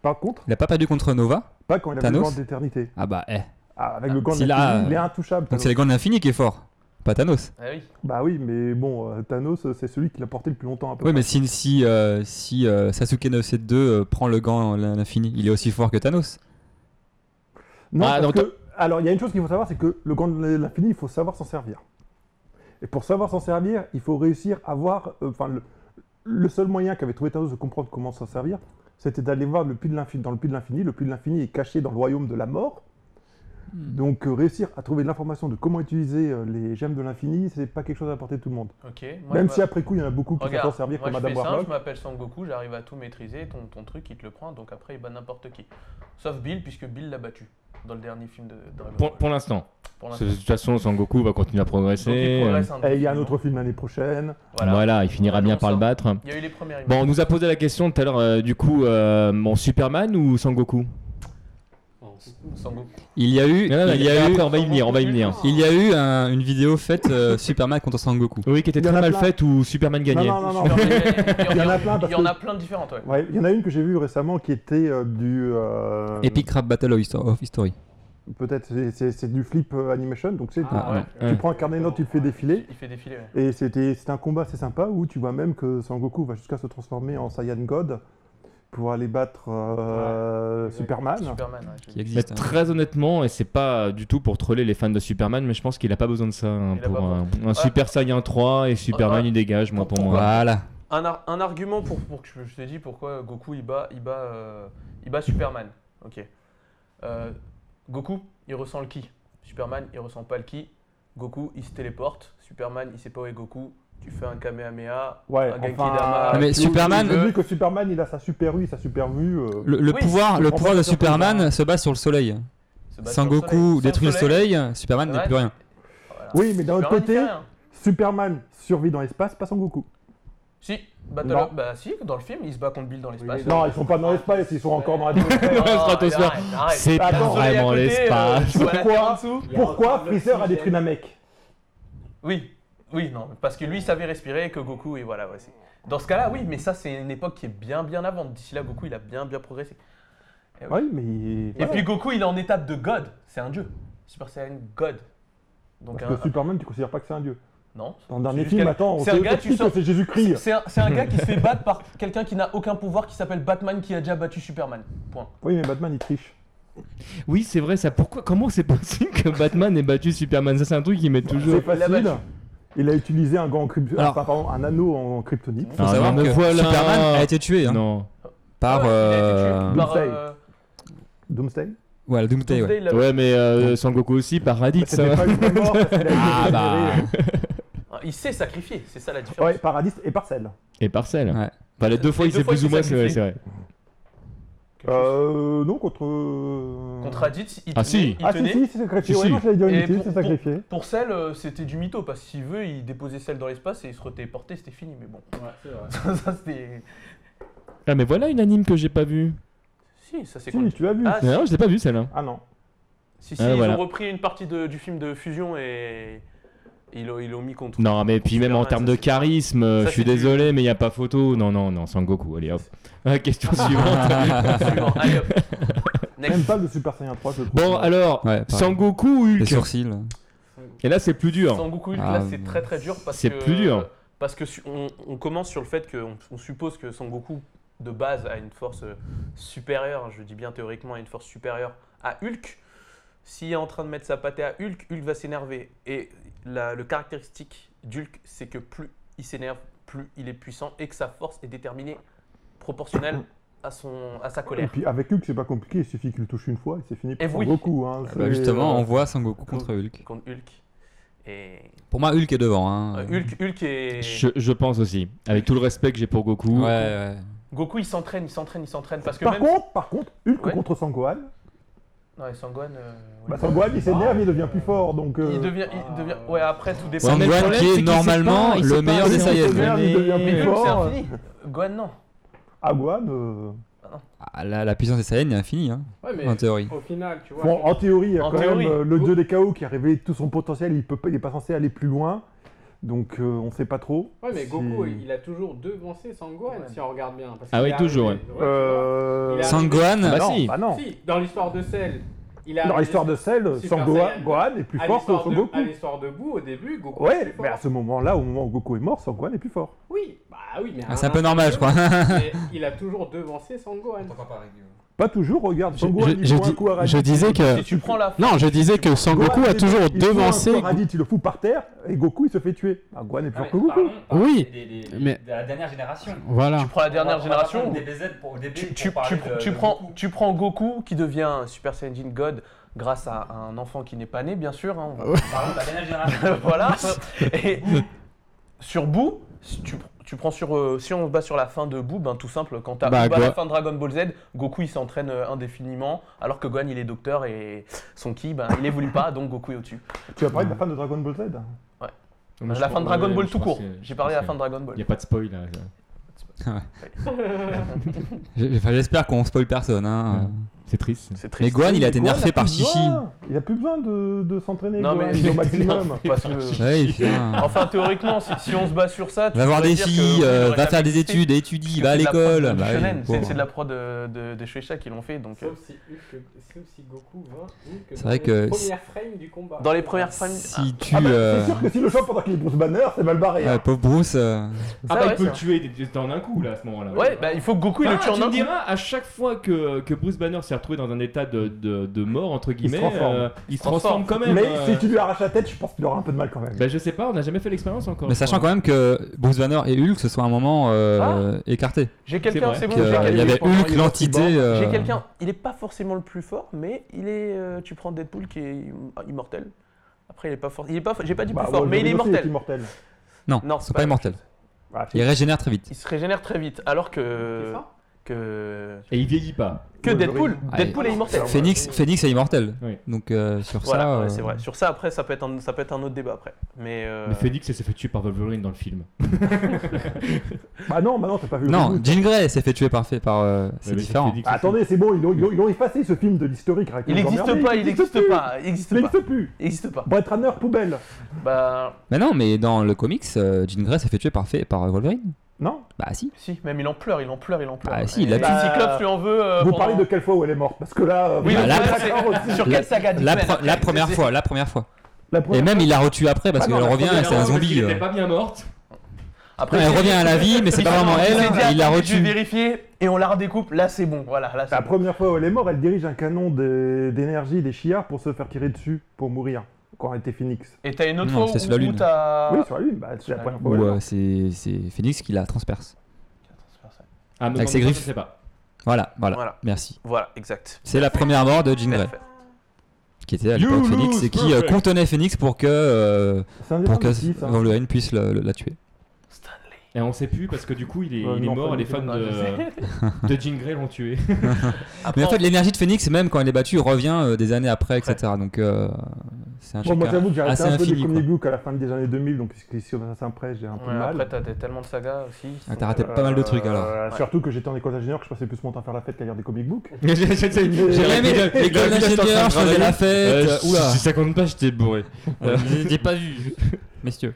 Par contre, Il a pas perdu contre Nova. pas quand il a Thanos le gant d'éternité. Ah bah eh. Ah, avec Ah, le gant si de là, l'infini, euh, il est intouchable. Donc Thanos. c'est les gants de l'infini qui est fort, pas Thanos. Ah oui. Bah oui, mais bon, euh, Thanos, c'est celui qui l'a porté le plus longtemps. À peu près. Oui, mais si, si, euh, si euh, Sasuke 972 euh, prend le gant à l'infini, il est aussi fort que Thanos. Non, Ah, parce non, que- alors il y a une chose qu'il faut savoir, c'est que le gant de l'infini, il faut savoir s'en servir. Et pour savoir s'en servir, il faut réussir à voir. euh, Enfin, le, le seul moyen qu'avait trouvé Thanos de comprendre comment s'en servir, c'était d'aller voir le puits de l'infini. Dans le puits de l'infini, le puits de l'infini est caché dans le royaume de la mort. Hmm. Donc euh, réussir à trouver de l'information de comment utiliser euh, les gemmes de l'infini, c'est pas quelque chose à porter tout le monde. Ok. moi, Même je si m'a- après coup, il y en a beaucoup qui savent s'en Regarde, servir moi, comme je Adam fais simple, Warlock. je m'appelle Son Goku, j'arrive à tout maîtriser, ton, ton truc il te le prend, donc après il bat n'importe qui. Sauf Bill, puisque Bill l'a battu dans le dernier film de Dragon Pour, Ball. pour l'instant. Pour De toute façon, Sangoku va continuer à progresser. Donc, il progresse Et Eh, il y a un indéfiniment. autre film l'année prochaine. euh, Voilà, Voilà. il finira bien par le battre. Il y a eu les premières Bon, on images. nous a posé la question tout à l'heure, euh, du coup, euh, mon Superman ou Sangoku Ah, Son Goku. Il y a eu, Non, non, non, il y a eu, après, on va y venir, on va y venir. il y a eu un- une vidéo faite euh, Superman contre Sangoku. Oui, qui était Il y en très a mal plein. faite ou Superman gagnait. Non, non, non, non. Superman, Il y en a a plein, plein. parce Il y en que- a plein de différentes, ouais. <laughs> Ouais, il y en a une que j'ai vue récemment qui était euh, du. euh, Epic Rap Battle of Histo- of History. Peut-être, c'est- c'est c'est du flip euh, animation, donc c'est. Ah, ouais. tu prends un carnet de notes, tu le fais défiler. Il fait défiler. ouais. Et c'était c'était un combat assez sympa où tu vois même que Sangoku va jusqu'à se transformer en Saiyan God pour aller battre euh, Superman. Superman, ouais, je- Qui Mais existe. hein. très honnêtement, et c'est pas du tout pour troller les fans de Superman, mais je pense qu'il a pas besoin de ça. hein, Il a pour, pas euh, besoin. un Super Saiyan 3 et Superman, Ah, ouais. il dégage, moi, pour moi. Voilà. un, ar- un argument pour, pour que je, je t'ai dit pourquoi Goku il bat, il bat, euh, il bat Superman. Ok. Euh, Goku, il ressent le ki. Superman, il ressent pas le ki. Goku, il se téléporte. Superman, il sait pas où est Goku. Tu fais un Kamehameha. Ouais, un enfin, Genkidama. Non, mais tu- Superman- tu dis que Superman, il a sa super vue, sa super vue. euh, Le, le Oui, pouvoir, je le comprends pouvoir pas de sur quoi on Superman se base sur le soleil. se bat sur le soleil. Sangoku Sans détruit le soleil, Superman n'est Ouais. plus rien. Voilà. Oui, mais d'un autre Superman, il fait côté, rien. Superman survit dans l'espace, pas Sangoku. Si, Battle Non. of- bah si, dans le film, il se bat contre Bill dans l'espace. euh, Non, ils sont pas dans l'espace, ils sont encore dans la Non, <laughs> la <laughs> stratosphère. arrête, arrête. C'est Le pas soleil à vraiment côté, euh, l'espace. tu vois la Terre en Pourquoi, dessous. pourquoi Freezer a détruit Namek Oui, oui, non, parce que lui il savait respirer, que Goku, et voilà, ouais, c'est- Dans ce cas-là, oui, mais ça, c'est une époque qui est bien, bien avant. D'ici là, Goku, il a bien, bien progressé. Oui, mais. Ah Et voilà. puis Goku, il est en étape de God, c'est un dieu. Super Saiyan God. Donc, Parce un- que Superman, tu considères pas que c'est un dieu. Non. Dans le dernier C'est film, juste attends, on c'est un sait gars, tout de tu suite que sors- c'est Jésus-Christ. C'est un, c'est un gars qui <laughs> se fait battre par quelqu'un qui n'a aucun pouvoir, qui s'appelle Batman, qui a déjà battu Superman. Point. Oui, mais Batman, il triche. Oui, c'est vrai, ça. Pourquoi, comment c'est possible que Batman ait battu Superman Ça, c'est un truc qui met toujours. C'est facile. Il a utilisé un, gant en crypt- Alors- enfin, pardon, un anneau en kryptonite. Faut Ah, savoir non, mais que voilà. Superman a été tué hein, Non. par Ouais, il a été tué euh, par, Doomsday. euh, Doomsday. voilà, Doomsday. ouais. Doomsday, il l'a- Ouais, mais euh, Sangoku aussi, par Bah, Raditz. C'était pas une vraie mort, parce qu'il a été <laughs> Ah, régénéré. Ah, Il s'est sacrifié, c'est ça la différence. euh, Ouais, Paradis et Parcelle. Et Parcel. Ouais. Enfin, les deux fois, Les il deux s'est fois, plus il ou moins, s'est c'est vrai, sacrifié. c'est vrai. Euh, non, contre. euh, Contre Raditz, il tenait, Ah, si. il Ah, si, tenait. si, c'est sacrifié. Si, Ouais, si. non, j'allais dire une Et bêtise, pour- c'est pour- sacrifié. Pour Cell, euh, c'était du mytho, parce que s'il veut, <laughs> il déposait Cell dans l'espace et il se retéléportait, c'était fini, mais bon. ça, c'était... Ah, mais voilà une anime que j'ai pas vue. Si, ça c'est Si, cool. tu as vu. Ah, Mais non, je l'ai pas vue celle-là. Ah non. Si, si, Ah, ils voilà. ont repris une partie de- du film de Fusion et ils l'ont ils l'ont mis contre. Non, mais puis même en Superman, termes ça, de c'est- charisme, euh, ça, je suis c'est du- désolé, mais il n'y a pas photo. Non, non, non, Sangoku, allez hop. <laughs> Ah, <laughs> question suivante. Absolument. <laughs> Allez, hop. Next. Même pas le Super Saiyan 3, je trouve. Bon, alors, Ouais, pareil. Sangoku ou Les Hulk sourcils. Et là, c'est plus dur. Sangoku Hulk, Ah, là c'est mais- très très dur parce C'est que. plus dur. Parce que su- on, on commence sur le fait qu'on on suppose que Sangoku de base a une force euh, supérieure, je dis bien théoriquement, a une force supérieure à Hulk. S'il est en train de mettre sa pâtée à Hulk, Hulk va s'énerver. Et la- le caractéristique d'Hulk, c'est que plus il s'énerve, plus il est puissant et que sa force est déterminée proportionnelle à, son, à sa Et colère. puis avec Hulk, c'est pas compliqué, il suffit qu'il le touche une fois et c'est fini Et pour oui. Sangoku. Hein, Bah, c'est- justement, euh, on voit Sangoku contre Hulk. Contre Hulk. Et Pour moi, Hulk est devant. Hein. euh, Hulk, Hulk est. Je, je pense aussi. Avec tout le respect que j'ai pour Ouais, Goku. ouais. Goku, il s'entraîne, il s'entraîne, il s'entraîne parce que Par même. contre, par contre, Hulk Ouais. contre Sangohan, Non, et Sangohan. euh, ouais. bah, Sangohan il s'énerve, il devient plus fort. Donc, euh, Il devient, il devient. Ouais, après tout dépend. Ouais, mais le Sangohan problème, qui est c'est qu'il sait normalement pas, il le sait pas meilleur si des on Saiyans. connaît. Il devient Mais plus Hulk, fort. c'est euh, infini. Gohan, non. Aguan, euh, Ah, la, la puissance des Saiyans est infinie, hein, Ouais, mais en théorie. au final, tu vois. bon, en théorie, il y a En quand théorie. même euh, le Go- dieu des chaos qui a révélé tout son potentiel, il peut pas- il est pas censé aller plus loin. Donc euh, on sait pas trop. Ouais, mais si- Goku, il a toujours devancé Sangohan, Ouais. si on regarde bien. parce Ah qu'il oui, est toujours, arrivé- ouais, tu vois. Euh, Il a- Sangohan, Bah non, si. bah non. Si, dans l'histoire de Cell, il a. Dans l'histoire de Cell, Super Sangohan Saiyan. Gohan est plus à fort que l'histoire de- Sangoku. À l'histoire debout, au début, Goku. était Ouais, fort. mais à ce moment-là, au moment où Goku est mort, Sangohan est plus fort. Oui, bah oui, mais. à Ah, c'est un peu instant normal, je donné, crois. mais il a toujours devancé Sangohan. Pas toujours, regarde, Je, Sangohan je- il je fout un dis- coup à Raditz. je disais que. Si tu prends la. Non, je disais que Sangoku Gohan, a il- toujours il fout un coup à devancé. Raditz, il le fout par terre et Goku il se fait tuer. Ah, Gohan est plus fort que Goku. Oui, mais- De la dernière génération. Voilà. Tu prends la dernière génération. où Des BZ pour des Tu, tu- tu- <laughs> tu prends, tu prends Goku qui devient Super Saiyajin God grâce à un enfant qui n'est pas né, bien sûr. hein, Ah on- Parlons de la dernière génération. <laughs> <laughs> voilà. Et sur Boo, si tu, tu prends sur. euh, si on se bat sur la fin de Boo, ben tout simple, quand t'as Bah, Boo à la Gohan- fin de Dragon Ball Z, Goku il s'entraîne euh, indéfiniment, alors que Gohan il est docteur et son ki, ben il évolue pas, donc Goku est au-dessus. Tu vas parler de la fin de Dragon Ball Z Moi, je la pense- fin de Dragon ouais, Ball je tout pense court. que- J'ai parlé je de pense la fin de Dragon Il n'y a Ball. pas de spoil. là. J'ai- enfin, J'espère qu'on spoil personne. Hein. C'est triste. C'est Mais triste. Gohan, il a été Gohan nerfé par plus Chichi. besoin. Il a plus besoin de, de s'entraîner <laughs> Non, Gohan, mais- il est au maximum. Parce <laughs> que- Ouais, putain. Enfin, théoriquement, si, si on se bat sur ça, tu Va voir pourrais des dire que filles, Goku euh, n'aurait va jamais faire des existé, études, puisque étude, va à c'est de la prod l'école. de Bah oui, Shonen, c'est- pauvre. C'est de la prod de, de, de Shueisha qui l'ont fait. Donc, euh, Sauf si, Hulk- sauf si Goku vainc Hulk C'est dans vrai les que premières frames du combat. dans les premières familles. Si tu. Ah bah, euh, C'est sûr que si le chope pendant qu'il est Bruce Banner, c'est mal barré. ouais, hein. pauvre Bruce. euh, Ah, Ça, bah, ouais, il peut ça. le tuer des- en un coup, là, à ce moment-là. Ouais, bah, il faut que Goku il Ah, le tue en tu me un coup. diras, à chaque fois que, que Bruce Banner s'est retrouvé dans un état de, de, de mort, entre guillemets, transforme. euh, il se transforme quand même. Mais euh. si tu lui arraches la tête, je pense qu'il aura un peu de mal quand même. Bah, je sais pas, on n'a jamais fait l'expérience encore. Mais je sachant crois. quand même que Bruce Banner et Hulk se sont à un moment Ah. euh, écartés. J'ai C'est quelqu'un, vrai. c'est bon, Que, j'ai euh, il y quelqu'un. avait Hulk, l'entité. euh, J'ai quelqu'un, il est pas forcément le plus fort, mais il est. euh, tu prends Deadpool qui est im- immortel. Après, il est pas fort. Il est pas. J'ai pas dit plus Bah, fort, Wolverine mais il est aussi immortel. immortel. Non, Non, ils c'est sont pas pas- immortels. Ah, c'est- Ils régénèrent très vite. Il se régénère très vite, alors C'est que ça que Et il vieillit pas. que Wolverine. Deadpool. Ah, Deadpool est immortel. Phoenix, Phoenix est immortel. Oui. Donc euh, sur Voilà, ça. ouais, euh, c'est vrai. Sur ça, après, ça peut être un, ça peut être un autre débat après. Mais, euh, Mais Phoenix elle s'est fait tuer par Wolverine dans le film. Bah non, bah non, t'as pas vu. le Non, reboot. Jean Grey s'est fait tuer par. fait- par euh, c'est Mais différent. Phoenix, elle s'est- Attendez, c'est bon, ils l'ont- ils l'ont ils l'ont effacé ce film de l'historique. avec il les n'existe emmerdés, pas, il n'existe plus. pas, il Il n'existe pas, n'existe plus. il n'existe pas. Brett Runner, poubelle. Bah, Mais non, mais dans le comics, euh, Jean Grey s'est fait tuer par, fait- par Wolverine. Non Bah si. si, même il en pleure, il en pleure, il en pleure. Ah, si, il a Et tout- Cyclope lui en veut. euh, Vous pendant- parlez de quelle fois où elle est morte Parce que là, euh, Oui, Bah, le la- problème, c'est- sur la- quelle saga La, Disney, pre- après la première C'est- fois, la première fois. la Et première même il la retue après parce Ah non, qu'elle la revient première et c'est un Parce zombie. qu'elle euh. était pas bien morte. Après, Elle revient à la vie, mais c'est pas vraiment elle. Il la Je retue. vérifier et on la redécoupe. Là, c'est bon. Voilà, là, c'est La bon. première fois où elle est morte, elle dirige un canon de- d'énergie des Shi'ar pour se faire tirer dessus, pour mourir, quand elle était Phoenix. Et t'as une autre Non, fois c'est sur la où- où Lune. t'as. Oui, sur la Lune, bah, c'est la Ouais. première fois où Ou elle est euh, morte. c'est c'est Phoenix qui la transperce. Ah, mais Avec non, ses non, griffes. Je sais pas. Voilà, voilà. Voilà. Merci. Voilà, exact. C'est la première mort de Jean Grey, Parfait. qui était à You l'époque Phoenix lose, et qui euh, perfect. contenait Phoenix pour que, euh, C'est un des pour que six, hein. Wolverine puisse le- le- la tuer. Stanley. Et on sait plus parce que du coup, il est, Euh, il est non, mort pas et les du fans tout. Ah, je de, <laughs> de Jean Grey l'ont tué. Mais en fait, l'énergie de Phoenix, même quand elle est battue, revient euh, des années après, etc. Donc, euh, Ah, c'est un Bon, truc. moi, à- j'avoue que j'ai arrêté assez un peu les infini, quoi. comic book à la fin des années 2000, donc si sur Assassin's après, j'ai un peu Ouais, mal. après, t'as t'as tellement de sagas aussi. Ah, t'as raté pas mal de trucs, alors. Euh, Surtout que j'étais en école d'ingénieur, que je passais plus mon temps à faire la fête qu'à lire des comic books. J'ai J'avais jamais les gars d'ingénieur, je faisais la fête. euh, Oula, ça compte pas, j'étais bourré. Euh, je n'ai pas vu. Messieurs.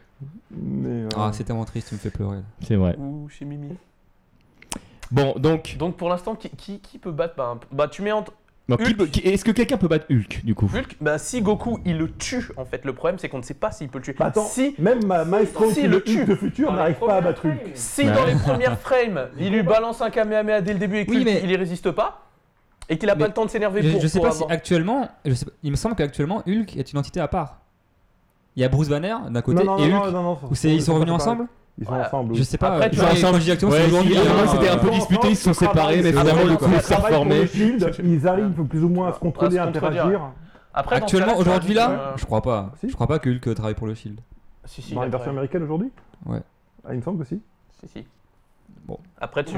Mais, euh, Ah, c'est tellement triste, tu me fais pleurer. C'est vrai. Ou chez Mimi. Bon, donc, Donc pour l'instant, qui, qui, qui peut battre bah, un- bah, tu mets entre bon, qui Hulk. peut- qui- est-ce que quelqu'un peut battre Hulk du coup Hulk. Bah, si Goku il le tue, en fait, le problème c'est qu'on ne sait pas s'il peut le tuer. Bah, attends, Si, même ma Maestro Si, qui le le tue. tue de futur n'arrive pas à battre Hulk. si Ouais. dans les premières frames il lui balance un Kamehameha dès le début et qu'il Oui, mais- il y résiste pas, et qu'il a Mais pas le temps de s'énerver Je, pour, je sais pour pas si avoir- actuellement, je sais pas- il me semble qu'actuellement Hulk est une entité à part. Il y a Bruce Banner d'un côté Non, non, et non, Hulk. non, non, non, Ou c'est- ils sont pas revenus séparés. ensemble Ils sont Voilà. ensemble. Je oui. sais pas. Après, euh, tu genre, vois, ils- quand je dis actuellement, c'est aujourd'hui, si, à un moment, hein, c'était un peu euh, disputé, ils se sont séparés, mais Ils finalement, travaillent le pour coup, ça le reformé. Shield, Ils arrivent plus ou moins à se contrôler, À à se contredire. interagir. Après, dans ce Actuellement, cas-là, tu aujourd'hui vois, là, euh, je crois pas. Si. Je crois pas que Hulk travaille pour le Shield. Si, si, Dans la après. version américaine aujourd'hui Ouais. Ah, il me semble que si. Si, si. Bon. Après, tu.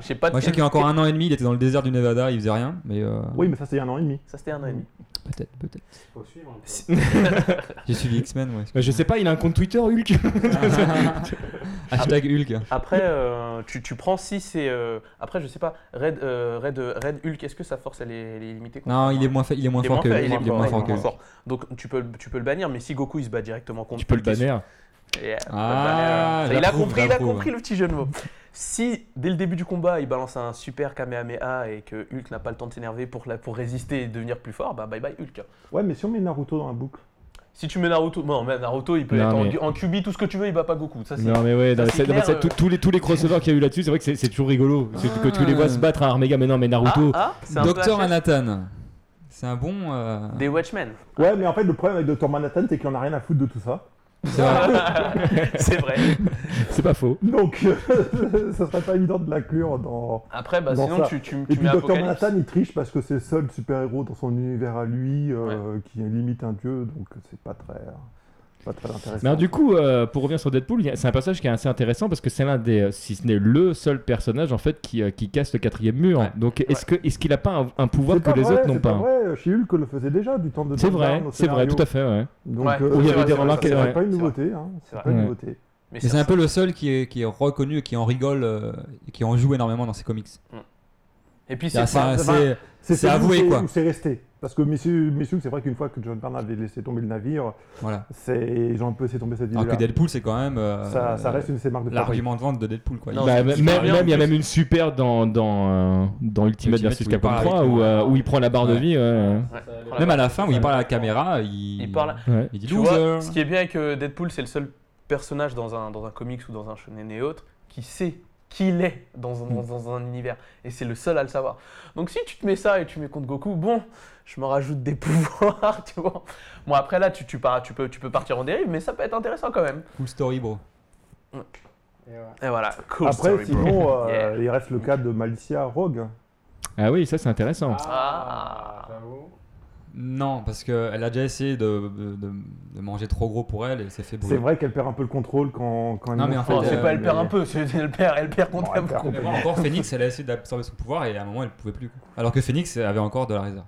Je sais pas. Moi, je sais qu'il y a encore un an et demi, il était dans le désert du Nevada, il faisait rien, mais euh, Oui, mais ça, c'est il y a un an et demi. Ça, c'était un an et demi. peut-être, peut-être. Faut suivre un peu. J'ai suivi X-Men, ouais. Bah, Je sais pas, il a un compte Twitter Hulk. Hashtag Hulk. Après, euh, tu, tu prends si c'est. euh, Après, je sais pas. Red, euh, Red, Red Hulk, est-ce que sa force, elle est, elle est limitée quoi Non, il est moins, fa- il est moins Il est fort moins que fort, Hulk, il est il est moins moins fort, fort que il est Hulk. moins fort. Donc, tu peux, le- tu peux le bannir, mais si Goku, il se bat directement contre Tu peux le Hulk, il se- bannir. Yeah, pas de Ah, banner. il a j'approuve, compris, il a j'approuve. compris le petit jeu de mots. Si dès le début du combat il balance un super Kamehameha et que Hulk n'a pas le temps de s'énerver pour, la- pour résister et devenir plus fort, bah bye bye Hulk. Ouais, mais si on met Naruto dans la boucle. Si tu mets Naruto, non mais Naruto il peut Non, être en- mais- en, QB tout ce que tu veux, il bat pas Goku. Ça, c'est- Non mais ouais, ça, non, mais c'est c'est- non, mais clair, c'est tout- euh. tous les tous les crossovers qu'il y a eu là-dessus, c'est vrai que c'est- c'est toujours rigolo. C'est que tu les vois se battre à Armega, mais non mais Ah, Naruto. ah, c'est un peu Docteur HS. Anathan. C'est un bon. euh, Des Watchmen. <laughs> Ouais, mais en fait, le problème avec Dr. Manhattan, c'est qu'il en a rien à foutre de tout ça. c'est <laughs> Ah, vrai. c'est vrai. C'est pas faux. Donc, <laughs> ça serait pas évident de l'inclure dans. Après, bah, Dans sinon ça. tu, tu, tu Et puis, mets Dr. Apocalypse. Manhattan, il triche parce que c'est le seul super-héros dans son univers à lui euh, qui est limite un dieu, donc c'est pas très. Pas très intéressant. Mais alors, du coup, euh, pour revenir sur Deadpool, il y a- c'est un passage qui est assez intéressant parce que c'est l'un des, euh, si ce n'est le seul personnage en fait qui, euh, qui casse le quatrième mur. Ouais. Donc est-ce que est-ce qu'il a pas un, un pouvoir C'est que pas les vrai, autres n'ont c'est pas. pas hein. vrai, chez Hulk le faisait déjà du temps de C'est Tom vrai, Brown au c'est vrai, scénario. tout à fait. ouais. Donc Ouais. euh, Où il y avait C'est vrai, des c'est remarques. vrai, c'est ouais. pas une c'est vrai. nouveauté, hein. C'est C'est vrai. pas une Ouais. nouveauté. Mais Mais c'est ça- un peu le seul qui est, qui est reconnu et qui en rigole euh, et qui en joue énormément dans ses comics. Et puis Ah, C'est c'est pas. c'est- ça va. C'est celui avoué, où c'est- quoi. où C'est resté. Parce que messieurs, messieurs, c'est vrai qu'une fois que John Byrne avait laissé tomber le navire, voilà. c'est ils ont un peu laissé tomber Ah, cette idée. Alors que Deadpoul, c'est quand même euh, ça, ça reste une de ses marques de fabrique. l'argument de vente de Deadpool, quoi. Non, Bah, c'est- même, c'est pas bien, même, il y a en plus. même une super dans dans, euh, dans Ultimate Ultimate, versus où il Capcom parle 3 avec- où, euh, où il prend la barre de Ouais. vie. ouais. Ouais. Il- Même à la fin où il parle à la caméra, il, Il parle. Ouais. il dit Tu loser. vois, ce qui est bien avec euh, Deadpool, c'est le seul personnage dans un, dans un comics ou dans un shonen et autres qui sait qui il est dans un, dans, dans un univers. Et c'est le seul à le savoir. Donc si tu te mets ça et tu mets contre Goku, bon, je m'en rajoute des <laughs> pouvoirs, tu vois. Bon, après là, tu, tu, pars, tu, peux, tu peux partir en dérive, mais ça peut être intéressant quand même. Cool story, bro. Et voilà, cool Après, story, bro. sinon, euh, Yeah. il reste le cas de Malicia Rogue. Ah oui, ça c'est intéressant. Ah. Bravo. Non, parce qu'elle a déjà essayé de, de- de- de manger trop gros pour elle et s'est fait C'est brûler. vrai qu'elle perd un peu le contrôle quand, quand elle Non, mais monte. en fait, Oh, c'est euh, pas elle perd un peu, c'est elle perd, elle perd Bon, contre elle perd Mais bon, complètement. encore Phoenix, elle a essayé d'absorber son pouvoir et à un moment elle pouvait plus. quoi. Alors que Phoenix avait encore de la réserve.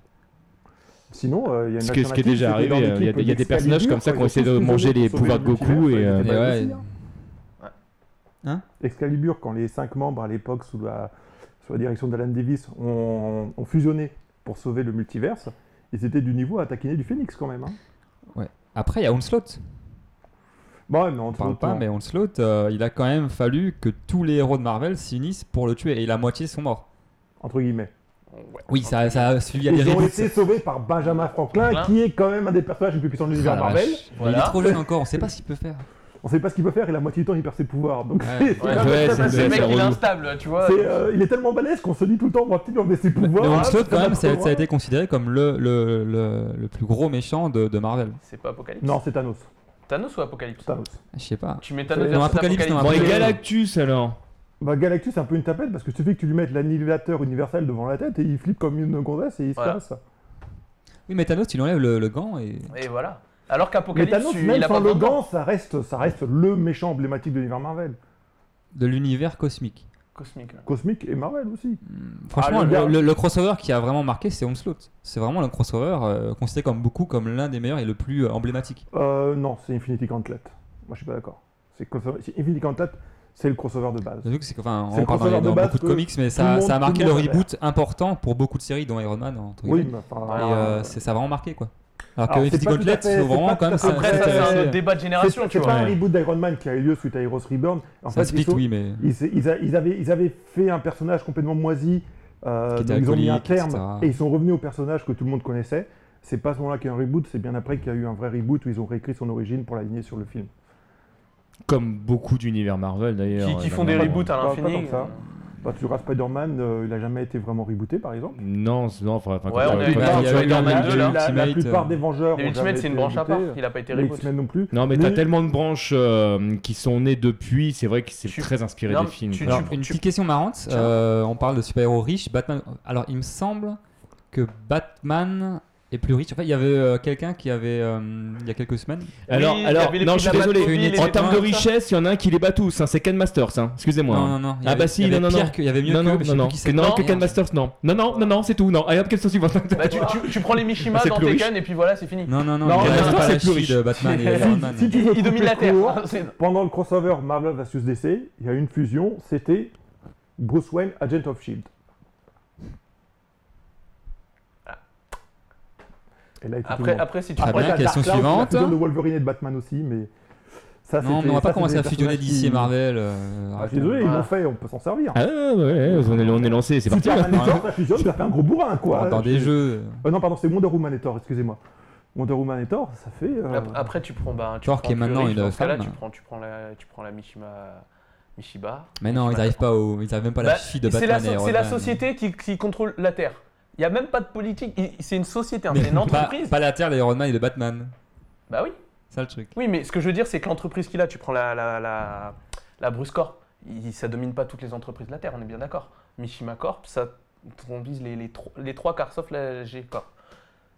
Sinon, euh, il y a une Ce, que- ce qui est alternative, déjà c'était arrivé, dans euh, il y a, l'équipe il y a des personnages comme ça qui ont essayé de d'Excalibur, manger quand ils les ont tous pouvoirs de sauvé le Goku et. multivers, euh, ils étaient et pas ouais. bah aussi, hein. Hein Excalibur, quand les cinq membres à l'époque sous la, sous la direction d'Alan Davis ont, ont fusionné pour sauver le multiverse, ils étaient du niveau à taquiner du Phoenix quand même. Hein. Après, il y a Onslaught. Bon, ouais, mais on On parle pas, mais Onslaught, euh, il a quand même fallu que tous les héros de Marvel s'unissent pour le tuer et la moitié sont morts. entre guillemets. Oui, ça, ça a suivi à des Ils ont reboots. été sauvés par Benjamin Franklin, Franklin. qui est quand même un des personnages les plus puissants de l'univers Ah, la Marvel. vache. Mais Il Voilà. est trop jeune encore, on sait pas ce qu'il peut faire. On sait pas ce qu'il peut faire et la moitié du temps il perd ses pouvoirs. Donc Ouais. <laughs> c'est- Ouais, Ouais, ouais, c'est- c'est c'est le mec, il relou. est instable, tu vois. c'est, euh, il est tellement balèze qu'on se dit tout le temps on va peut-être lui enlever ses pouvoirs. Mais Onslaught, parce que quand ça même, va ça, trop ça a loin. été considéré comme le, le, le, le plus gros méchant de, de Marvel. C'est pas Apocalypse Non, c'est Thanos. Thanos ou Apocalypse Thanos. Je sais pas. Tu mets Thanos Non, versus Apocalypse, non, Bon, et Ouais. euh, Galactus alors Bah, Galactus, c'est un peu une tapette parce que suffit que tu lui mettes l'annihilateur universel devant la tête et il flippe comme une gonzesse et il se Voilà. casse. Oui, mais Thanos, tu lui enlèves le, le gant et. Et voilà. Alors Mais qu'Apocalypse, Thanos, tu- même il a sans pas le besoin de gant, ça reste, ça reste le méchant emblématique de l'univers Marvel. de l'univers cosmique. Cosmique. ouais. Cosmic et Marvel aussi. Hmm, Franchement, Ah, le le, gars. le- le crossover qui a vraiment marqué, c'est Onslaught. C'est vraiment le crossover euh, considéré comme beaucoup comme l'un des meilleurs et le plus euh, emblématique. Euh, non, c'est Infinity Gauntlet. Moi, je suis pas d'accord. C'est crossover- c'est Infinity Gauntlet, c'est le crossover de base. Surtout que c'est que, enfin, C'est on le parle dans, crossover les- de dans base beaucoup de que comics, mais tout ça, le ça a monde- tout marqué le le monde reboot important pour beaucoup de séries, dont Iron Man, hein, entre Oui, guillemets. mais enfin, Et euh, c'est- ça a vraiment marqué, quoi. Alors, Alors, que c'est Infinity pas tout à Gauntlet, fait- c'est c'est pas vraiment tout à quand même. fait- ça- Après, ça- ça, c'est ça- un autre débat de c'est- génération, c'est tu vois. pas un ouais. reboot d'Iron Man qui a eu lieu suite à Heroes Reborn. En C'est un fait, ils, split, sont- oui, mais. ils, ils a- ils avaient, ils avaient fait un personnage complètement moisi. euh, Qui était donc ils ont mis un alcoolique, terme etc. et ils sont revenus au personnage que tout le monde connaissait. C'est pas à ce moment-là qu'il y a eu un reboot, c'est bien après qu'il y a eu un vrai reboot où ils ont réécrit son origine pour l'aligner sur le film. Comme beaucoup d'univers Marvel d'ailleurs. Qui, qui euh, font des normalement. reboots à Pas- pas l'infini. comme ça. Quand Bah, tu regardes Spider-Man, euh, il a jamais été vraiment rebooté par exemple. Non, c'est- non, enfin, enfin, hein Ouais, quand- on a quand- eu- quand- il y a eu Spider-Man eu 2, là. Ultimate, La, la euh, plupart des Vengeurs. Le ont jamais Ultimate, c'est été une branche à part. rebootés. Il a pas été Les reboot. X-Men non plus. Non, mais t'as Mais- tellement de branches euh, qui sont nées depuis, c'est vrai que c'est Tu- très inspiré Non, des mais films. tu- quoi. Alors, tu- une petite question marrante. euh, on parle de super-héros riches. Batman. Alors, il me semble que Batman est plus riche. En fait, il y avait euh, quelqu'un qui avait, euh, il y a quelques semaines, Alors, Oui, il y alors avait les non, prix je suis de la désolé. Batmobile, En les termes de trucs comme ça. richesse, il y en a un qui les bat tous. hein, c'est Ken Masters. hein, Excusez-moi. Non, hein. non, non. il y Ah avait- bah si, il y non, avait non, pire non. que- Il y avait mieux Non, que, non, mais je non, sais non. plus qui c'est. Non, Non. que Ken Masters, non. Non, non, non, non, c'est tout. Non. Allez, hop, question suivante. Bah, tu, tu- tu prends les Mishima C'est dans plus riche. Tekken et puis voilà, c'est fini. Non, non, non. Non, il y mais avait Masters, pas c'est la plus cheville riche. de <laughs> Batman et Si- Iron Man. Si tu veux Il domine couper la Terre. court, C'est- pendant le crossover Marvel vs DC, il y a eu une fusion, c'était Bruce Wayne, Agent of Shield. Ah. Et là, il faut tout le Après, monde. après, si tu Après, prends bien, t'as question Dark Cloud, la suivante. fusion de Wolverine et de Batman aussi, mais ça, Non, mais c'était- on va ça, pas commencer à c'était des fusionner personnages d'ici et qui- Marvel. euh, Ah, je arrêtons. suis désolé, ils Voilà. l'ont fait, on peut s'en servir. <laughs> Ah ouais, on est, on est lancé, c'est parti. Superman et Ouais. Thor, la fusion, ça fait un gros bourrin, quoi. Dans des jeux. Euh, non, pardon, c'est Wonder Woman et Thor, excusez-moi. Wonder Woman et Thor, ça fait... euh, Ap- Après, tu prends. Bah, tu Thor prends qui est plus maintenant riche, une dans ce cas-là, femme. Tu prends, tu prends la, tu prends la Mishima, Mishiba. Mais non, ils Mishima- n'arrivent pas au. Ils arrivent même pas à la Bah, cheville de C'est la, Batman et so- Iron c'est la Man. société qui, qui contrôle la Terre. Il n'y a même pas de politique. il- C'est une société, hein, Mais c'est une pas- entreprise. Pas la Terre d'Iron Man et de Batman. Bah oui. Ça le truc. Oui, mais ce que je veux dire, c'est que l'entreprise qu'il a, tu prends la, la, la, la Bruce Corp, il- ça domine pas toutes les entreprises de la Terre, on est bien d'accord. Mishima Corp, ça vise les, les, tro- les trois quarts sauf la G Corp.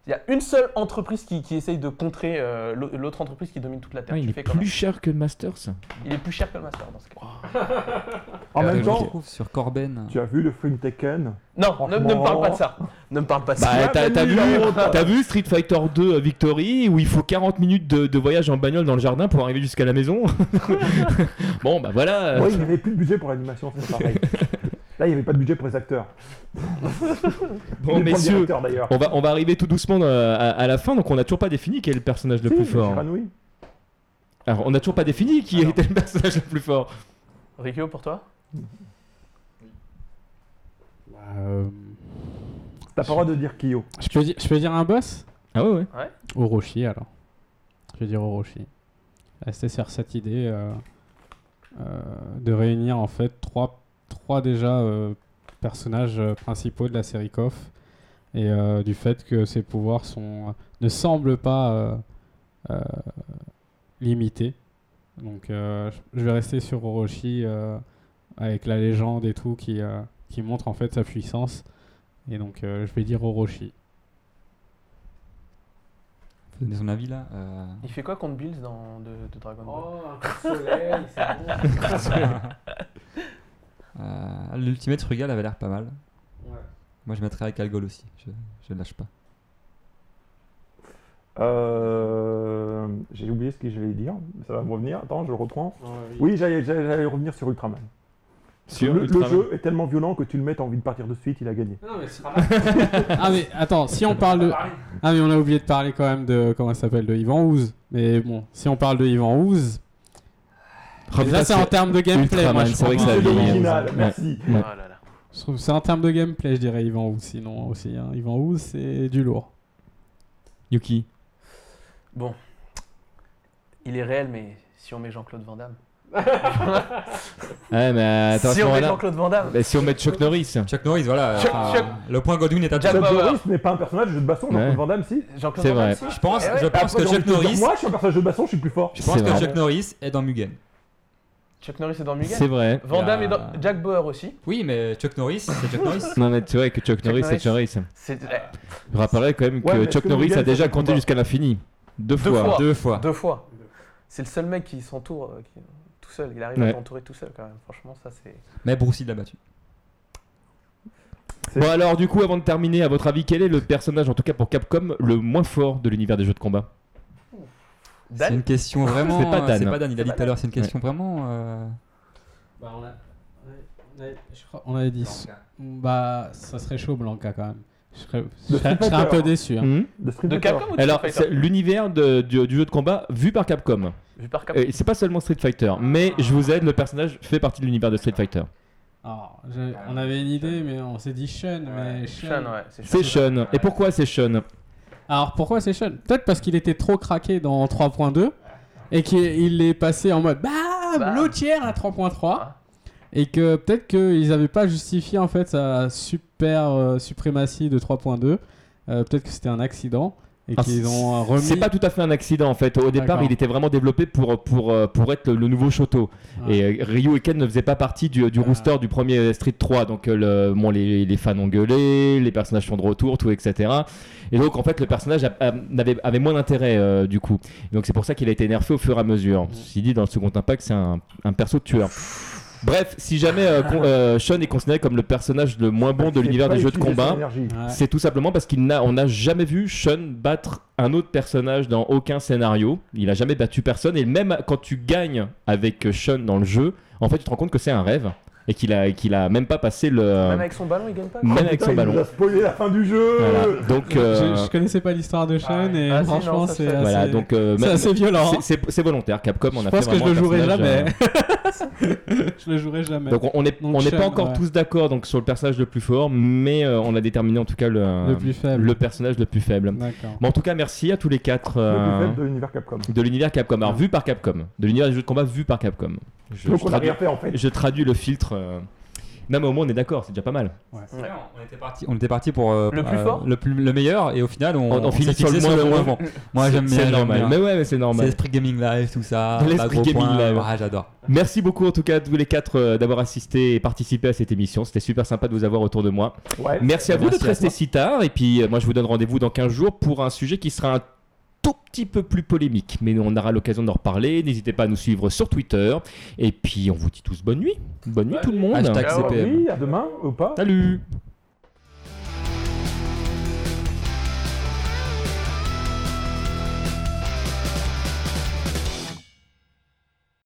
Il y a une seule entreprise qui, qui essaye de contrer euh, l'au- l'autre entreprise qui domine toute la Terre. Ah, il Tu est fais comment plus Oh. cher que Masters. il est plus cher que le Master dans ce cas. En Euh, même je temps, trouve sur Corben. Ah, euh, tu as vu le film Taken Non, ne, ne me parle pas de Franchement. ça. Ne me parle pas de ça. Bah, t'as t'as vu, là. t'as vu Street Fighter 2 Victory où il faut 40 minutes de, de voyage en bagnole dans le jardin pour arriver jusqu'à la maison. <laughs> bon, bah voilà. Oui, il n'y avait plus de budget pour l'animation, c'est <laughs> pareil. Là, il n'y avait pas de budget pour les acteurs. Bon, Ni pour le messieurs, directeur, d'ailleurs. on va, on va arriver tout doucement dans- à, à la fin, donc on n'a toujours pas défini qui est le personnage le Si, plus mais fort. hein. Shiranoui. Alors, on n'a toujours pas défini qui Ah non. était le personnage le plus fort. Rikyo, pour toi T'as pas le droit de dire Kyo. Euh, je, peux dire, je peux dire un boss Ah ouais, ouais. Orochi, alors. Je vais dire Orochi. Rester sur cette idée euh, euh, de réunir en fait trois, trois déjà euh, personnages euh, principaux de la série KOF et euh, du fait que ses pouvoirs sont, ne semblent pas euh, euh, limités. Donc euh, je- je vais rester sur Orochi euh, avec la légende et tout qui, euh, qui montre en fait sa puissance. Et donc euh, je vais dire Orochi. Donnez son avis là. euh, Il fait quoi contre Bills dans de, de Dragon <laughs> Ball Oh, un coup de soleil, c'est bon. <laughs> euh, L'Ultimate Frugal avait l'air pas mal. Ouais. Moi je mettrais avec Algol aussi. Je, je lâche pas. Euh, J'ai oublié ce que j'allais dire. Ça va me revenir. Attends, je le reprends. Oui, j'allais j'allais- j'allais revenir sur Ultraman. Sur le, le Ultraman. jeu est tellement violent que tu le mets, t'as envie de partir de suite, il a gagné. Non, mais c'est pas mal. Ah mais attends, si on parle de... Ah mais on a oublié de parler quand même de... Comment ça s'appelle De Yvan Ouz. Mais bon, si on parle de Yvan Ouz... Oh, mais putain, là c'est en termes de gameplay, Ultraman, moi je c'est vrai que trouve. ça C'est a vieilli. l'original, Ouais. merci. Ouais. Oh là là. Je trouve c'est en termes de gameplay, je dirais Yvan Ouz. Sinon aussi, hein. Yvan Ouz c'est du lourd. Yuki. Bon. Il est réel, mais si on met Jean-Claude Van Damme. Ouais, mais attends, à ce si on met moment-là- Jean-Claude Van Damme Bah, si on met Chuck Norris. Chuck Norris, voilà. Chuck- enfin, Chuck- Le point Godwin est à Jack toi. Chuck Bauer. Norris n'est pas un personnage de jeu de baston, Jean-Claude Ouais. Van Damme, si. Jean-Claude C'est Van Damme, vrai. si. Je pense, Eh ouais. je pense Après, que j'ai envie Chuck de te dire, Norris. Moi, je suis un personnage de jeu de baston, je suis plus fort. Je pense C'est que vrai. Chuck Norris est dans Mugen. Chuck Norris est dans Mugen. C'est vrai. Van Damme Il est y a- dans Jack Bauer aussi. Oui, mais Chuck Norris, c'est Chuck Norris. Non, mais tu vois que Chuck Norris, c'est Chuck Norris. C'est euh, Je rappellerai quand même Ouais, mais que est-ce Chuck que Norris Mugen, a déjà c'est un compté combat jusqu'à l'infini. <laughs> Deux Deux fois. fois. Deux fois. deux fois. C'est le seul mec qui s'entoure. euh, qui- tout seul. Il arrive Ouais. à t'entourer tout seul quand même. Franchement, ça c'est. Mais Bruce Lee l'a battu. Bon alors du coup avant de terminer, à votre avis, quel est le personnage, en tout cas pour Capcom, le moins fort de l'univers des jeux de combat C'est Dan, une question vraiment. C'est pas euh, Dan. C'est pas Dan, il a dit pas tout à l'heure, c'est une question vraiment. euh, Bah, on a- ouais, ouais, je crois- on avait dit. Bah, ça serait chaud, Blanca, quand même. Je serais, je serais- je serais un peu déçu. hein. Hmm De Street de Fighter. Capcom ou de Alors Street c'est Fighter l'univers de- du, du jeu de combat vu par Capcom. Vu par Capcom. Euh, c'est pas seulement Street Fighter, mais je vous aide, le personnage fait partie de l'univers de Street Fighter. Alors, je- on avait une idée, mais on s'est dit Bah, Sean. mais Ouais, Sean, ouais, c'est C'est Sean. Sean. Et pourquoi c'est Sean Alors pourquoi c'est Sean Peut-être parce qu'il était trop craqué dans 3.2 et qu'il est passé en mode bam Bam. Ah. l'audière à 3.3 et que peut-être qu'ils n'avaient pas justifié en fait sa super euh, suprématie de 3.2. Euh, peut-être que c'était un accident et Ah, qu'ils ont euh, remis. C'est pas tout à fait un accident en fait. Au départ, D'accord. il était vraiment développé pour, pour, euh, pour être le nouveau Shoto. Ah. Et euh, Ryu et Ken ne faisaient pas partie du, du Ah. rooster du premier Street 3. Donc euh, le, bon, les, les fans ont gueulé, les personnages sont de retour, tout, etc. Et donc en fait, le personnage a- a- n'avait- avait, moins d'intérêt euh, du coup. Donc c'est pour ça qu'il a été nerfé au fur et à mesure. Ceci dit, dans le second impact, c'est un, un perso tueur. Bref, si jamais euh, con- euh, Sean est considéré comme le personnage le moins bon de C'est l'univers pas des jeux de utiliser son combat, énergie. Ouais. c'est tout simplement parce qu'on n'a on n'a jamais vu Sean battre un autre personnage dans aucun scénario. Il a jamais battu personne. Et même quand tu gagnes avec Sean dans le jeu, en fait, tu te rends compte que c'est un rêve et qu'il a, qu'il a même pas passé le. Même avec son ballon, il gagne pas. même avec Putain, son il nous ballon. a spoilé la fin du jeu Voilà. Donc, euh, Je, je connaissais pas l'histoire de Sean ouais. et Ah, si, non, franchement ça, c'est c'est- assez, voilà, donc, euh, c'est même- assez violent. hein. c'est- c'est- c'est volontaire. Capcom, on a Je pense fait que je vraiment le un jouerai personnage, jamais. hein. je le jouerai jamais. euh, Donc on n'est Donc on n'est Sean, pas encore ouais. tous d'accord donc sur le personnage le plus fort, mais euh, on a déterminé en tout cas le, le plus faible. euh, le personnage le plus faible. D'accord. Bon, en tout cas, merci à tous les quatre. Le euh, buffet de l'univers Capcom. De l'univers Capcom, alors Ouais. vu par Capcom, de l'univers des jeux de combat vu par Capcom. Je, Donc je on a traduis, rien fait en fait. je traduis le filtre. euh. Non mais au moins on est d'accord, c'est déjà pas mal. Ouais. On était parti, on était parti pour euh, Le plus euh, fort le, plus- le meilleur, et au final, on, On- on s'est finit sur fixé le moins bon. <laughs> bon. Moi, j'aime bien. C'est j'aime normal. bien. Mais ouais, mais c'est C'est normal. l'esprit gaming live, tout ça. L'esprit pas gros gaming points. live. Ah, j'adore. Merci beaucoup en tout cas à tous les quatre euh, d'avoir assisté et participé à cette émission. C'était super sympa de vous avoir autour de moi. Ouais. Merci à vous Merci d'être à restés toi. si tard. Et puis euh, moi je vous donne rendez-vous dans 15 jours pour un sujet qui sera un tout petit peu plus polémique. Mais on aura l'occasion d'en reparler. N'hésitez pas à nous suivre sur Twitter. Et puis on vous dit tous bonne nuit. Bonne nuit tout le monde. hein. Hashtag Ciao. CPM. Oui, à demain ou pas Salut